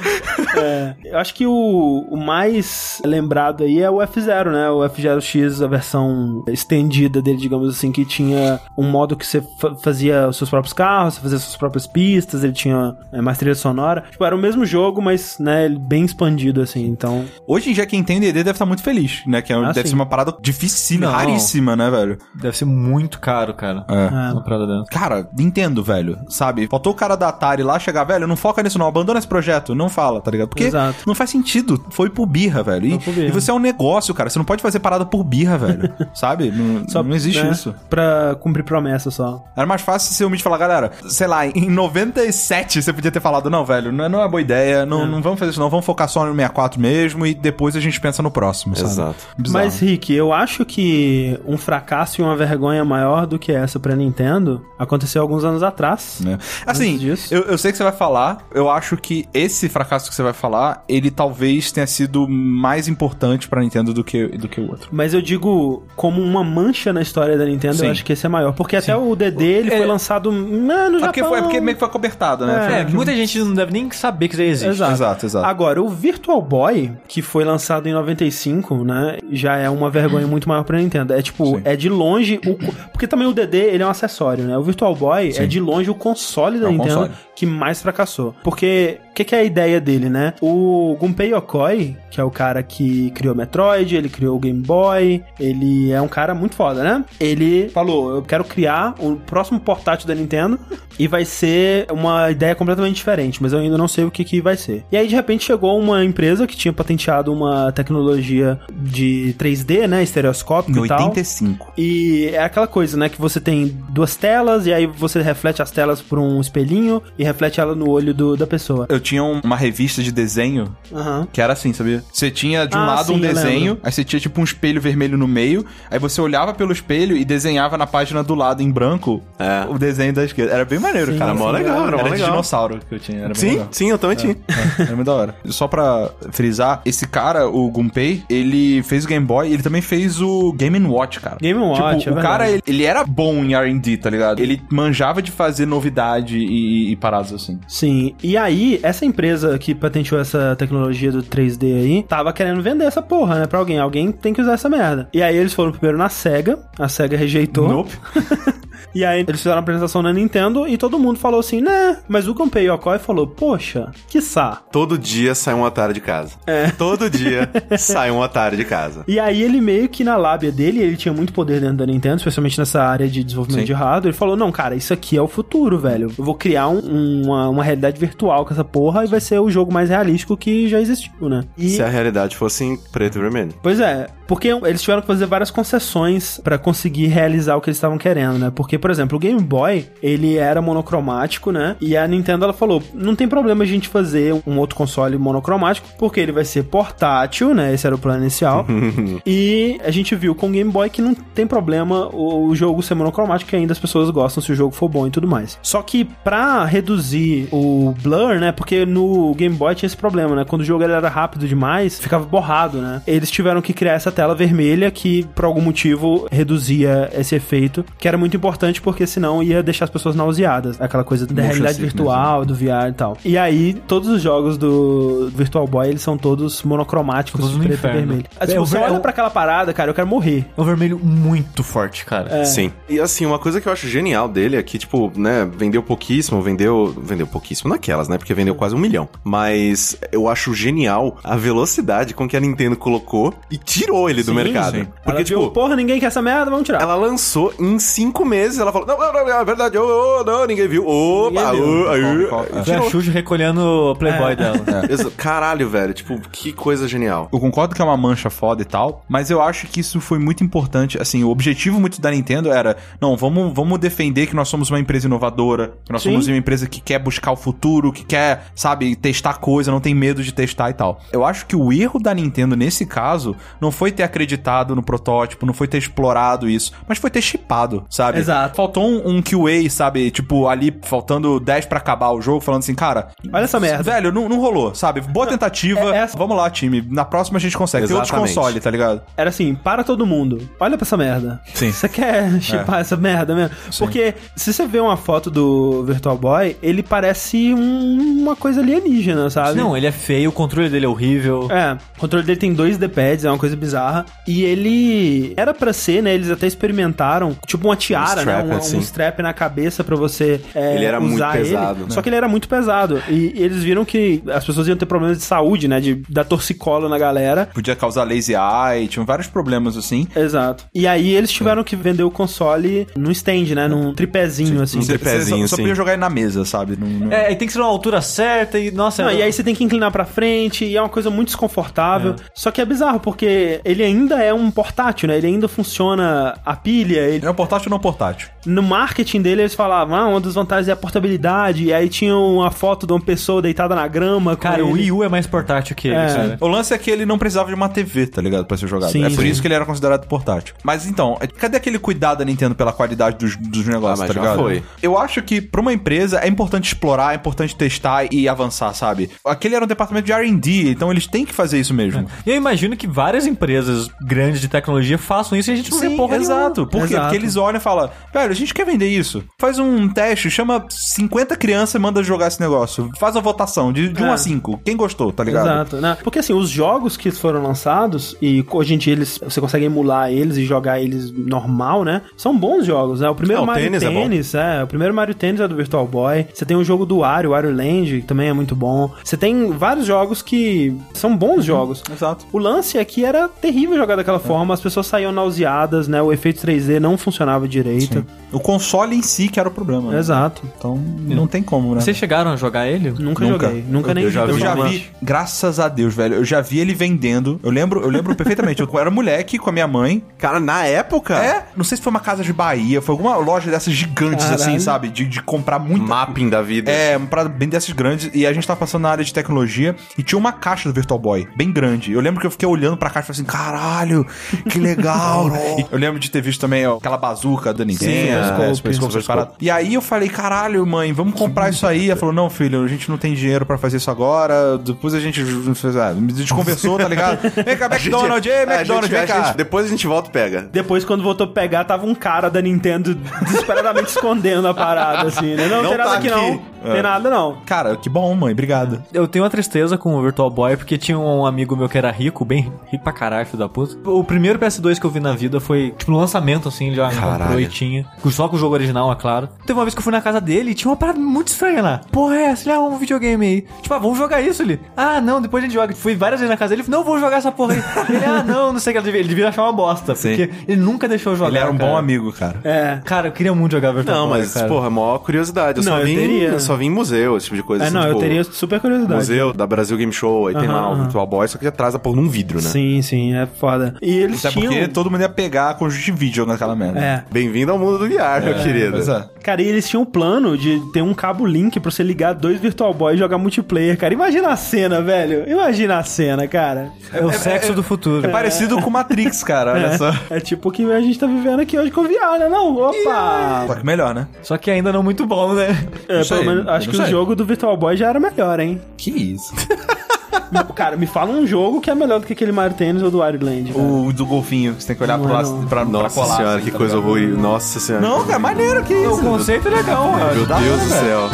Eu acho que o, o mais lembrado aí é o F0, né? O F0X, a versão estendida dele, digamos assim, que tinha um modo que você fa- fazia os seus próprios carros, você fazia suas próprias pistas, ele tinha é, mais trilha sonora. Tipo, era o mesmo jogo, mas, né, ele bem expandido, assim, então... Hoje em dia, quem tem DD deve estar muito feliz, né? Que é- Ah, deve sim. ser uma parada dificílima, Não. raríssima, né, velho? Deve ser muito caro, cara. É. ah, Uma parada dessa. Cara, Nintendo, velho, sabe? Faltou o cara da Atari lá chegar, velho, não foca nisso não, abandona esse projeto, não fala, tá ligado? Porque Exato. não faz sentido, foi por birra, velho. E, Foi por birra. e você é um negócio, cara, você não pode fazer parada por birra, velho, <laughs> sabe? Não, não existe né, isso. Pra cumprir promessa só. Era mais fácil se o Mitch falar, galera, sei lá, em 97 você podia ter falado, não, velho, não é, não é boa ideia, não, não vamos fazer isso não, vamos focar só no 64 mesmo e depois a gente pensa no próximo, sabe? Exato. Bizarro. Mas, Rick, eu acho que um fracasso e uma vergonha maior do que essa pra Nintendo aconteceu aconteceu alguns anos atrás. né? Assim, Antes disso. eu, eu sei que você vai falar, eu acho que esse fracasso que você vai falar, ele talvez tenha sido mais importante pra Nintendo do que, do que o outro. Mas eu digo, como uma mancha na história da Nintendo, Sim. eu acho que esse é maior. Porque até o DD, ele É. foi lançado ah, no É Japão. porque, foi, é porque meio que foi cobertado, né? Foi É, meio que um- muita gente não deve nem saber que isso aí existe. Exato. Exato, exato. Agora, o Virtual Boy, que foi lançado em 95, né? Já é uma vergonha muito maior pra Nintendo. É tipo, Sim. é de longe o. co- Porque também o DD, ele é um acessório, né? O Virtual Boy é de longe o console da É um Nintendo console. que mais fracassou. Porque, o que, que é a ideia dele, né? O Gunpei Yokoi, que é o cara que criou Metroid, ele criou o Game Boy, ele é um cara muito foda, né? Ele falou: eu quero criar o próximo portátil da Nintendo e vai ser uma ideia completamente diferente, mas eu ainda não sei o que, que vai ser. E aí, de repente, chegou uma empresa que tinha patenteado uma tecnologia de 3D, né? Estereoscópico Em e tal. 85. E é aquela coisa, né? Que você tem duas telas e aí você reflete as telas por um espelhinho e reflete ela no olho do- da pessoa. Eu tinha um- uma revista de desenho Aham. que era assim, sabia? Você tinha de um Ah, lado um sim, eu desenho, aí você tinha tipo um espelho vermelho no meio, aí você olhava pelo espelho e desenhava na página do lado em branco É. o desenho da esquerda. Era bem maneiro, Tá. Sim, cara. sim, mó legal, era mó Era de legal. dinossauro que eu tinha. Era bem Sim, legal. sim, eu também tinha. É, era muito da <laughs> hora. Só pra frisar, esse cara, o Gunpei, ele fez o Game Boy, ele também fez o Game Watch, cara. Game Watch, Tipo, é o cara, verdade. ele, ele era bom em R&D, tá ligado? Ele manjava de fazer novidade e, e paradas assim. Sim, e aí, essa empresa que patenteou essa tecnologia do 3D aí, tava querendo vender essa porra, né, pra alguém. Alguém tem que usar essa merda. E aí eles foram primeiro na SEGA, a SEGA rejeitou. Nope. E aí eles fizeram a apresentação na Nintendo e todo mundo falou assim, né? Mas o Gunpei Yokoi falou, poxa, que sá. Todo dia sai um Atari de casa. É. <laughs> Todo dia sai um Atari de casa. E aí ele meio que na lábia dele, ele tinha muito poder dentro da Nintendo, especialmente nessa área de desenvolvimento de hardware, ele falou, não, cara, isso aqui é o futuro, velho. Eu vou criar um- uma, uma realidade virtual com essa porra e vai ser o jogo mais realístico que já existiu, né? E... Se a realidade fosse em preto e vermelho. Pois é, porque eles tiveram que fazer várias concessões pra conseguir realizar o que eles estavam querendo, né? Porque, por exemplo, o Game Boy, ele era monocromático, né? E a Nintendo ela falou: "Não tem problema a gente fazer um outro console monocromático, porque ele vai ser portátil, né? Esse era o plano inicial". e a gente viu com o Game Boy que não tem problema o, o jogo ser monocromático, que ainda as pessoas gostam se o jogo for bom e tudo mais. Só que pra reduzir o blur, né? Porque no Game Boy tinha esse problema, né? Quando o jogo ele era rápido demais, ficava borrado, né? Eles tiveram que criar essa tela vermelha que, por algum motivo, reduzia esse efeito, que era muito importante porque senão ia deixar as pessoas nauseadas. Aquela coisa da realidade sickness, né. virtual, do VR e tal. E aí, todos os jogos do Virtual Boy, eles são todos monocromáticos, Todos no preto inferno. e vermelho. É, Tipo, o você ver- olha o- pra aquela parada, cara, eu quero morrer. É um vermelho muito forte, É. cara. Sim. E assim, uma coisa que eu acho genial dele é que, tipo, né, vendeu pouquíssimo, vendeu. Vendeu pouquíssimo naquelas, né? Porque vendeu quase um milhão. Mas eu acho genial a velocidade com que a Nintendo colocou e tirou ele do Sim, mercado. sim. Porque, ela um tipo. viu, porra, ninguém quer essa merda, vamos tirar. Ela lançou em cinco meses, ela falou: Não, não, não, é verdade, ô, ô, não, ninguém viu. Opa, Ninguém ô, aí, Qual- qual- aí, Foi a tirou. Xuxa recolhendo o Playboy É. dela. É. Exa- Caralho, velho, tipo, que coisa genial. Eu concordo que é uma mancha foda e tal, mas eu acho que isso foi muito importante. Assim, o objetivo muito da Nintendo era: não, vamos, vamos defender que nós somos uma empresa inovadora, que nós Sim. somos uma empresa que quer buscar o futuro, que quer, sabe, testar coisa, não tem medo de testar e tal. Eu acho que o erro da Nintendo nesse caso não foi ter acreditado no protótipo, não foi ter explorado isso, mas foi ter chipado, sabe? Exato. Faltou um, um QA, sabe? Tipo, ali faltando 10 pra acabar o jogo, falando assim, cara. Olha essa merda. Velho, não, não rolou, sabe? Boa tentativa. é- essa- Vamos lá, time. Na próxima a gente consegue. Tem Exatamente. outros consoles, tá ligado? Era assim, para todo mundo. Olha pra essa merda. Sim. Você É. quer chipar essa merda mesmo? Porque se você vê uma foto do Virtual Boy, ele parece um- uma coisa alienígena, sabe? Não, ele é feio, o controle dele é horrível. É, o controle dele tem dois D-pads, é uma coisa bizarra. E ele era pra ser, né? Eles até experimentaram, tipo uma tiara, Um né? strap, Um, um assim. strap na cabeça pra você é, Ele era muito usar ele. pesado, né? Só que ele era muito pesado. E, e eles viram que as pessoas iam ter problemas de saúde, né? De dar torcicolo na galera. Podia causar lazy eye, tinham vários problemas assim. Exato. E aí eles tiveram que vender o console num stand, né? Num tripézinho, assim. Um tripézinho, só, só sim. podia jogar ele na mesa, sabe? Não, não- É, e tem que ser uma altura certa e, nossa... Não, eu- e aí você tem que inclinar pra frente e é uma coisa muito desconfortável. Só que é bizarro, porque ele ainda é um portátil, né? Ele ainda funciona a pilha, ele É um portátil ou não portátil? acho. No marketing dele, eles falavam, ah, uma das vantagens é a portabilidade, e aí tinha uma foto de uma pessoa deitada na grama. com Cara, o ele. Wii U é mais portátil que ele, É. cara. O lance é que ele não precisava de uma TV, tá ligado? Pra ser jogado. Sim, é por sim. isso que ele era considerado portátil. Mas então, cadê aquele cuidado da Nintendo pela qualidade dos, dos negócios, Ah, mas tá já ligado? foi. Eu acho que pra uma empresa é importante explorar, é importante testar e avançar, sabe? Aquele era um departamento de R&D, então eles têm que fazer isso mesmo. E eu imagino que várias empresas grandes de tecnologia façam isso e a gente não vê porra exato. nenhuma. Por quê? Exato. Porque eles olham e falam, velho, a gente quer vender isso. Faz um teste, chama 50 crianças e manda jogar esse negócio. Faz a votação de, de 1 É. a 5. Quem gostou, tá ligado? Exato, né? Porque assim, os jogos que foram lançados, e hoje em dia eles, você consegue emular eles e jogar eles normal, né? São bons jogos, né? O primeiro Ah, o Mario tênis Tennis, é bom. é, O primeiro Mario Tennis é do Virtual Boy. Você tem o jogo do Wario, o Wario Land, que também é muito bom. Você tem vários jogos que são Uhum. bons jogos. Exato. O lance é que era terrível jogar É. daquela forma, as pessoas saíam nauseadas, né? O efeito 3D não funcionava direito. O console em si que era o problema. né? Exato. Então não tem como, né? Vocês chegaram a jogar ele? Nunca, Nunca. joguei, nunca nem eu já- Eu já pessoalmente. vi, graças a Deus, velho. Eu já vi ele vendendo. Eu lembro, eu lembro perfeitamente. Eu era moleque com a minha mãe. Cara, na época. É, não sei se foi uma casa de Bahia, foi alguma loja dessas gigantes, Caralho. assim, sabe? De, de comprar muito. Mapping da vida. É, pra bem dessas grandes. E a gente tava passando na área de tecnologia e tinha uma caixa do Virtual Boy, bem grande. Eu lembro que eu fiquei olhando pra caixa e falei assim: caralho, <laughs> que legal. E eu lembro de ter visto também ó, aquela bazuca da Nintendo. Sim, é, Superscope. Superscope, essas paradas. E aí eu falei: caralho, mãe, vamos comprar isso aí. Ela falou: não, filho, a gente não tem dinheiro pra fazer isso agora. Depois a gente. Ah, a gente conversou, <laughs> tá ligado? Vem cá, A gente- é, McDonald's, ei, a gente- McDonald's, vem a cá. gente- depois a gente volta e pega. Depois, quando voltou a pegar, tava um cara da Nintendo desesperadamente <laughs> escondendo a parada, assim, né? Não, Não tem nada tá aqui, aqui. não. É. Tem nada, não. Cara, que bom, mãe, obrigado. Eu tenho uma tristeza com o Virtual Boy, porque tinha um amigo meu que era rico, bem rico pra caralho, filho da puta. O primeiro PS2 que eu vi na vida foi, tipo, no lançamento, assim, ele já comprou e tinha. Só com o jogo original, é claro. Teve uma vez que eu fui na casa dele e tinha uma parada muito estranha lá. Porra, é essa? Ele, ah, um videogame aí. Tipo, ah, vamos jogar isso ali. Ah, não, depois a gente joga. Fui várias vezes na casa dele, não, vou jogar essa porra aí. <laughs> Ele, ah, não, não sei o que. Ele devia, ele devia achar uma bosta, porque ele nunca deixou eu jogar. Ele era um cara. bom amigo, cara. É. Cara, eu queria muito jogar Virtual Não, Boy, mas, cara. porra, maior curiosidade. Eu, Tá Não, só, eu vim, teria. eu só vim em museu, esse tipo de coisa. É, assim, não, eu tipo, teria super curiosidade. é- Museu da Brasil Game Show, aí tem lá o Aham. Virtual Boy, só que atrás a porra num vidro, né? Sim, sim, é foda. E eles Até tinham... é um- porque todo mundo ia pegar conjunto de vídeo naquela merda. É. Bem-vindo ao mundo do VR, meu querido. Pois é. Cara, e eles tinham o plano de ter um cabo link pra você ligar dois Virtual Boy e jogar multiplayer, cara. Imagina a cena, velho. Imagina a cena, cara. É o sexo do futuro. É parecido com Matrix, cara, olha só. É tipo o que a gente tá vivendo aqui hoje com VR, né? Não, opa! Só que melhor, né? Só que ainda não muito bom, né? É, Não sei, pelo menos, eu acho não que o sei. jogo do Virtual Boy já era melhor, hein? Que isso. Cara, me fala um jogo que é melhor do que aquele Mario Tennis ou do Wario Land. velho. O do golfinho, que você tem que olhar Não pro é, lado não. pra, pra Nossa colar, senhora, assim, que tá coisa ligado? ruim. Nossa senhora. Não, cara, maneiro que O isso. conceito é legal, mano. Meu dá Deus pra, do velho. céu.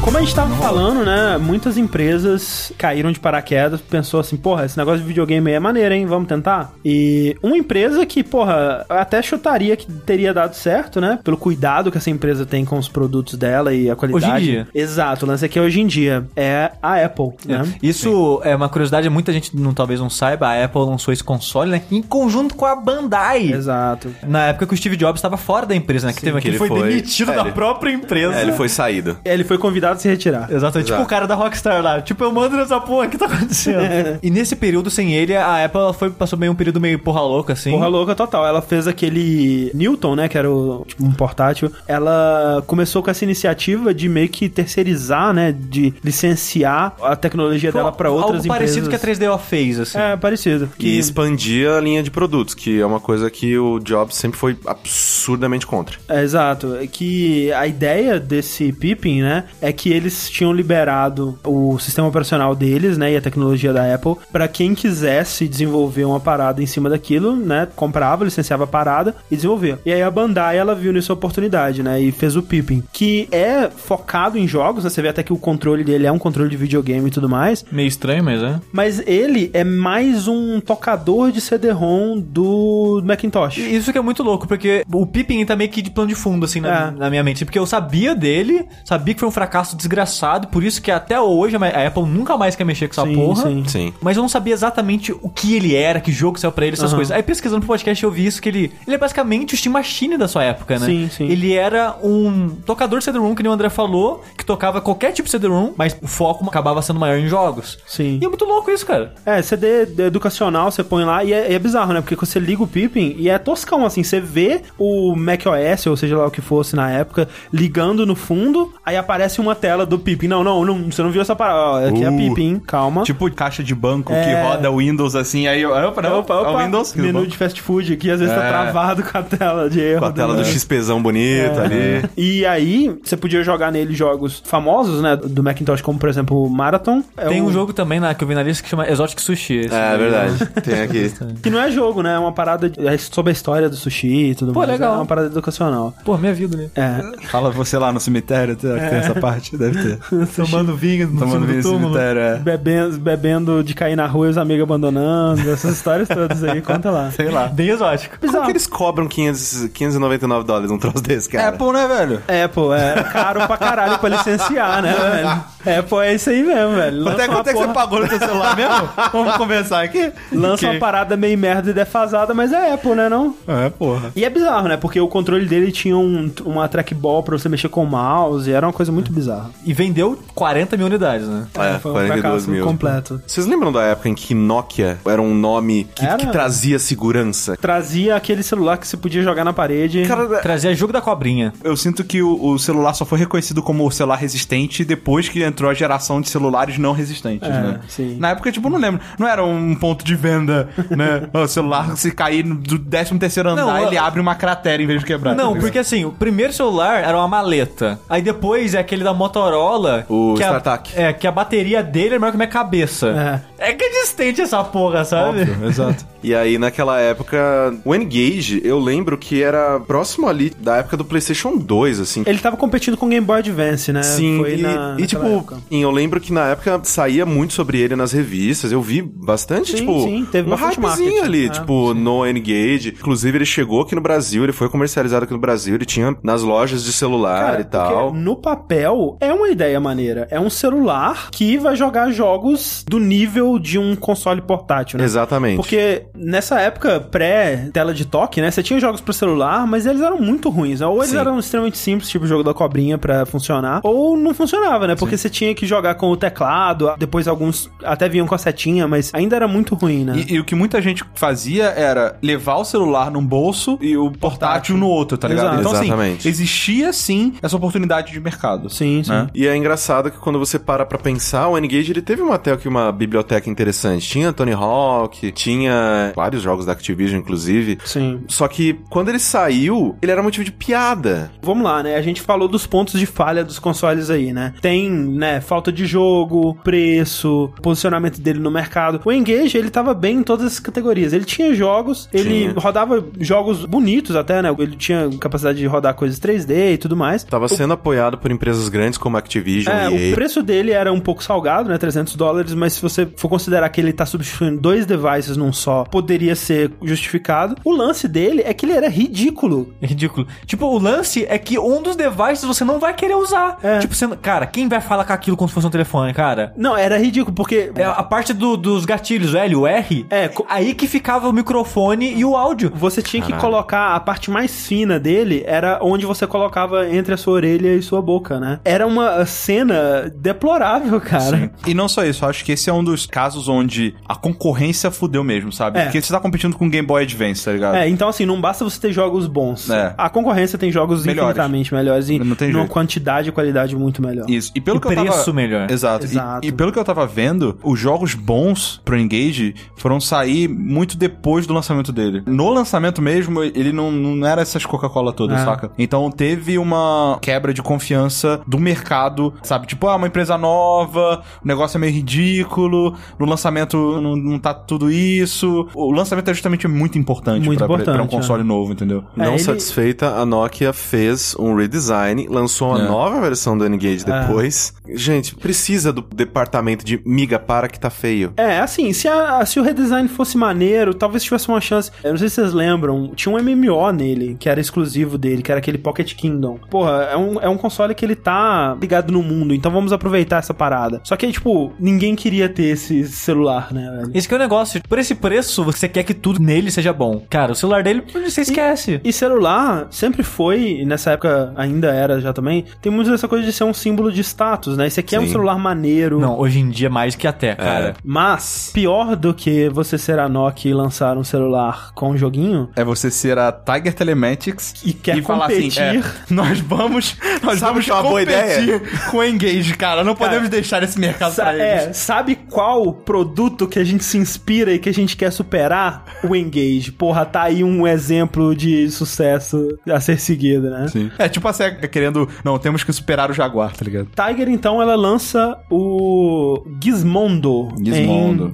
Como a gente tava falando, né? Muitas empresas caíram de paraquedas, pensou assim, porra, esse negócio de videogame aí é maneiro, hein? Vamos tentar? E uma empresa que, porra, até chutaria que teria dado certo, né? Pelo cuidado que essa empresa tem com os produtos dela e a qualidade. Hoje em dia. Exato, o lance aqui é hoje em dia. É a Apple, né? Isso é uma curiosidade, muita gente não, talvez não saiba, a Apple lançou esse console, né? Em conjunto com a Bandai. Exato. Na época que o Steve Jobs estava fora da empresa, né? Que, teve, que que ele ele foi, foi- demitido é, da ele- própria empresa. É, ele foi saído. Ele foi convidado a se retirar. Exato, é tipo Exato. o cara da Rockstar lá. Tipo, eu mando nessa porra, o que tá acontecendo? e nesse período, sem ele, a Apple ela foi, passou meio um período meio porra louca, assim. Porra louca total. Ela fez aquele Newton, né? Que era o, tipo, um portátil. Ela começou com essa iniciativa de meio que terceirizar, né? De licenciar a tecnologia Foi dela pra algo outras parecido que a empresas. 3DO fez, assim. É, parecido. E expandia a linha de produtos, que é uma coisa que o Jobs sempre foi absurdamente contra. É, exato. É Que a ideia desse Pippin, né, é que eles tinham liberado o sistema operacional deles, né, e a tecnologia da Apple pra quem quisesse desenvolver uma parada em cima daquilo, né, comprava, licenciava a parada e desenvolvia. E aí a Bandai, ela viu nisso a oportunidade, né, e fez o Pippin, que é focado em jogos, né, você vê até que o controle dele é um controle de videogame e tudo mais, Meio estranho, mas é. mas ele é mais um tocador de CD-ROM do Macintosh. E Isso que é muito louco, porque o Pippin tá meio que de plano de fundo, assim, na, É. na minha mente. Porque eu sabia dele, sabia que foi um fracasso de desgraçado, por isso que até hoje a Apple nunca mais quer mexer com essa Sim, porra. sim. Sim. Mas eu não sabia exatamente o que ele era, que jogo saiu pra ele, essas Aham. coisas. Aí pesquisando pro podcast eu vi isso, que ele, ele é basicamente o Steam Machine da sua época, né? Sim, sim. Ele era um tocador CD-ROM, que nem o André falou, que tocava qualquer tipo de CD-ROM, mas o foco acabava sendo maior em jogos. Sim. E é muito louco isso, cara. É, CD educacional você põe lá e é, e é bizarro, né? Porque você liga o Pippin e é toscão, assim. Você vê o macOS, ou seja lá o que fosse na época, ligando no fundo, aí aparece uma tela do Pippin. Não, não, não, você não viu essa parada. Ó, Aqui é Uh. Pippin, calma. Tipo caixa de banco É. que roda o Windows assim, aí eu- opa, não, opa, é um opa. o Windows. que Menu banco. de fast food aqui, às vezes tá É. travado com a tela de erro. né? Com a tela né? do XPzão bonita É. <laughs> ali. E aí, você podia jogar nele jogos famosos, né? Do Macintosh, como por exemplo Marathon. É Tem um jogo também na, que eu vi na lista que chama Exotic Sushi. esse É, jogo. verdade. Tem aqui. Que não é jogo, né? É uma parada de- é sobre a história do sushi e tudo Pô, mais. legal. É uma parada educacional. Pô, minha vida, né? É. Fala você lá no cemitério, tem, tem essa parte, deve <laughs> ter. Tomando vinho no Tomando vinho no né? cemitério, é. Bebendo, bebendo de cair na rua e os amigos abandonando, essas histórias todas aí, conta lá. Sei lá. Bem exótico. Como é Bizarro. que eles cobram 500, 599 dólares um troço desse, cara? Apple, né, velho? É, pô, é caro pra caralho pra licenciar, né, velho? É, pô, é isso aí mesmo, velho. Lança Até uma quanto é que porra- você pagou no seu <laughs> celular mesmo? Vamos conversar aqui? Lança uma parada meio merda e defasada, mas é Apple, né, não? É, porra. E é bizarro, né? Porque o controle dele tinha um, uma trackball pra você mexer com o mouse, era uma coisa muito bizarra. E vendeu 40 mil unidades, né? É, Foi um 42 fracasso mil. completo. Vocês lembram da época em que Nokia era um nome que, Era. que trazia segurança? Trazia aquele celular que você podia jogar na parede. Cara, Trazia jogo da cobrinha. Eu sinto que o, o celular só foi reconhecido como o celular resistente depois que entrou a geração de celulares não É, resistentes, né? sim. Na época, tipo, não lembro. Não era um ponto de venda, <laughs> né? o celular, se cair no- do 13 terceiro andar, Não, ele eu- abre uma cratera em vez de quebrar. tá Não, ligado? porque assim, o primeiro celular era uma maleta. Aí depois é aquele da Motorola. O a- StarTAC. É, que a bateria dele é maior que a minha cabeça. É, que é distante essa porra, sabe? é Óbvio, exato. E aí, naquela época, o N-Gage, eu lembro que era próximo ali da época do PlayStation 2, assim. Ele tava competindo com o Game Boy Advance, né? Sim, Foi e, na- naquela e tipo, época. em- eu lembro que na época saía muito sobre ele nas revistas, eu vi bastante, Sim, tipo, sim, teve um bastante hypezinho marketing, ali, né? tipo, no N-Gage. Inclusive, ele chegou aqui no Brasil, ele foi comercializado aqui no Brasil, ele tinha nas lojas de celular Cara, e tal. porque No papel, é uma ideia maneira. É um celular que vai jogar jogos do nível de um console portátil, né? Exatamente. Porque nessa época pré-tela de toque, né? Você tinha jogos pro celular, mas eles eram muito ruins. né? Ou eles Sim. eram extremamente simples, tipo o jogo da cobrinha pra funcionar, ou não funcionava, né? Porque você tinha que jogar com o teclado, depois alguns até vinham com a setinha, mas ainda era muito ruim, né? E, e o que muita gente fazia era levar o celular num bolso e o portátil no outro, tá ligado? Exato. Então, Exatamente. assim, existia sim essa oportunidade de mercado. Sim, sim. Né? E é engraçado que quando você para pra pensar, o N-Gage ele teve uma, até aqui uma biblioteca interessante. Tinha Tony Hawk, tinha vários jogos da Activision, inclusive. Sim. Só que quando ele saiu, ele era motivo de piada. Vamos lá, né? A gente falou dos pontos de falha dos consoles aí, né? Tem, né, falta de jogo, preço, posicionamento dele no mercado. O Engage, ele tava bem em todas as categorias. Ele tinha jogos, ele Tinha. rodava jogos bonitos até, né? Ele tinha capacidade de rodar coisas 3D e tudo mais. Tava sendo apoiado por empresas grandes como Activision É, e o EA. preço dele era um pouco salgado, né? 300 dólares, mas se você for considerar que ele tá substituindo dois devices num só, poderia ser justificado. O lance dele é que ele era ridículo. <laughs> É ridículo. Tipo, o lance é que um dos devices você não vai querer usar. É. Tipo, você, não- cara, quem vai falar com aquilo como se fosse um telefone, cara? Não, era ridículo, porque É a parte do- dos gatilhos, o L, o R. É, co- aí que ficava o microfone e o áudio. Você tinha que colocar a parte mais fina dele, era onde você colocava entre a sua orelha e sua boca, né? Era uma cena deplorável, cara. E não só isso, acho que esse é um dos casos onde a concorrência fudeu mesmo, sabe? É. Porque você tá competindo com Game Boy Advance, tá ligado? É, então assim, não basta você ter jogos bons. É. A concorrência tem jogos Melhores. infinitamente melhores e Não tem numa jeito. quantidade e qualidade muito melhor. Isso. E pelo E que eu tava... preço melhor. Exato. E- Exato. E, pelo que eu tava vendo, os jogos bons pro Engage foram sair muito depois do lançamento dele. No lançamento mesmo, ele não, não era essas Coca-Cola todas, É. saca? Então teve uma quebra de confiança do mercado, sabe? Tipo, ah, uma empresa nova, o negócio é meio ridículo, no lançamento não, não tá tudo isso. O lançamento é justamente muito importante Muito pra, pra- pra um importante, console é. novo, entendeu? É, Não ele- satisfeita, a Nokia fez um redesign, lançou uma É. nova versão do N-Gage É. depois. Gente, precisa do departamento de miga para que tá feio. É, assim, se, a- a- se o redesign fosse maneiro, talvez tivesse uma chance. Eu não sei se vocês lembram, tinha um MMO nele, que era exclusivo dele, que era aquele Pocket Kingdom. Porra, é um, é um console que ele tá ligado no mundo, então vamos aproveitar essa parada. Só que aí, tipo, ninguém queria ter esse celular, né, velho? Esse que é o negócio. Por esse preço, você quer que tudo nele seja bom. Cara, o celular dele, você esquece. E celular sempre foi, e nessa época ainda era já também, tem muito dessa coisa de ser um símbolo de status, né? Esse aqui é um Sim. celular maneiro. Não, hoje em dia mais que É. até, cara. Mas, pior do que você ser a Nokia e lançar um celular com um joguinho, É você ser a Tiger Telematics E quer falar competir. é, <laughs> nós vamos, nós Sabe vamos que é uma boa competir <laughs> com a Engage, cara. Não Cara, podemos deixar esse mercado Sa- pra eles. é, sabe qual produto que a gente se inspira e que a gente quer superar? O Engage. Porra, tá aí um exemplo de sucesso a ser seguido, né? É tipo a SEGA querendo. Não, temos que superar o Jaguar, tá ligado? Tiger, então, ela lança o Gizmondo, Gizmondo. em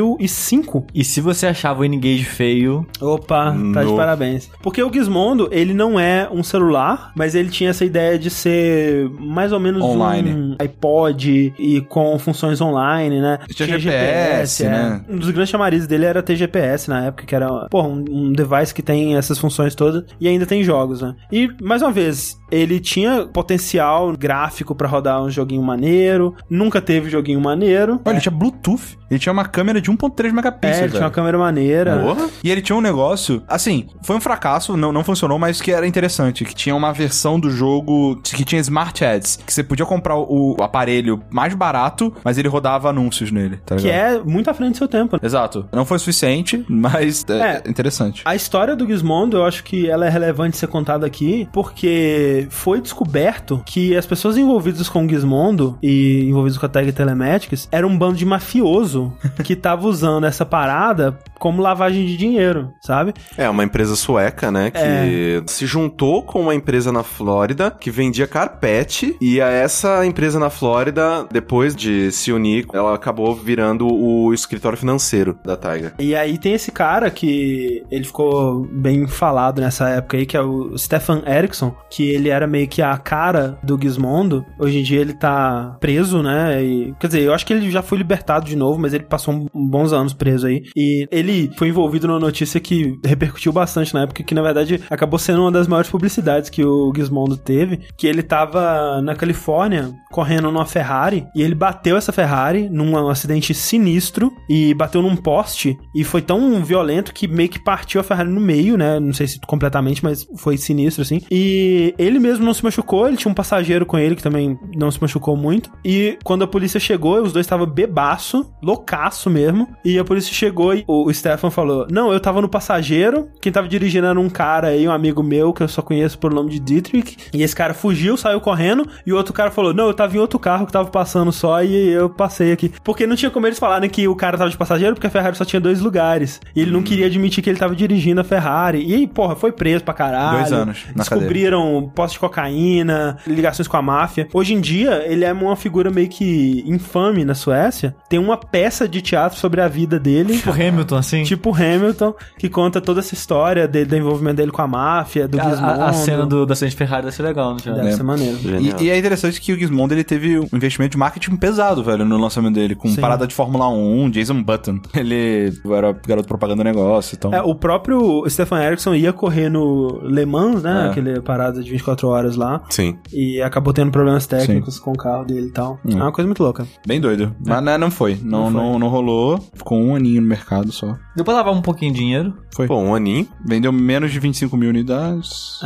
2005. E se você achava o N-Gage feio, Opa, tá de No. parabéns. Porque o Gizmondo, ele não é um celular, mas ele tinha essa ideia de ser mais ou menos Online. um iPod e com funções online, né? Tinha GPS, é. né? Um dos grandes chamarizes dele era ter GPS na época, que era porra, um, um device que tem essas funções todas e ainda tem jogos, né? E, mais uma vez, ele tinha potencial gráfico pra rodar um joguinho maneiro, nunca teve joguinho maneiro. Olha, ele tinha Bluetooth. Ele tinha uma câmera de 1.3 É, megapixels. ele tinha uma velho. câmera maneira. Porra? E ele tinha um negócio, assim, foi um fracasso, não, não funcionou, mas que era interessante, que tinha uma versão do jogo que tinha smart ads, que você podia comprar o, o aparelho mais barato, mas ele rodava anúncios nele, tá Que ligado? é muito à frente do seu tempo, né? Exato. Não foi suficiente, mas é, É. interessante. A história do Gizmondo, eu acho que ela é relevante ser contada aqui, porque foi descoberto que as pessoas envolvidas com o Gizmondo e envolvidas com a tag Telematics era um bando de mafioso que tava usando essa parada como lavagem de dinheiro, sabe? É, uma empresa sueca, né? Que É. se juntou com uma empresa na Flórida que vendia carpete. E a essa empresa na Flórida, depois de se unir, ela acabou virando o escritório financeiro da Tiger. E aí tem esse cara que ele ficou bem falado nessa época aí, que é o Stefan Erickson, que ele era meio que a cara do Gizmondo. Hoje em dia ele tá preso, né? E, quer dizer, eu acho que ele já foi libertado de novo, mas ele passou um- bons anos preso aí. E ele foi envolvido numa notícia que repercutiu bastante na época, que na verdade acabou sendo uma das maiores publicidades que o Gizmondo teve, que ele tava na Califórnia correndo numa Ferrari e ele bateu essa Ferrari num acidente sinistro e bateu num poste e foi tão violento que meio que partiu a Ferrari no meio, né? Não sei se completamente, mas foi sinistro assim. E ele mesmo não se machucou, ele tinha um passageiro com ele que também não se machucou muito. E quando a polícia chegou, os dois estavam bebaço, loucaço mesmo. E a polícia chegou e o o Stefan falou: Não, eu tava no passageiro, quem tava dirigindo era um cara aí, um amigo meu que eu só conheço pelo nome de Dietrich. E esse cara fugiu, saiu correndo. E o outro cara falou: Não, eu tava em outro carro que tava passando só e eu passei aqui. Porque não tinha como eles falarem que o cara tava de passageiro, porque a Ferrari só tinha dois lugares. E ele não Hum. queria admitir que ele tava dirigindo a Ferrari. E aí, porra, foi preso pra caralho. Dois anos na Descobriram descobriram posse de cocaína, ligações com a máfia. Hoje em dia, ele é uma figura meio que infame na Suécia. Tem uma peça de teatro sobre a vida <laughs> dele. tipo Hamilton, assim. Tipo Hamilton, que conta toda essa história dele, do envolvimento dele com a máfia, do a, a- a Gizmondo. cena do, da cena de Ferrari deve ser legal, né? já? Deve ser maneiro. Genial. E, e é interessante que o Gizmondo ele teve um investimento de marketing pesado, velho, no lançamento dele, com Sim. parada de Fórmula 1, Jason Button. <laughs> Ele era garoto propaganda do negócio, então. É, o próprio Stefan Erickson ia correr no Le Mans, né? É. Aquele parada de 24 horas lá. Sim. E acabou tendo problemas técnicos com o carro dele e tal. É uma coisa muito louca. Bem doido. Mas né, não foi. Não, não, É. foi. não rolou. Ficou um aninho no mercado só. Deu pra lavar um pouquinho de dinheiro. Foi. Bom, um aninho. Vendeu menos de 25 mil unidades.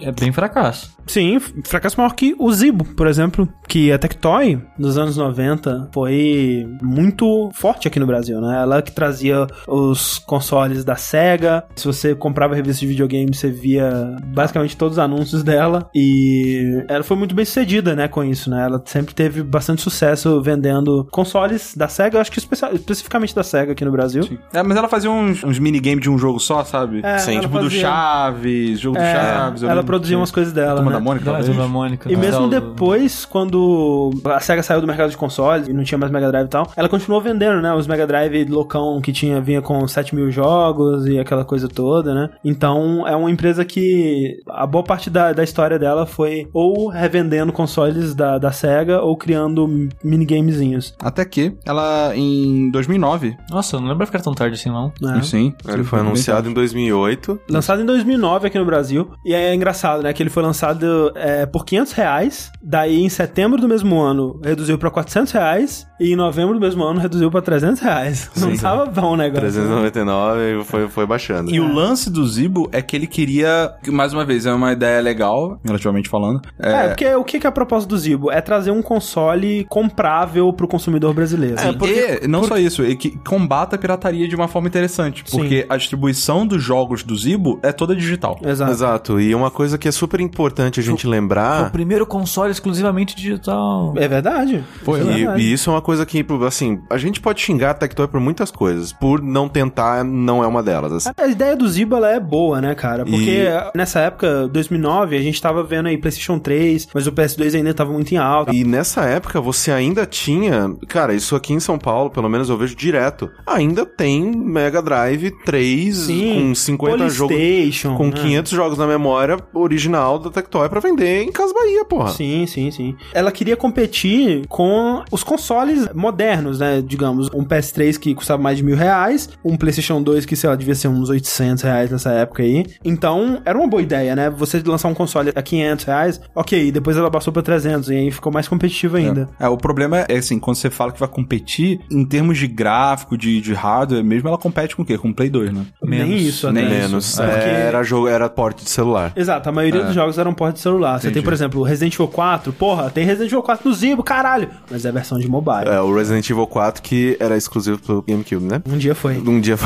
É. É bem fracasso. Sim, fracasso maior que o Zibo, por exemplo, que a Tectoy nos anos 90 foi muito forte aqui no Brasil, né? Ela que trazia os consoles da Sega. Se você comprava revista de videogame, você via basicamente todos os anúncios dela e ela foi muito bem sucedida, né, com isso, né? Ela sempre teve bastante sucesso vendendo consoles da Sega, eu acho que espe- especificamente da Sega aqui no Brasil. É, mas ela fazia uns, uns minigames de um jogo só, sabe? É, Sim, ela tipo do fazia- Chaves, jogo do É, Chaves. eu ela lembro produzia que- umas coisas dela, Turma né? da Mônica, Galera, talvez. Turma da Mônica. é E mesmo Marcelo- depois, quando a SEGA saiu do mercado de consoles e não tinha mais Mega Drive e tal, Ela continuou vendendo, né? Os Mega Drive loucão que tinha, vinha com 7 mil jogos e aquela coisa toda, né? Então é uma empresa que a boa parte da, da história dela foi ou revendendo consoles da, da SEGA ou criando minigamezinhos. Até que ela, em 2009... Nossa, eu não lembro ficar tão tarde assim, não. né? Sim. Ele foi anunciado em 2008. Lançado em 2009 aqui no Brasil. E é engraçado, né? Que ele foi lançado é, por 500 reais. Daí, em setembro do mesmo ano, reduziu pra 400 reais. E em novembro do mesmo ano, reduziu pra 300 reais. <laughs> Não Sim. tava bom o negócio. 399 foi, foi baixando. É. E o lance do Zibo é que ele queria, que, mais uma vez, é uma ideia legal, relativamente falando. É, porque o que que é a proposta do Zibo? É trazer um console comprável pro consumidor brasileiro. É, e não só isso, e que combata a pirataria de uma forma interessante. Porque a distribuição dos jogos do Zibo é toda digital. Exato. Exato. E uma coisa que é super importante a É gente Ah. O lembrar. primeiro console exclusivamente digital. É verdade. e- Isso é verdade. E, isso é uma coisa que, assim, a gente pode xingar a Tectoy por muitas coisas. Por não tentar, não é uma delas. assim. A ideia do Zibo ela é boa, né, cara? Porque E- nessa época, 2009, a gente tava vendo aí PlayStation 3, mas o PS2 ainda tava muito em alta. E nessa época você ainda tinha. Cara, isso aqui em São Paulo, pelo menos eu vejo direto. Ainda tem Mega Drive 3 com 50 jogos. PlayStation, Com né? 500 jogos na memória original da Tectoy pra vender em Casa Bahia, porra. Sim, sim, sim. Ela queria competir com os consoles modernos, né? Digamos, um PS3 que custava mais de mil reais, um PlayStation 2 que, sei lá, devia ser uns 800 reais nessa época aí. Então, era uma boa ideia, né? Você lançar um console a 500 reais, ok, depois ela passou pra 300 e aí ficou mais competitivo ainda. É, o problema é assim, quando você fala que vai competir, em termos de gráfico, de, de hardware mesmo, ela compete com o quê? Com o Play 2, né? Nem isso, até. nem Isso. Menos. É, porque- Era, jogo, era porte de celular. Exato, a maioria dos jogos eram porta de celular. Você tem, por exemplo, Resident Evil 4. Porra, tem Resident Evil 4 no Zibo, caralho! Mas é a versão de mobile. É, o Resident Evil 4 que era exclusivo pro GameCube, né? Um dia foi. Um dia.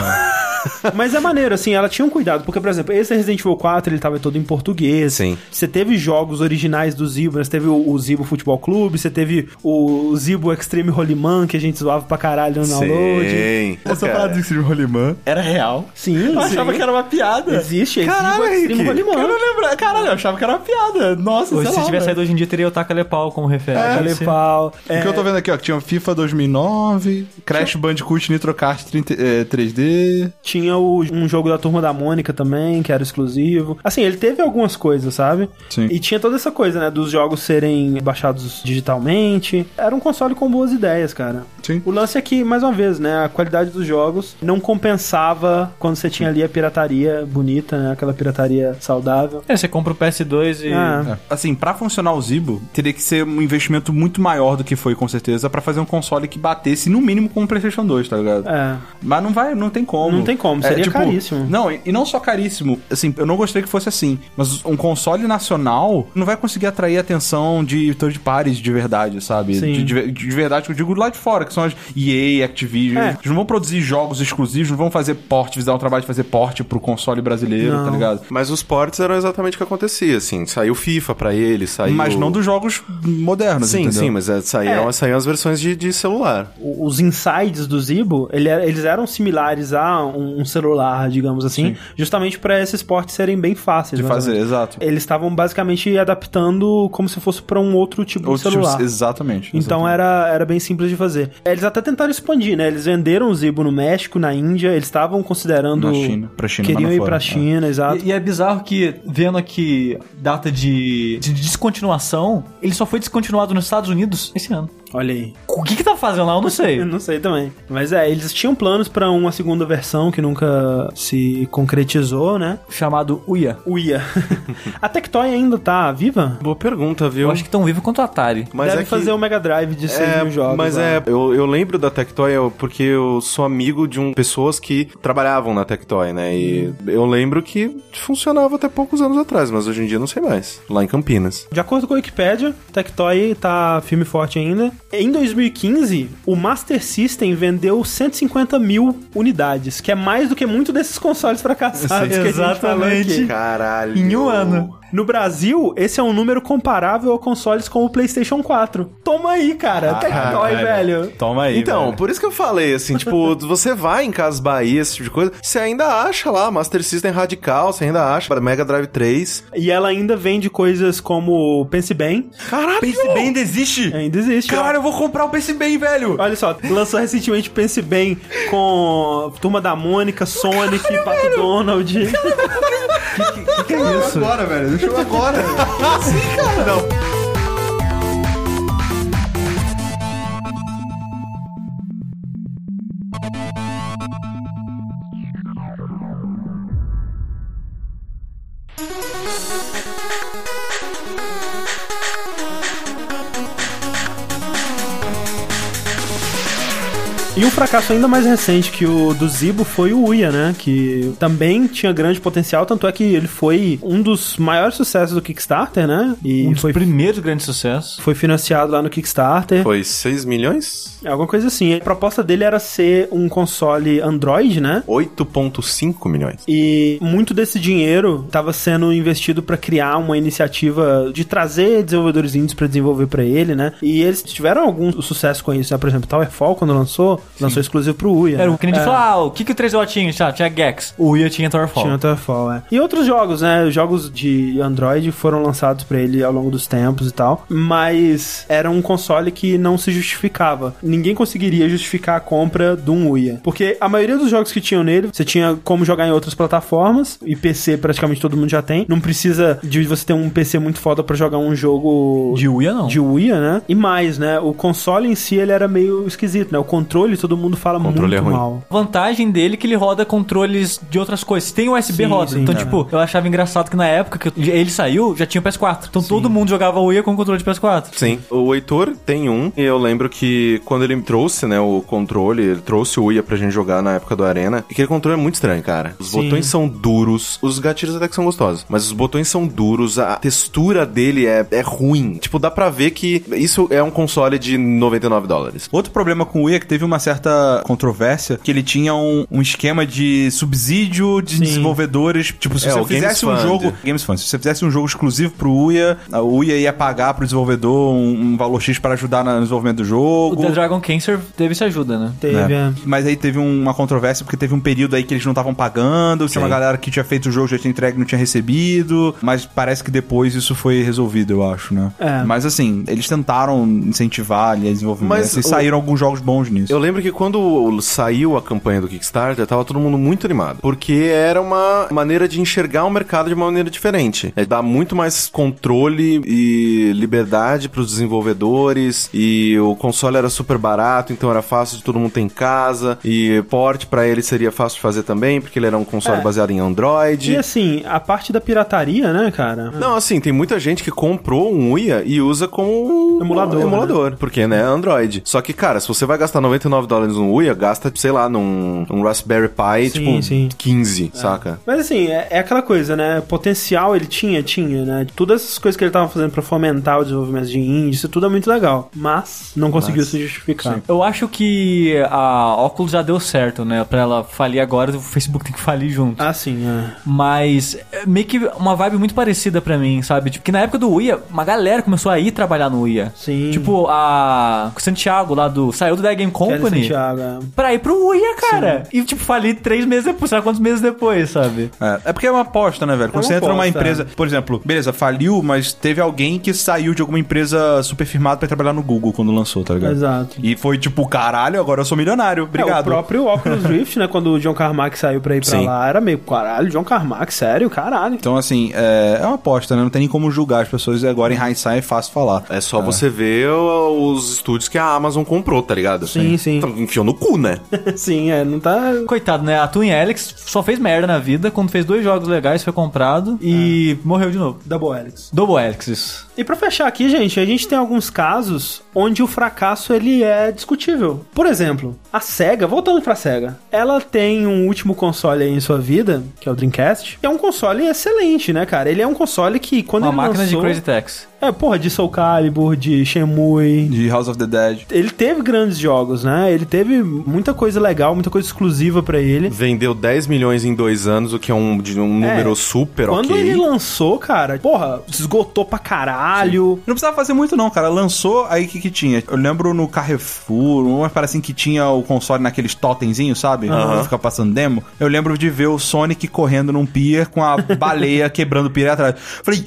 Mas é maneiro, assim, ela tinha um cuidado, porque, por exemplo, esse Resident Evil 4, ele tava todo em português. Sim. Você teve jogos originais do Zibo, né? Você teve o, o Zibo Futebol Clube, você teve o Zibo Extreme Holyman, que a gente zoava pra caralho no download. Sim. Essa é Cara, parada de Steve Rolimã era real. Sim, Eu achava que era uma piada. Existe, existe Caralho, o Extreme Henrique. Holyman. Eu não lembro. Caralho, eu achava que era uma piada. Nossa, Hoje, sei se lá, tivesse velho. É, saído hoje em dia, teria o Taka Lepau como referência. assim. Holypal. O que eu tô vendo aqui, ó, que tinha FIFA 2009, Crash Bandicoot Nitrocast 30, eh, 3D. Tinha o- um jogo da Turma da Mônica também, que era exclusivo. Assim, ele teve algumas coisas, sabe? Sim. E tinha toda essa coisa, né? Dos jogos serem baixados digitalmente. Era um console com boas ideias, cara. Sim. O lance é que, mais uma vez, né? A qualidade dos jogos não compensava quando você tinha ali a pirataria bonita, né? Aquela pirataria saudável. É, você compra o PS2 e. Ah, É. Assim, pra funcionar o Zibo, teria que ser um investimento muito maior do que foi, com certeza, pra fazer um console que batesse no mínimo com o PlayStation 2, tá ligado? é. Mas não vai, não tem como. É, tipo, Não tem como, seria caríssimo. Não, e e não só caríssimo. Assim, eu não gostei que fosse assim, mas um console nacional não vai conseguir atrair a atenção de third parties de verdade, sabe? Sim. De, de ver- de verdade, que eu digo lá de fora, que são as EA, Activision. É. Eles não vão produzir jogos exclusivos, não vão fazer porte, dar um trabalho de fazer porte pro console brasileiro, Não. tá ligado? Mas os ports eram exatamente o que acontecia, assim. Saiu FIFA pra ele, saiu. Mas não dos jogos modernos, Sim, entendeu? sim, mas é, saíam, É. saíam as versões de, de celular. o- os insides do Zibo, ele era- eles eram similares a um, um celular, digamos assim, justamente para esses portes serem bem fáceis De mais ou fazer, menos. exato. Eles estavam basicamente adaptando como se fosse para um outro tipo Outros de celular. tipos- exatamente. Então era, era bem simples de fazer. Eles até tentaram expandir, né? Eles venderam o Zibo no México, na Índia, eles estavam considerando. Na China, pra China, mas Queriam não ir foram, pra é. China, exato. E, e é bizarro que, vendo aqui data de, de descontinuação, ele só foi descontinuado nos Estados Unidos esse ano. Olha aí. O que que tá fazendo lá? Eu não sei. Eu não sei também. Mas é, eles tinham planos pra uma segunda versão que nunca se concretizou, né? Chamado Uia. Uia. <laughs> a Tectoy ainda tá viva? Boa pergunta, viu? Eu acho que tão vivo quanto o Atari. Mas Deve é que- fazer o Mega Drive de 6 É, mil jogos. mas lá. é, eu, eu lembro da Tectoy eu- porque eu sou amigo de um, pessoas que trabalhavam na Tectoy, né? E eu lembro que funcionava até poucos anos atrás, mas hoje em dia eu não sei mais. Lá em Campinas. De acordo com a Wikipedia, Tectoy tá firme e forte ainda. Em 2015, o Master System vendeu 150 mil é unidades, que é mais do que muito desses consoles fracassados que a gente falou aqui. Caralho. Em um ano. No Brasil, esse é um número comparável a consoles como o PlayStation 4. Toma aí, cara. Tectoy, velho. Ah, Toma aí. Então, É velho. por isso que eu falei, assim, tipo, <laughs> você vai em Casas Bahia, esse tipo de coisa, você ainda acha lá Master System Radical, você ainda acha para Mega Drive 3. E ela ainda vende coisas como Pense Bem. Caralho! Pense bem, desiste! Ainda existe. ó. Caralho, eu vou comprar o Pense bem, velho! Olha só, lançou recentemente Pense Bem com Turma da Mônica, Sonic, Pato Donald. que é isso? Agora, velho. Deixa eu agora. E um fracasso ainda mais recente que o do Zibo foi o Uia, né? Que também tinha grande potencial, tanto é que ele foi um dos maiores sucessos do Kickstarter, né? E Um dos foi, primeiros grandes sucessos. foi financiado lá no Kickstarter. Foi 6 milhões? É Alguma coisa assim. A proposta dele era ser um console Android, né? 8.5 milhões. E muito desse dinheiro estava sendo investido para criar uma iniciativa de trazer desenvolvedores indies para desenvolver para ele, né? E eles tiveram algum sucesso com isso, né? Por exemplo, Towerfall, quando lançou, lançou exclusivo pro Uia. Era né? o que nem de falar, ah, o que, que o 3DO tinha? Tinha, tinha Gex. O Ia tinha Towerfall. Tinha Towerfall, é. E outros jogos, né? Jogos de Android foram lançados pra ele ao longo dos tempos e tal. Mas era um console que não se justificava. Ninguém conseguiria justificar a compra de um Uia. Porque a maioria dos jogos que tinham nele, você tinha como jogar em outras plataformas. E PC praticamente todo mundo já tem. Não precisa de você ter um PC muito foda pra jogar um jogo De Uia, não. de Uia, né? E mais, né? O console em si, ele era meio esquisito, né? O controle, todo mundo fala Controle muito é ruim. mal. A vantagem dele é que ele roda controles de outras coisas. Se Tem USB Sim, roda. sim, então, é. tipo, eu achava engraçado que na época que eu- ele saiu, já tinha o PS4. Então todo mundo jogava o Ia com o controle de PS4. Sim. O Heitor tem um, e eu lembro que quando ele me trouxe, né, o controle, ele trouxe o Uia pra gente jogar na época do Arena, e aquele controle é muito estranho, cara. Os botões são duros, os gatilhos até que são gostosos, mas os botões são duros, a textura dele é, é ruim. Tipo, dá pra ver que isso é um console de 99 dólares. Outro problema com o Wii é que teve uma certa controvérsia, que ele tinha um, um esquema de subsídio de desenvolvedores. Tipo, se É, você o fizesse um Games Fund. jogo. Games Fund, se você fizesse um jogo exclusivo pro Uia, a Uia ia pagar pro desenvolvedor um, um valor X para ajudar na- no desenvolvimento do O jogo. The Dragon Cancer teve essa ajuda, né? Teve, né? é. Mas aí teve um- uma controvérsia porque teve um período aí que eles não estavam pagando, tinha uma galera que tinha feito o jogo, já tinha entregue, não tinha recebido, mas parece que depois isso foi resolvido, eu acho, né? É. Mas assim, eles tentaram incentivar ali a desenvolvimento Mas e o- saíram alguns jogos bons nisso. Eu lembro que quando saiu a campanha do Kickstarter, tava todo mundo muito animado. Porque era uma maneira de enxergar o mercado de uma maneira diferente. É dar muito mais controle e liberdade pros desenvolvedores. E o console era super barato, então era fácil de todo mundo ter em casa. E porte pra ele seria fácil de fazer também, porque ele era um console É. baseado em Android. E assim, a parte da pirataria, né, cara? Não, assim, tem muita gente que comprou um UIA e usa como um Emulador, emulador porque, né, Android. Só que, cara, se você vai gastar 99 dólares num UIA, gasta, sei lá, num, num Raspberry Sim, Pi, tipo, sim. 15, saca? Mas assim, é, é aquela coisa, né? Potencial ele tinha, tinha, né? Todas essas coisas que ele tava fazendo pra fomentar o desenvolvimento de índice, isso tudo é muito legal. Mas não conseguiu se justificar. Eu acho que a Oculus já deu certo, né? Pra ela falir agora, o Facebook tem que falir junto. Ah, sim, é. Mas é meio que uma vibe muito parecida pra mim, sabe? Tipo, que na época do Uia, uma galera começou a ir trabalhar no Uia. Sim. Tipo, a o Santiago lá do. Saiu do Die Game Kelly Company. Santiago, é. Pra ir pro Uia, cara. E, tipo, falei três meses depois, sabe quantos meses depois, sabe? É, é porque é uma aposta, né, velho? Quando uma você entra numa aposta, é. empresa, por exemplo, beleza, faliu, mas teve alguém que saiu de alguma empresa super firmada pra trabalhar no Google quando lançou, tá É. ligado? Exato. E foi tipo, caralho, agora eu sou milionário, É, o obrigado. próprio Oculus Rift, né? Quando o John Carmack saiu pra ir pra Sim. lá, era meio, caralho, John Carmack, sério, caralho. <laughs> Então, assim, é, é uma aposta, né? Não tem nem como julgar as pessoas e agora em hindsight é fácil falar. É só você ver o- os estúdios que a Amazon comprou, tá ligado? Sim, sim. Então, enfiou no cu, <laughs> né? sim, é, não tá. Coitado, né? A Twin Alex só fez merda na vida. Quando fez dois jogos legais, foi comprado e É. morreu de novo. Double Helix. Double Alex, isso. E pra fechar aqui, gente, a gente tem alguns casos onde o fracasso ele é discutível. Por exemplo, a Sega, voltando pra Sega, ela tem um último console aí em sua vida, que é o Dreamcast. que É um console excelente, né, cara? Ele é um console que quando Uma ele máquina lançou, de Crazy Tax. é porra de Soul Calibur, de Shenmue. De House of the Dead. Ele teve grandes jogos, né? né? Ele teve muita coisa legal, muita coisa exclusiva pra ele. Vendeu 10 milhões em dois anos, o que é um, de um É. número super Quando ok. ele lançou, cara, porra, esgotou pra caralho. Não precisava fazer muito, não, cara. Lançou, aí o que, que tinha? Eu lembro no Carrefour, uma parece assim que tinha o console naqueles totemzinhos, sabe? Uhum. Fica passando demo. Eu lembro de ver o Sonic correndo num pier com <laughs> a baleia quebrando o pier atrás. Falei,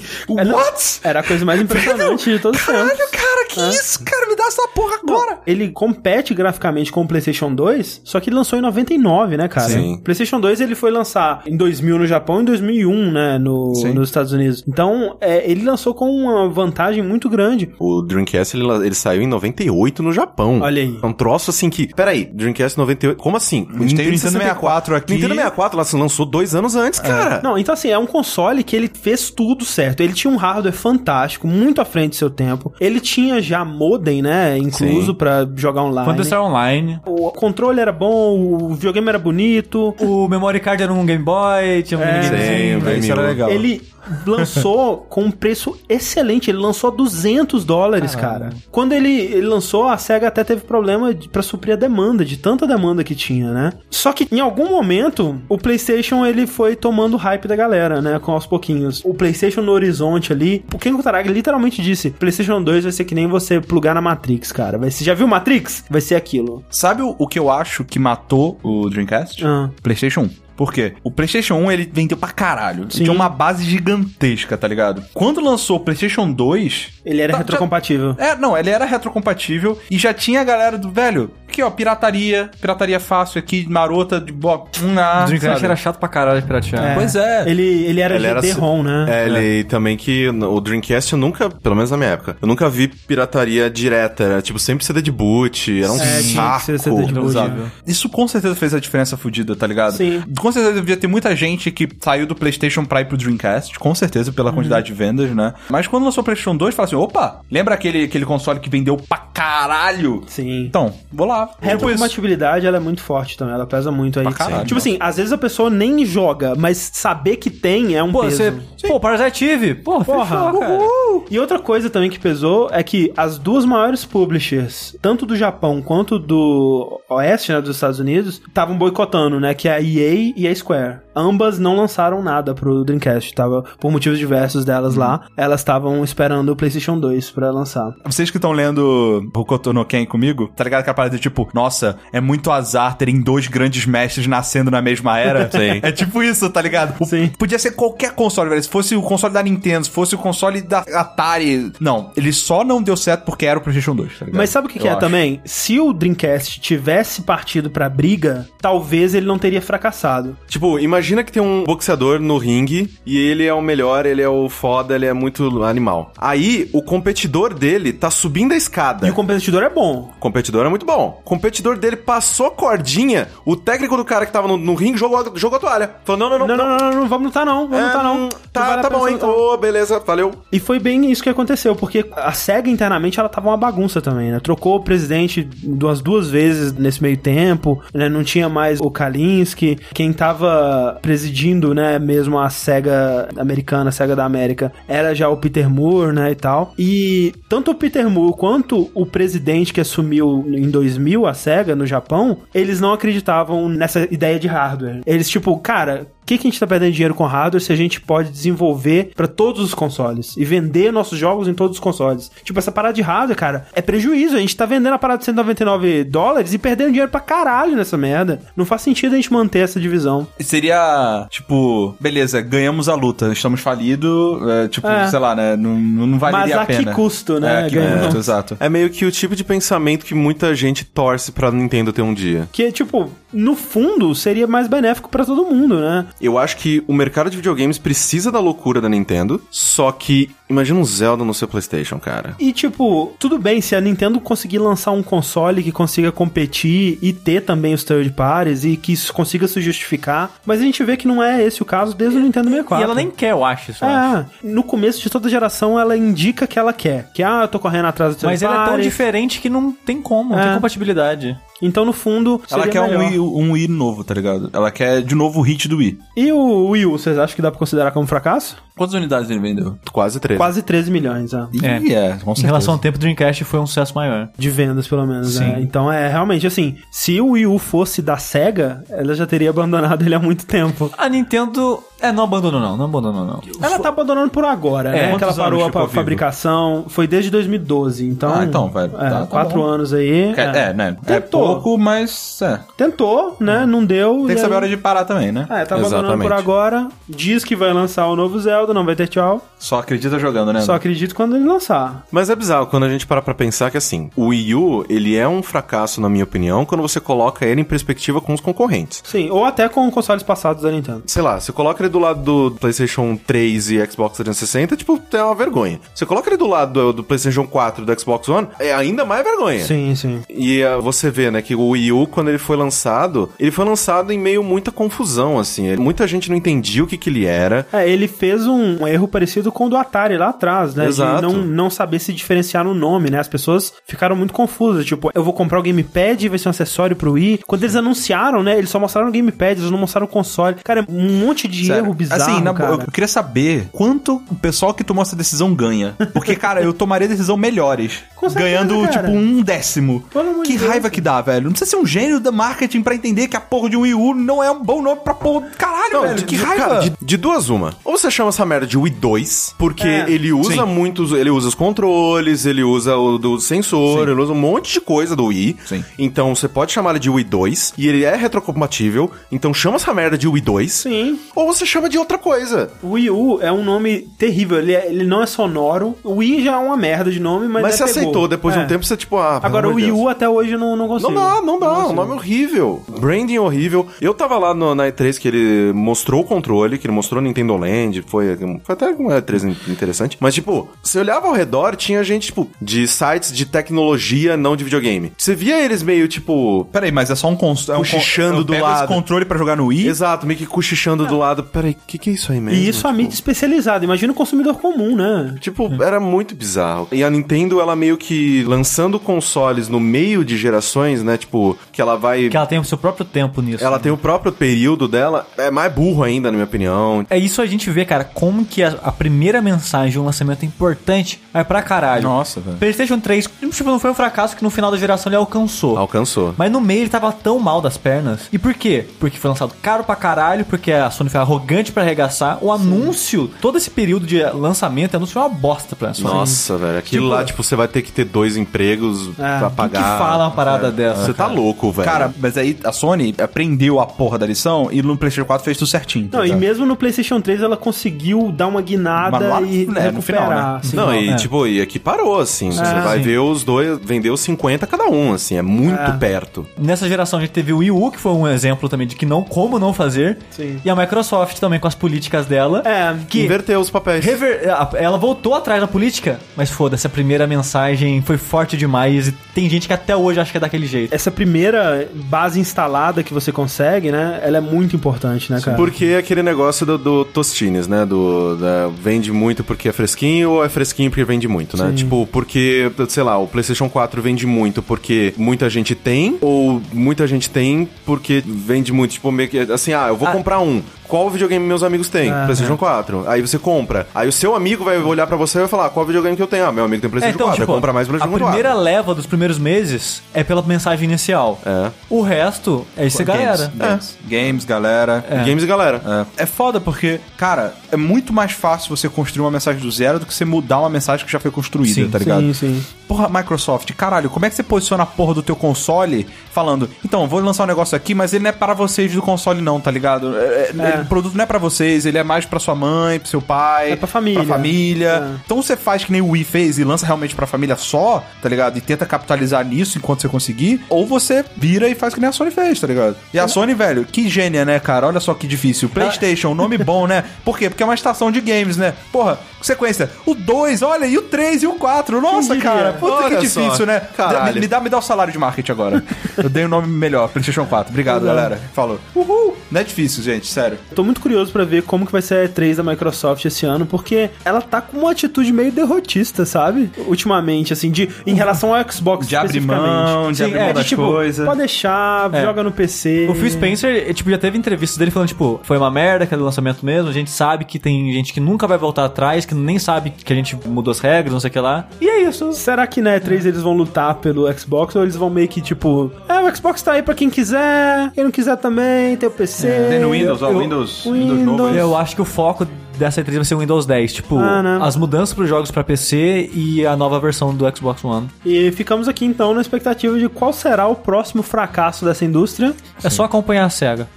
what? Era a coisa mais impressionante de todos os Caralho, tempos. cara, que isso? Cara, me dá essa porra agora. Ele compete graficamente com o PlayStation 2, só que ele lançou em 99, né, cara? Sim. O PlayStation 2 ele foi lançar em 2000 no Japão e em 2001, né, no, Sim. nos Estados Unidos. Então, é, ele lançou com uma vantagem muito grande. O Dreamcast, ele, la- ele saiu em 98 no Japão. Olha aí. É um troço assim que... Peraí, Dreamcast 98... Como assim? A gente tem o Nintendo 64 aqui. Nintendo 64 ela se lançou dois anos antes, cara. Não, então assim, é um console que ele fez tudo certo. Ele tinha um hardware fantástico, muito à frente do seu tempo. Ele tinha já modem, né, incluso Sim. pra jogar online. Quando saiu online, O controle era bom, o videogame era bonito. o memory card era um Game Boy, tinha um Sim, minigamezinho. bem Isso miúdo. era legal. Ele lançou com um preço excelente. Ele lançou a 200 dólares, cara. Quando ele, ele lançou, a SEGA até teve problema de- pra suprir a demanda, de tanta demanda que tinha, né? Só que em algum momento, o PlayStation ele foi tomando o hype da galera, né? Com aos pouquinhos. O PlayStation no horizonte ali, o Ken Kutaragi literalmente disse: PlayStation 2 vai ser que nem você plugar na Matrix, cara. Vai ser, já viu Matrix? Vai ser aquilo. Sabe o, o que eu acho que matou o Dreamcast? Ah. PlayStation 1. Por quê? O PlayStation 1 ele vendeu pra caralho. Sim. Tinha uma base gigantesca, tá ligado? Quando lançou o PlayStation 2, Ele era Tá, já- retrocompatível. É, não, ele era retrocompatível e já tinha a galera do velho. Aqui, ó, pirataria, pirataria fácil aqui, marota, de boa. hum, ah, O Dreamcast sabe? era chato pra caralho de piratear. É. Pois é. Ele, ele era Ele era GD-ROM, né? É, ele também que o Dreamcast eu nunca, pelo menos na minha época, eu nunca vi pirataria direta. Era tipo sempre CD de boot, era um É, tinha que saco. ser CD de boot. Sabe? Isso com certeza fez a diferença fodida, tá ligado? Sim. Com certeza devia ter muita gente que saiu do PlayStation pra ir pro Dreamcast, com certeza Uhum. pela quantidade de vendas, né? Mas quando lançou o PlayStation 2, fala assim: opa, lembra aquele, aquele console que vendeu pra caralho? Sim. Então, vou lá. Tipo isso. Retrocompatibilidade, ela é muito forte também, ela pesa muito aí. Pra caralho, tipo nossa. assim, às vezes a pessoa nem joga, mas saber que tem é um Pô, peso. você. Pô, Parasite Eve. Pô, Porra, fechou, cara. uhul! E outra coisa também que pesou é que as duas maiores publishers, tanto do Japão quanto do Oeste, né, dos Estados Unidos, estavam boicotando, né, que é a EA e a Square. Ambas não lançaram nada pro Dreamcast, tava por motivos diversos delas Uhum. lá. Elas estavam esperando o PlayStation 2 pra lançar. Vocês que estão lendo Hokuto no Ken comigo, tá ligado que a parada é tipo, nossa, é muito azar terem dois grandes mestres nascendo na <laughs> mesma era? Sim. É tipo isso, tá ligado? O- Sim. Podia ser qualquer console, velho. Se fosse o console da Nintendo, se fosse o console da Atari. Não, ele só não deu certo porque era o PlayStation 2, tá ligado? Mas sabe o que, que Eu é acho. também? Se o Dreamcast tivesse partido pra briga, talvez ele não teria fracassado. Tipo, imagina que tem um boxeador no ringue e ele é o melhor, ele é o foda, ele é muito animal. Aí o competidor dele tá subindo a escada. E o competidor é bom. O competidor é muito bom. O competidor dele passou a cordinha, o técnico do cara que tava no, no ringue jogou, a- jogou a toalha. Falou: não, não, Não, não. não, não, não, não vamos lutar não, vamos é, lutar não. Não Tá, vale a tá pena bom, hein? lutar, não. Ô, beleza, valeu. E foi bem isso que aconteceu, porque a SEGA internamente ela tava uma bagunça também, né? Trocou o presidente umas duas vezes nesse meio tempo, né? Não tinha mais o Kalinski. Quem tava presidindo, né, mesmo a SEGA americana, a SEGA da América, era já o Peter Moore, né, e tal. E tanto o Peter Moore quanto o presidente que assumiu em 2000 a SEGA no Japão, eles não acreditavam nessa ideia de hardware. Eles, tipo, cara, o que, que a gente tá perdendo dinheiro com hardware se a gente pode desenvolver pra todos os consoles e vender nossos jogos em todos os consoles? Tipo, essa parada de hardware, cara, é prejuízo. A gente tá vendendo a parada de 199 dólares e perdendo dinheiro pra caralho nessa merda. Não faz sentido a gente manter essa divisão. Seria, tipo, beleza, ganhamos a luta, estamos falido, é, tipo, É. sei lá, né? Não, não valeria Mas a a pena. que custo, né? É, a que Ganhamos. custo, exato. É meio que o tipo de pensamento que muita gente torce pra Nintendo ter um dia. Que, tipo, no fundo, seria mais benéfico pra todo mundo, né? Eu acho que o mercado de videogames precisa da loucura da Nintendo, só que imagina um Zelda no seu PlayStation, cara. E, tipo, tudo bem se a Nintendo conseguir lançar um console que consiga competir e ter também os third parties e que isso consiga se justificar, mas a gente vê que não é esse o caso desde o Nintendo 64. E ela nem quer, eu acho, isso. eu acho. tá. É, no começo de toda geração ela indica que ela quer. Que, ah, eu tô correndo atrás do third Mas ele é tão party. diferente que não tem como, não É. tem compatibilidade. Então, no fundo, Ela seria quer um melhor. Wii, um Wii novo, tá ligado? Ela quer de novo o hit do Wii. E o Wii U, vocês acham que dá pra considerar como fracasso? Quantas unidades ele vendeu? Quase 13. Quase 13 milhões, é. Ih, É. é, com Em certeza. relação ao tempo, o Dreamcast foi um sucesso maior. De vendas, pelo menos. Sim. né? Então é realmente assim: se o Wii U fosse da SEGA, ela já teria abandonado ele há muito tempo. A Nintendo... É, não abandonou não, não abandonou não. Ela tá abandonando por agora, né? Que ela quantos parou anos a ficou pa- vivo? fabricação. Foi desde 2012, então. Ah, então, vai- É, tá- tá quatro bom. anos aí. É, é, né? É Tentou. pouco, mas. É. Tentou, né? Não deu. Tem e que saber a aí- hora de parar também, né? É, tá abandonando Exatamente. por agora. Diz que vai lançar o novo Zelda, não vai ter tchau. Só acredita jogando, né? Só acredito quando ele lançar. Mas é bizarro quando a gente para pra pensar que assim, o Wii U, ele é um fracasso, na minha opinião, quando você coloca ele em perspectiva com os concorrentes. Sim, ou até com consoles passados da Nintendo. Sei lá, você coloca ele do lado do PlayStation 3 e Xbox 360, tipo, é uma vergonha. Você coloca ele do lado do, do PlayStation 4 e do Xbox One, é ainda mais vergonha. Sim, sim. E ah, você vê, né, que o Wii U, quando ele foi lançado, ele foi lançado em meio a muita confusão, assim. Ele- Muita gente não entendia o que, que ele era. É, ele fez um, um erro parecido com o do Atari lá atrás, né? Exato. De não, não saber se diferenciar no nome, né? As pessoas ficaram muito confusas. Tipo, eu vou comprar o Gamepad, vai ser um acessório pro Wii. Quando eles anunciaram, né? Eles só mostraram o Gamepad, eles não mostraram o console. Cara, é um monte de Sério. erro bizarro, Assim, na boa, cara. eu queria saber quanto o pessoal que tomou essa decisão ganha. Porque, cara, eu tomaria decisão melhores. <laughs> Com certeza, ganhando, cara. tipo, um décimo. Pelo amor que de Deus. raiva que dá, velho. Não precisa ser um gênio da marketing pra entender que a porra de um Wii U não é um bom nome pra porra. Caralho, Não, velho. de- que de- raiva. cara, de, de duas uma. Ou você chama essa merda de Wii 2, porque É. ele usa muitos. Ele usa os controles, ele usa o do sensor, ele usa um monte de coisa do Wii. Sim. Então você pode chamar ele de Wii 2 e ele é retrocompatível. Então chama essa merda de Wii 2. Sim. Ou você chama de outra coisa. O Wii U é um nome terrível, ele, é- ele não é sonoro. O Wii já é uma merda de nome, mas. Mas né, você pegou. aceitou depois de É. um tempo, você tipo, ah. pelo Agora, o amor de Wii Deus. U até hoje eu não, não consigo. Não dá, não dá. Um consigo. nome horrível. Branding horrível. Eu tava lá no, na E3 que ele mostrou o controle, que ele mostrou Nintendo Land. Foi, foi até uma E3 in- interessante. Mas, tipo, você olhava ao redor, tinha gente, tipo, de sites de tecnologia, não de videogame. Você via eles meio, tipo. Peraí, mas é só um console. É um Cochichando eu do pego lado. esse controle pra jogar no Wii? Exato, meio que cochichando do lado. Peraí, o que, que é isso aí mesmo? E isso a tipo- mídia especializada. Imagina o consumidor comum, né? Tipo, era muito bizarro. E a Nintendo, ela meio que lançando consoles no meio de gerações, né? Tipo, que ela vai. Que ela tem o seu próprio tempo nisso. Ela né? tem o próprio período dela. É mais burro ainda, na minha opinião. É isso a gente vê, cara, como que a, a primeira mensagem de um lançamento importante vai pra caralho. Nossa, velho. PlayStation 3, tipo, não foi um fracasso que no final da geração ele alcançou. Alcançou. Mas no meio ele tava tão mal das pernas. E por quê? Porque foi lançado caro pra caralho, porque a Sony foi arrogante pra arregaçar. O anúncio, todo esse período de lançamento, anúncio foi uma bosta pra Sony. Nossa, velho. Aquilo Tipo- assim, lá, tipo, você vai ter que ter dois empregos pra Quem É, que pagar. fala uma parada dessa? Você tá cara? louco, velho. Cara, mas aí a Sony aprendeu a porra da lição e no PlayStation 4 fez tudo certinho. tá Não, e ligado? mesmo no PlayStation 3 ela conseguiu dar uma guinada Mas lá, e né, no final, recuperar. né? assim. não, e é. tipo, e aqui parou, assim. você Ah, vai sim. ver os dois, vendeu 50 cada um, assim. É muito É. perto. Nessa geração a gente teve o Wii U, que foi um exemplo também de que não como não fazer. Sim. E a Microsoft também com as políticas dela. É, que Inverteu os papéis. rever- a- ela voltou atrás da política, mas foda-se, a primeira mensagem foi forte demais e tem gente que até hoje acha que é daquele jeito. Essa primeira base instalada que você consegue, né? Ela é muito importante, É. né, cara? Porque é aquele negócio do, do Tostines, né? Do, da- vende muito porque é fresquinho ou é fresquinho porque vende muito, né? Tipo, porque, sei lá, o PlayStation 4 vende muito porque muita gente tem ou muita gente tem porque vende muito. Tipo, meio que assim, ah, eu vou Ah. é. comprar um. Qual videogame meus amigos têm? Ah, PlayStation 4. Aí você compra. Aí o seu amigo vai olhar pra você e vai falar: qual videogame que eu tenho? Ah, meu amigo tem PlayStation 4. Vai comprar mais É, então, tipo, a PlayStation 4. primeira leva dos primeiros meses é pela mensagem inicial. É. O resto é isso, galera. Games, games, galera. Games, galera. É. É foda porque, cara, é muito mais fácil você construir uma mensagem do zero do que você mudar uma mensagem que já foi construída, Sim, tá sim, ligado? sim. Porra, Microsoft, caralho, como é que você posiciona a porra do teu console falando, então, vou lançar um negócio aqui, mas ele não é para vocês do console não, tá ligado? É, é, É. O produto não é pra vocês, ele é mais pra sua mãe, pro seu pai. É pra família. Pra família. É. Então você faz que nem o Wii fez e lança realmente pra família só, tá ligado? E tenta capitalizar nisso enquanto você conseguir, ou você vira e faz que nem a Sony fez, tá ligado? E a Sony, velho, que gênia, né, cara? Olha só que difícil. PlayStation, <laughs> nome bom, né? Por quê? Porque é uma estação de games, né? Porra, sequência. O 2, olha, e o 3 e o 4. Nossa, diria? cara, puta Olha que só, difícil, né? caralho. Me, me dá, me dá o salário de <laughs> marketing agora. Eu dei um nome melhor, PlayStation 4. Obrigado, galera. Falou. Uhul. Não é difícil, gente, sério. Tô muito curioso pra ver como que vai ser a E3 da Microsoft esse ano, porque ela tá com uma atitude meio derrotista, sabe? Ultimamente, assim, de em relação ao Xbox De abrir mão, de Sim, abrir é, mão das tipo, coisas. Pode deixar, É. joga no PC. O Phil Spencer, eh, tipo, já teve entrevistas dele falando, tipo, foi uma merda aquele lançamento mesmo, a gente sabe que tem gente que nunca vai voltar atrás, que nem sabe que a gente mudou as regras, não sei o que lá. E é isso. Será que na E3 eles vão lutar pelo Xbox ou eles vão meio que tipo, é, o Xbox tá aí pra quem quiser, quem não quiser também, tem o PC. É. Tem no Windows, ó, Eu- Windows, Windows novo aí. Eu acho que o foco dessa E3 vai ser o Windows 10, tipo, Ah, né? as mudanças pros jogos pra PC e a nova versão do Xbox One. E ficamos aqui então na expectativa de qual será o próximo fracasso dessa indústria. É só acompanhar a SEGA.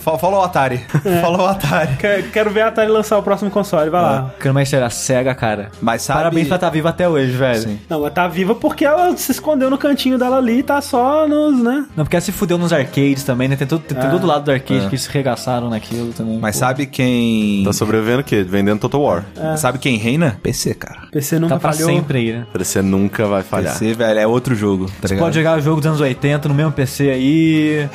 Fa- Fala o Atari. É. <laughs> Fala o Atari. Que- Quero ver a Atari lançar o próximo console, vai lá. Cara, mas sério, a SEGA, cara. Ah. Mas sabe- Parabéns pra estar viva até hoje, velho. Sim. Não, ela tá viva porque ela se escondeu no cantinho dela ali e tá só nos, né? Não, porque ela se fudeu nos arcades também, né? Tem todo, tem todo lado do arcade que se regaçaram naquilo também. É. Mas pô. sabe quem. Tá sobrevivendo o quê? Vendendo Total War. Sabe quem reina? PC, cara. PC nunca Tá pra falhou. sempre aí, né? Você nunca vai falhar. PC, velho, é outro jogo, tá ligado? Pode jogar o jogo dos anos 80 no mesmo PC aí.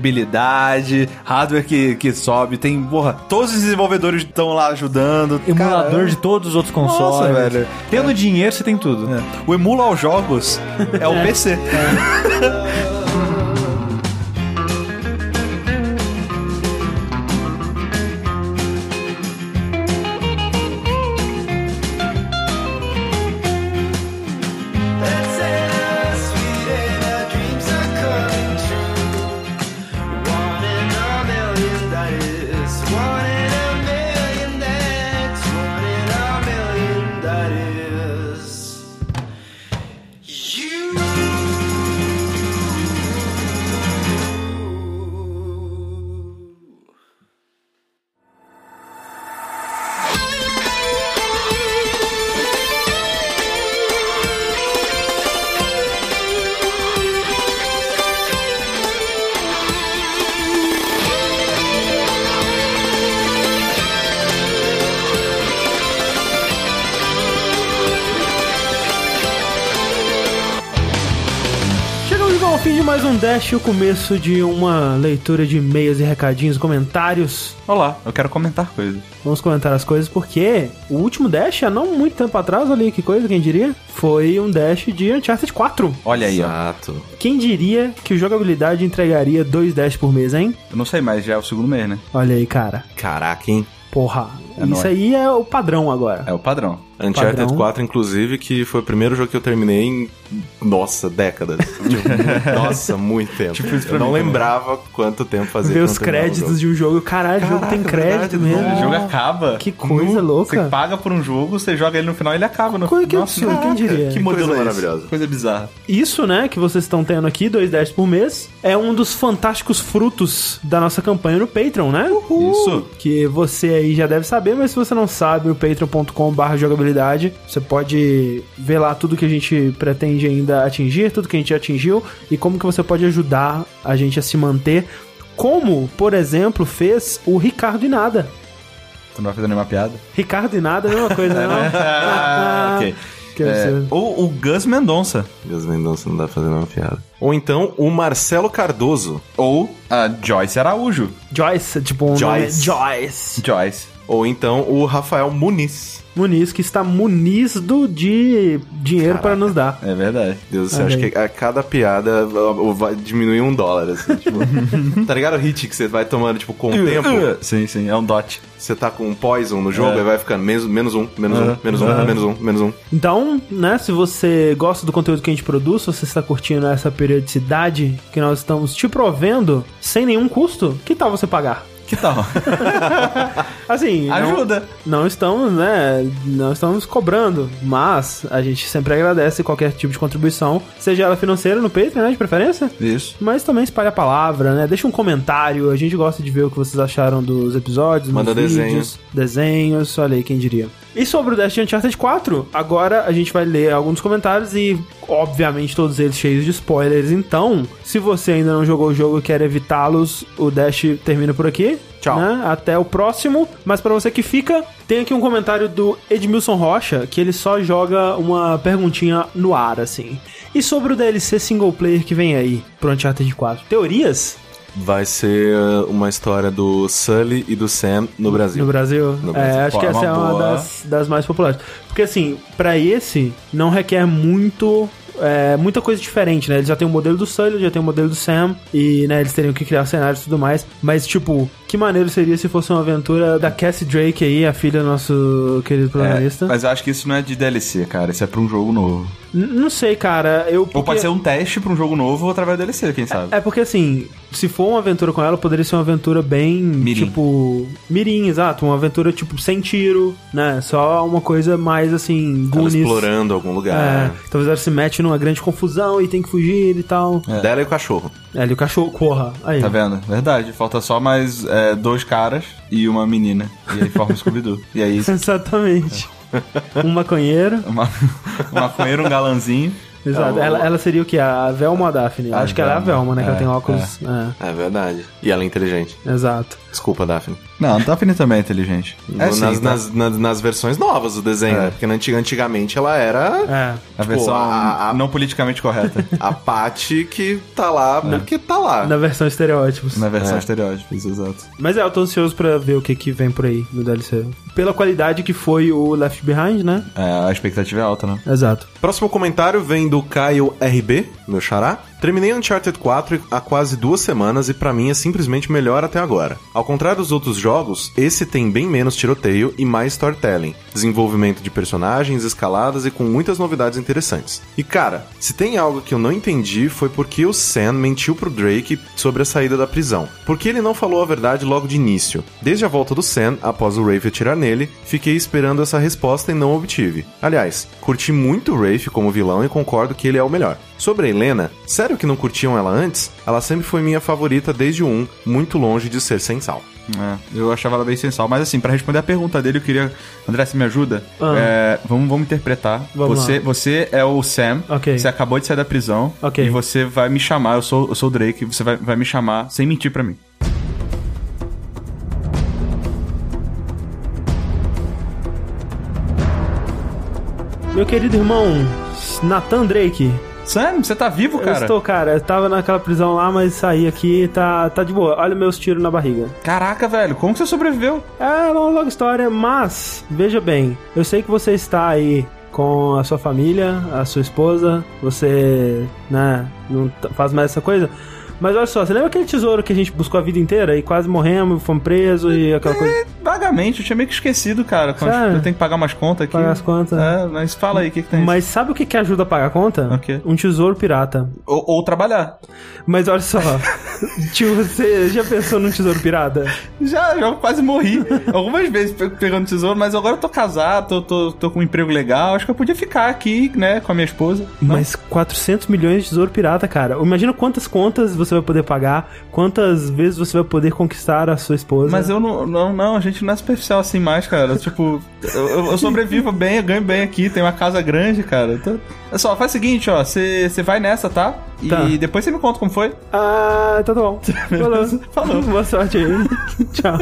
Retrocompatibilidade, hardware que, que sobe, tem, porra, todos os desenvolvedores estão lá ajudando. Emulador Cara, de todos os outros Nossa, consoles. velho. Tendo dinheiro, você tem tudo. é. O emula aos jogos é o PC. Chegamos ao fim de mais um Dash, o começo de uma leitura de e-mails e recadinhos, comentários. Olá, eu quero comentar coisas. Vamos comentar as coisas porque o último Dash, há não muito tempo atrás, olha aí que coisa, quem diria? Foi um Dash de Uncharted 4. Olha aí, ó. Exato. Quem diria que o jogabilidade entregaria dois Dash por mês, hein? Eu não sei, mas já é o segundo mês, né? Olha aí, cara. Caraca, hein? Porra. É isso nóis. aí é o padrão agora. É o padrão. Uncharted Padrão. 4, inclusive, que foi o primeiro jogo que eu terminei em, nossa, décadas. <laughs> Tipo, nossa, muito tempo. Tipo eu não lembrava quanto tempo É fazia. Ver que eu os não terminava o créditos de um jogo. Caralho, o jogo tem crédito mesmo. O jogo acaba. Ah, Que coisa louca. Você paga por um jogo, você joga ele no final e ele acaba. No... Coisa que absurdo, quem diria? Que modelo coisa é esse? maravilhosa. Coisa bizarra. Isso, né, que vocês estão tendo aqui, dois Dash por mês, é um dos fantásticos frutos da nossa campanha no Patreon, né? Isso. que você aí já deve saber, mas se você não sabe, o patreon.com.br jogabilidade, você pode ver lá tudo que a gente pretende ainda atingir, tudo que a gente já atingiu e como que você pode ajudar a gente a se manter, como, por exemplo, fez o Ricardo Inada. Tu não vai fazer <laughs> nenhuma piada? Ricardo Inada é a mesma coisa, não? <laughs> Ah, ok. Que É, absurdo. ou o Gus Mendonça. Deus Mendonça não dá pra fazer nenhuma piada. Ou então o Marcelo Cardoso. Ou a Joyce Araújo. Joyce, tipo um Joyce. Nome, Joyce. Joyce. Ou então o Rafael Muniz. Muniz, que está munisdo de dinheiro para nos dar. É verdade. Deus do Ah, céu, acho bem. que a cada piada ó, ó, vai diminuir um dólar, assim, <laughs> tipo. tá ligado o hit que você vai tomando, tipo, com o tempo? um Sim, sim, é um dot. Você tá com um poison no jogo, É. aí vai ficando menos, menos um, menos um, É. menos um, É. menos um, menos um. Então, né, se você gosta do conteúdo que a gente produz, se você está curtindo essa periodicidade que nós estamos te provendo sem nenhum custo, que tal você pagar? Que tal? <laughs> Assim, não, Ajuda. não estamos, né, não estamos cobrando, mas a gente sempre agradece qualquer tipo de contribuição, seja ela financeira no Patreon, né, de preferência, Isso. mas também espalha a palavra, né, deixa um comentário, a gente gosta de ver o que vocês acharam dos episódios, Manda nos vídeos, desenho. desenhos, olha aí, quem diria. E sobre o Destiny Uncharted 4, agora a gente vai ler alguns comentários e, obviamente, todos eles cheios de spoilers. Então, se você ainda não jogou o jogo e quer evitá-los, o Dash termina por aqui. Tchau. né? Até o próximo. Mas pra você que fica, tem aqui um comentário do Edmilson Rocha, que ele só joga uma perguntinha no ar, assim. E sobre o DLC single player que vem aí pro Uncharted 4? Teorias? vai ser eh, uma história do Sully e do Sam no Brasil. No Brasil? No Brasil. É, acho Pô, que é essa uma é uma boa. das, das mais populares. Porque assim, pra esse, não requer muito. é, muita coisa diferente, né? Eles já tem o modelo do Sully, já tem o modelo do Sam, e né, eles teriam que criar cenários e tudo mais. Mas, tipo, que maneiro seria se fosse uma aventura da Cassie Drake aí, a filha do nosso querido protagonista? mas eu acho que isso não é de DLC, cara. Isso é pra um jogo novo. N- Não sei, cara. Eu, Ou pode porque- ser um teste pra um jogo novo através do DLC, quem sabe. É porque assim, se for uma aventura com ela, poderia ser uma aventura bem Mirim. tipo. Mirim, exato. Uma aventura tipo sem tiro, né? Só uma coisa mais assim, Ela Goonies. explorando algum É, lugar. talvez ela se mete numa grande confusão e tem que fugir e tal. Dela e o cachorro. É, ali o cachorro, corra. Aí. Tá vendo? Verdade. Falta só mais é, dois caras e uma menina. E aí forma o Scooby-Doo. E aí, <laughs> Exatamente. um maconheiro. uma, <laughs> um maconheiro, um galanzinho. Exato. É o- Ela, ela seria o quê? A Velma ou a Daphne? A Acho que ela é a Velma, Velma. né? Que É, ela tem óculos. É. É verdade. E ela é inteligente. exato. Desculpa, Daphne. Não, Daphne também é inteligente. É No- sim, nas, tá? nas, nas, nas versões novas do desenho, É. né? Porque antiga- antigamente ela era É. A versão a- a- não politicamente correta. <laughs> a Patty que tá lá É. porque tá lá. Na versão estereótipos. na versão É. estereótipos, exato. Mas é, eu tô ansioso pra ver o que que vem por aí no DLC. Pela qualidade que foi o Left Behind, né? É, a expectativa é alta, né? Exato. Próximo comentário vem do Caio RB, meu xará. Terminei Uncharted 4 há quase duas semanas e pra mim é simplesmente melhor até agora. Ao contrário dos outros jogos, esse tem bem menos tiroteio e mais storytelling, desenvolvimento de personagens, escaladas e com muitas novidades interessantes. E cara, se tem algo que eu não entendi foi porque o Sam mentiu pro Drake sobre a saída da prisão. Porque ele não falou a verdade logo de início. Desde a volta do Sam, após o Rafe atirar nele, fiquei esperando essa resposta e não obtive. Aliás, curti muito o Rafe como vilão e concordo que ele é o melhor. Sobre a Helena, sério que não curtiam ela antes? Ela sempre foi minha favorita desde o 1, muito longe de ser sem sal. É, eu achava ela bem sensual. Mas assim, pra responder a pergunta dele, eu queria. André, você me ajuda? Ah. É, vamos, vamos interpretar. Vamos você, lá. você é o Sam. Ok. Você acabou de sair da prisão. Ok. E você vai me chamar. Eu sou, eu sou o Drake. Você vai, vai me chamar sem mentir pra mim. Meu querido irmão, Nathan Drake. Sam, você tá vivo, Eu cara? estou, cara. Eu tava naquela prisão lá, mas saí aqui tá, tá de boa. Olha meus tiros na barriga. Caraca, velho, como que você sobreviveu? É uma longa história, mas veja bem, eu sei que você está aí com a sua família, a sua esposa, você, né, não t- faz mais essa coisa. Mas olha só, você lembra aquele tesouro que a gente buscou a vida inteira e quase morremos, fomos presos e aquela coisa? Vagamente, eu tinha meio que esquecido, cara. quando Sério? Eu tenho que pagar umas contas aqui. Pagar as contas. É, mas fala aí, o que, que tem? Mas sabe o que, que ajuda a pagar a conta? O quê? Um tesouro pirata. Ou, ou trabalhar. Mas olha <laughs> só, tio, você já pensou num tesouro pirata? Já, já quase <laughs> morri. Algumas vezes pe- pegando tesouro, mas agora eu tô casado, tô, tô, tô com um emprego legal. Acho que eu podia ficar aqui, né, com a minha esposa. Mas 400 milhões de tesouro pirata, cara. Imagina quantas contas você vai poder pagar, quantas vezes você vai poder conquistar a sua esposa. Mas eu não, não, não, a gente não é superficial assim mais, cara. Tipo, eu, eu- eu sobrevivo bem, eu ganho bem aqui, tenho uma casa grande, cara. Eu tô- É Só, faz o seguinte, ó, você você vai nessa, tá? E Tá. depois você me conta como foi. Ah, tá <laughs> bom. Falou. Falou. Boa <laughs> sorte aí. Tchau.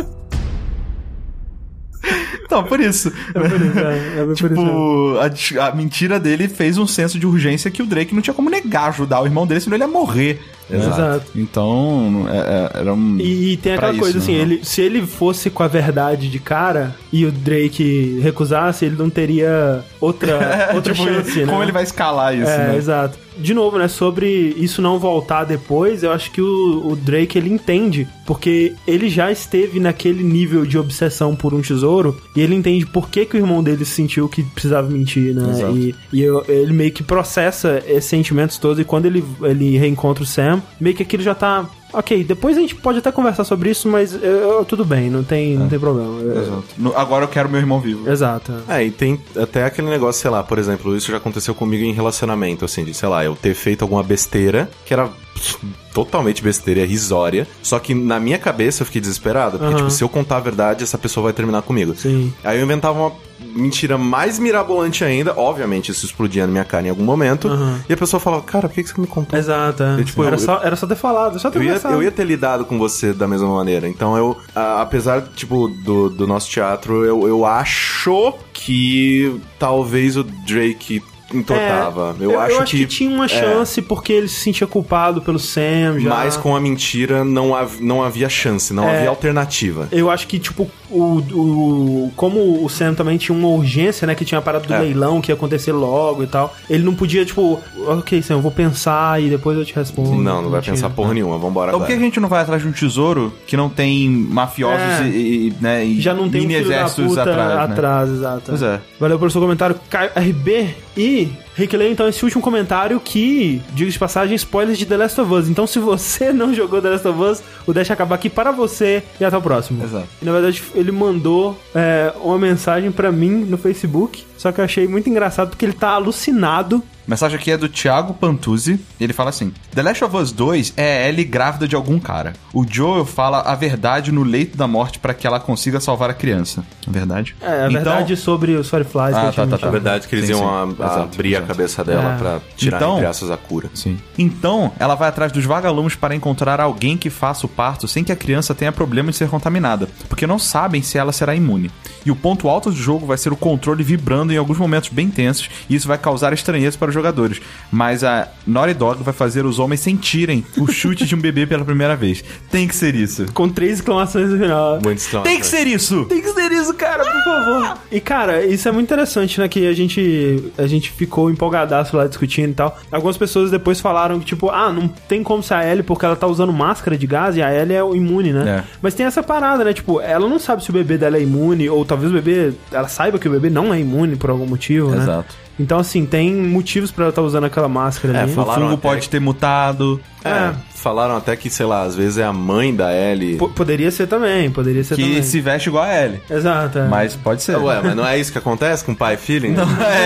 Então, por isso. É por isso, é, é por isso mesmo. Tipo, a des- a, mentira dele fez um senso de urgência que o Drake não tinha como negar ajudar o irmão dele, senão ele ia morrer. Exato. Então, é- é- era um. E, e tem pra aquela isso, coisa assim, né? ele, se ele fosse com a verdade de cara e o Drake recusasse, ele não teria <laughs> outra, outra Tipo, chance, né? como ele vai escalar isso, É, né? exato. De novo, né, sobre isso não voltar depois, eu acho que o, o Drake, ele entende, porque ele já esteve naquele nível de obsessão por um tesouro, e ele entende por que, que o irmão dele sentiu que precisava mentir, né, Exato. e, e eu- ele meio que processa esses sentimentos todos, e quando ele, ele reencontra o Sam, meio que aquilo já tá... Ok, depois a gente pode até conversar sobre isso, mas eh, tudo bem, não tem, não tem problema. Eu- Exato. No- agora eu quero meu irmão vivo. Exato. É, e tem até aquele negócio, sei lá, por exemplo, isso já aconteceu comigo em relacionamento, assim, de, sei lá, eu ter feito alguma besteira, que era pff, totalmente besteira, irrisória, só que na minha cabeça eu fiquei desesperado, porque, Aham. tipo, se eu contar a verdade, essa pessoa vai terminar comigo. Sim. Aí eu inventava uma mentira mais mirabolante ainda, obviamente isso explodia na minha cara em algum momento, Aham. e a pessoa falava, cara, por que que você me contou? Exato, é. Eu, tipo, era, eu- só, era só ter falado, só ter Eu ia, conversado. eu ia ter lidado com você da mesma maneira. Então eu, a- apesar, tipo, do, do nosso teatro, eu, eu acho que talvez o Drake entortava. É, eu, acho, que, é. tinha uma chance porque ele se sentia culpado pelo Sam já. mais com a mentira não, hav- não havia chance, não havia alternativa. Eu acho que, tipo, o, o- como o Sam também tinha uma urgência, né? Que tinha a parada do É. leilão que ia acontecer logo e tal. Ele não podia, tipo, ok, Sam, eu vou pensar e depois eu te respondo. Não, não vai Mentira. pensar porra nenhuma, vambora Então por que agora. a gente não vai atrás de um tesouro que não tem mafiosos É. e, e- e, né, e Já não tem um mini filho da exércitos puta atrás, né? exato. Pois é. Valeu pelo seu comentário, Caio RB. E, Rick Lane, então, esse último comentário que, digo de passagem, spoilers de The Last of Us. Então, se você não jogou The Last of Us, o deixa acabar aqui para você e até o próximo. Exato. E, na verdade, ele mandou é, uma mensagem pra mim no Facebook, só que eu achei muito engraçado porque ele tá alucinado. Mensagem aqui é do Thiago Pantuzzi. Ele fala assim: The Last of Us 2 é Ellie grávida de algum cara. O Joel fala a verdade no leito da morte pra que ela consiga salvar a criança. Verdade? É, a verdade sobre os Fireflies. Então? Ah, que eu tinha tá, tá, tá. mentido. Na verdade, que eles Sim, iam sim. a- a Exato, abrir exato. a cabeça dela É. pra tirar, Então- entre aspas, a cura. Sim. Então, ela vai atrás dos vagalumes para encontrar alguém que faça o parto sem que a criança tenha problema de ser contaminada, porque não sabem se ela será imune. E o ponto alto do jogo vai ser o controle vibrando em alguns momentos bem tensos, e isso vai causar estranheza para os jogadores. Mas a Naughty Dog vai fazer os homens sentirem <laughs> o chute de um bebê pela primeira vez. Tem que ser isso. Com três exclamações no final. um Muito estranho. Tem que ser isso! Tem que ser isso, cara, por favor. E, cara, isso é muito interessante, né? Que a gente, a gente ficou empolgadaço lá discutindo e tal. Algumas pessoas depois falaram que, tipo, ah, não tem como ser a Ellie porque ela tá usando máscara de gás e a Ellie é imune, né? É. Mas tem essa parada, né? Tipo, ela não sabe se o bebê dela é imune ou talvez o bebê... Ela saiba que o bebê não é imune por algum motivo, né? Exato. Então, assim, tem motivos pra ela tá usando aquela máscara É, ali. O fala- Falaram fungo até pode ter mutado. É, falaram até que, sei lá, às vezes é a mãe da Ellie. Po- Poderia ser também, poderia ser também. Que se veste igual a Ellie. Exato. é. Mas pode ser. Ué, mas não é isso que acontece com pai e filho? <laughs>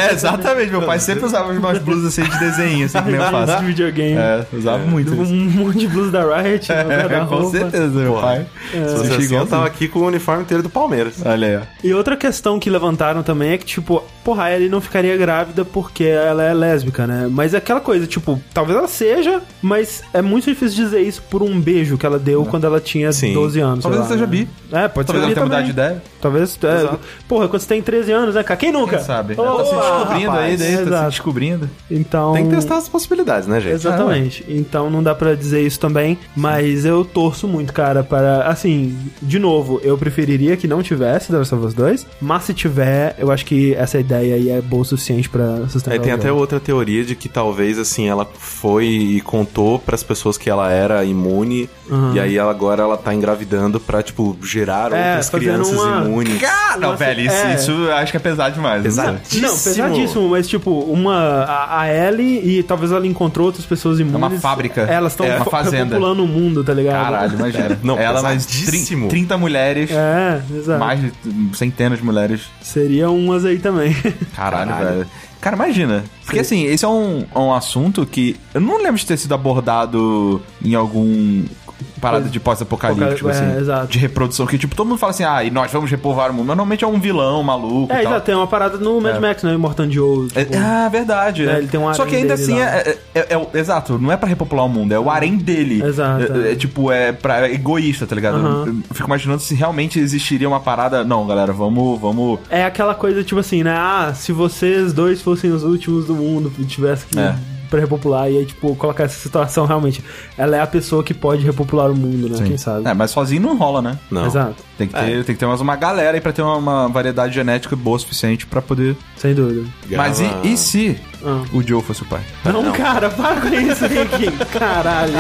É, exatamente. Meu pai sempre usava umas blusas assim de desenho, assim, que nem eu faço. de videogame. É, usava muito isso. Um monte de blusa da <laughs> Riot, né, da É, com roupa. certeza, meu Porra. pai. Se fosse Você assim, chegou eu tava aqui com o uniforme inteiro do Palmeiras. É. Olha aí, ó. E outra questão que levantaram também é que, tipo, porra, a Ellie não ficaria grávida porque ela é lésbica, né? Mas é aquela coisa, tipo, talvez ela seja, mas é muito difícil dizer isso por um beijo que ela deu quando ela tinha Sim. 12 anos. Talvez sei lá, ela seja né? bi. É, pode Talvez ser ela bi tenha mudado também. de ideia. Talvez, é, porra, quando você tem 13 anos, né, cara? Quem nunca? Quem sabe? Oh, Ela tá se ah, descobrindo rapaz, aí, daí, tá se exato. descobrindo. Então... Tem que testar as possibilidades, né, gente? Exatamente. então não dá pra dizer isso também, mas eu torço muito, cara, para assim, de novo, eu preferiria que não tivesse The Last of Us 2, mas se tiver, eu acho que essa ideia aí é boa o suficiente pra sustentar. Aí tem o até jogo. outra teoria de que talvez assim ela foi e contou pras pessoas que ela era imune e aí ela, agora ela tá engravidando pra, tipo gerar Uhum. É, outras fazendo crianças uma- imunes. Ah, não, Nossa, velho, isso, é. isso eu acho que é pesado demais. não sei. Não, pesadíssimo, mas tipo, uma. A, a Ellie e talvez ela encontrou outras pessoas imunes. É uma fábrica. Elas estão É uma fazenda. populando o mundo, tá ligado? Caralho, imagina. Não, Ela mais pesadíssimo. 30, 30 mulheres, <laughs> É, exato. mais de t- centenas de mulheres. Seria umas aí também. <laughs> É, Caralho, Caralho. velho. Cara, imagina. Porque assim, esse é um, é um assunto que eu não lembro de ter sido abordado em algum parada de pós-apocalíptico, É, assim. exato. De reprodução. Que, tipo, todo mundo fala assim, ah, e nós vamos repovoar o mundo. Mas normalmente é um vilão maluco é, e tal. exato, tem uma parada no Mad Max, né? Immortandio. É, Tipo, ah, verdade. É, é. ele tem um Só harém que ainda dele assim, lá. é, é- é o- exato, não é pra repopular o mundo, é o harém dele. Exato, É, é. é tipo, é, pra, é egoísta, tá ligado? Aham. Eu, eu fico imaginando se realmente existiria uma parada. Não, galera, vamos. vamos É aquela coisa tipo assim, né? Ah, se vocês dois fossem os últimos do mundo e tivesse que É. pra repopular, e aí, tipo, colocar essa situação realmente. Ela é a pessoa que pode repopular o mundo, né? Quem sabe? É, mas sozinho não rola, né? Não. Exato, Tem que, ter, tem que ter mais uma galera aí pra ter uma, uma variedade genética boa o suficiente pra poder. sem dúvida. Mas Ela- e, e se Ah. o Joe fosse o pai? <laughs> Não, cara, para com isso, Rick. Caralho.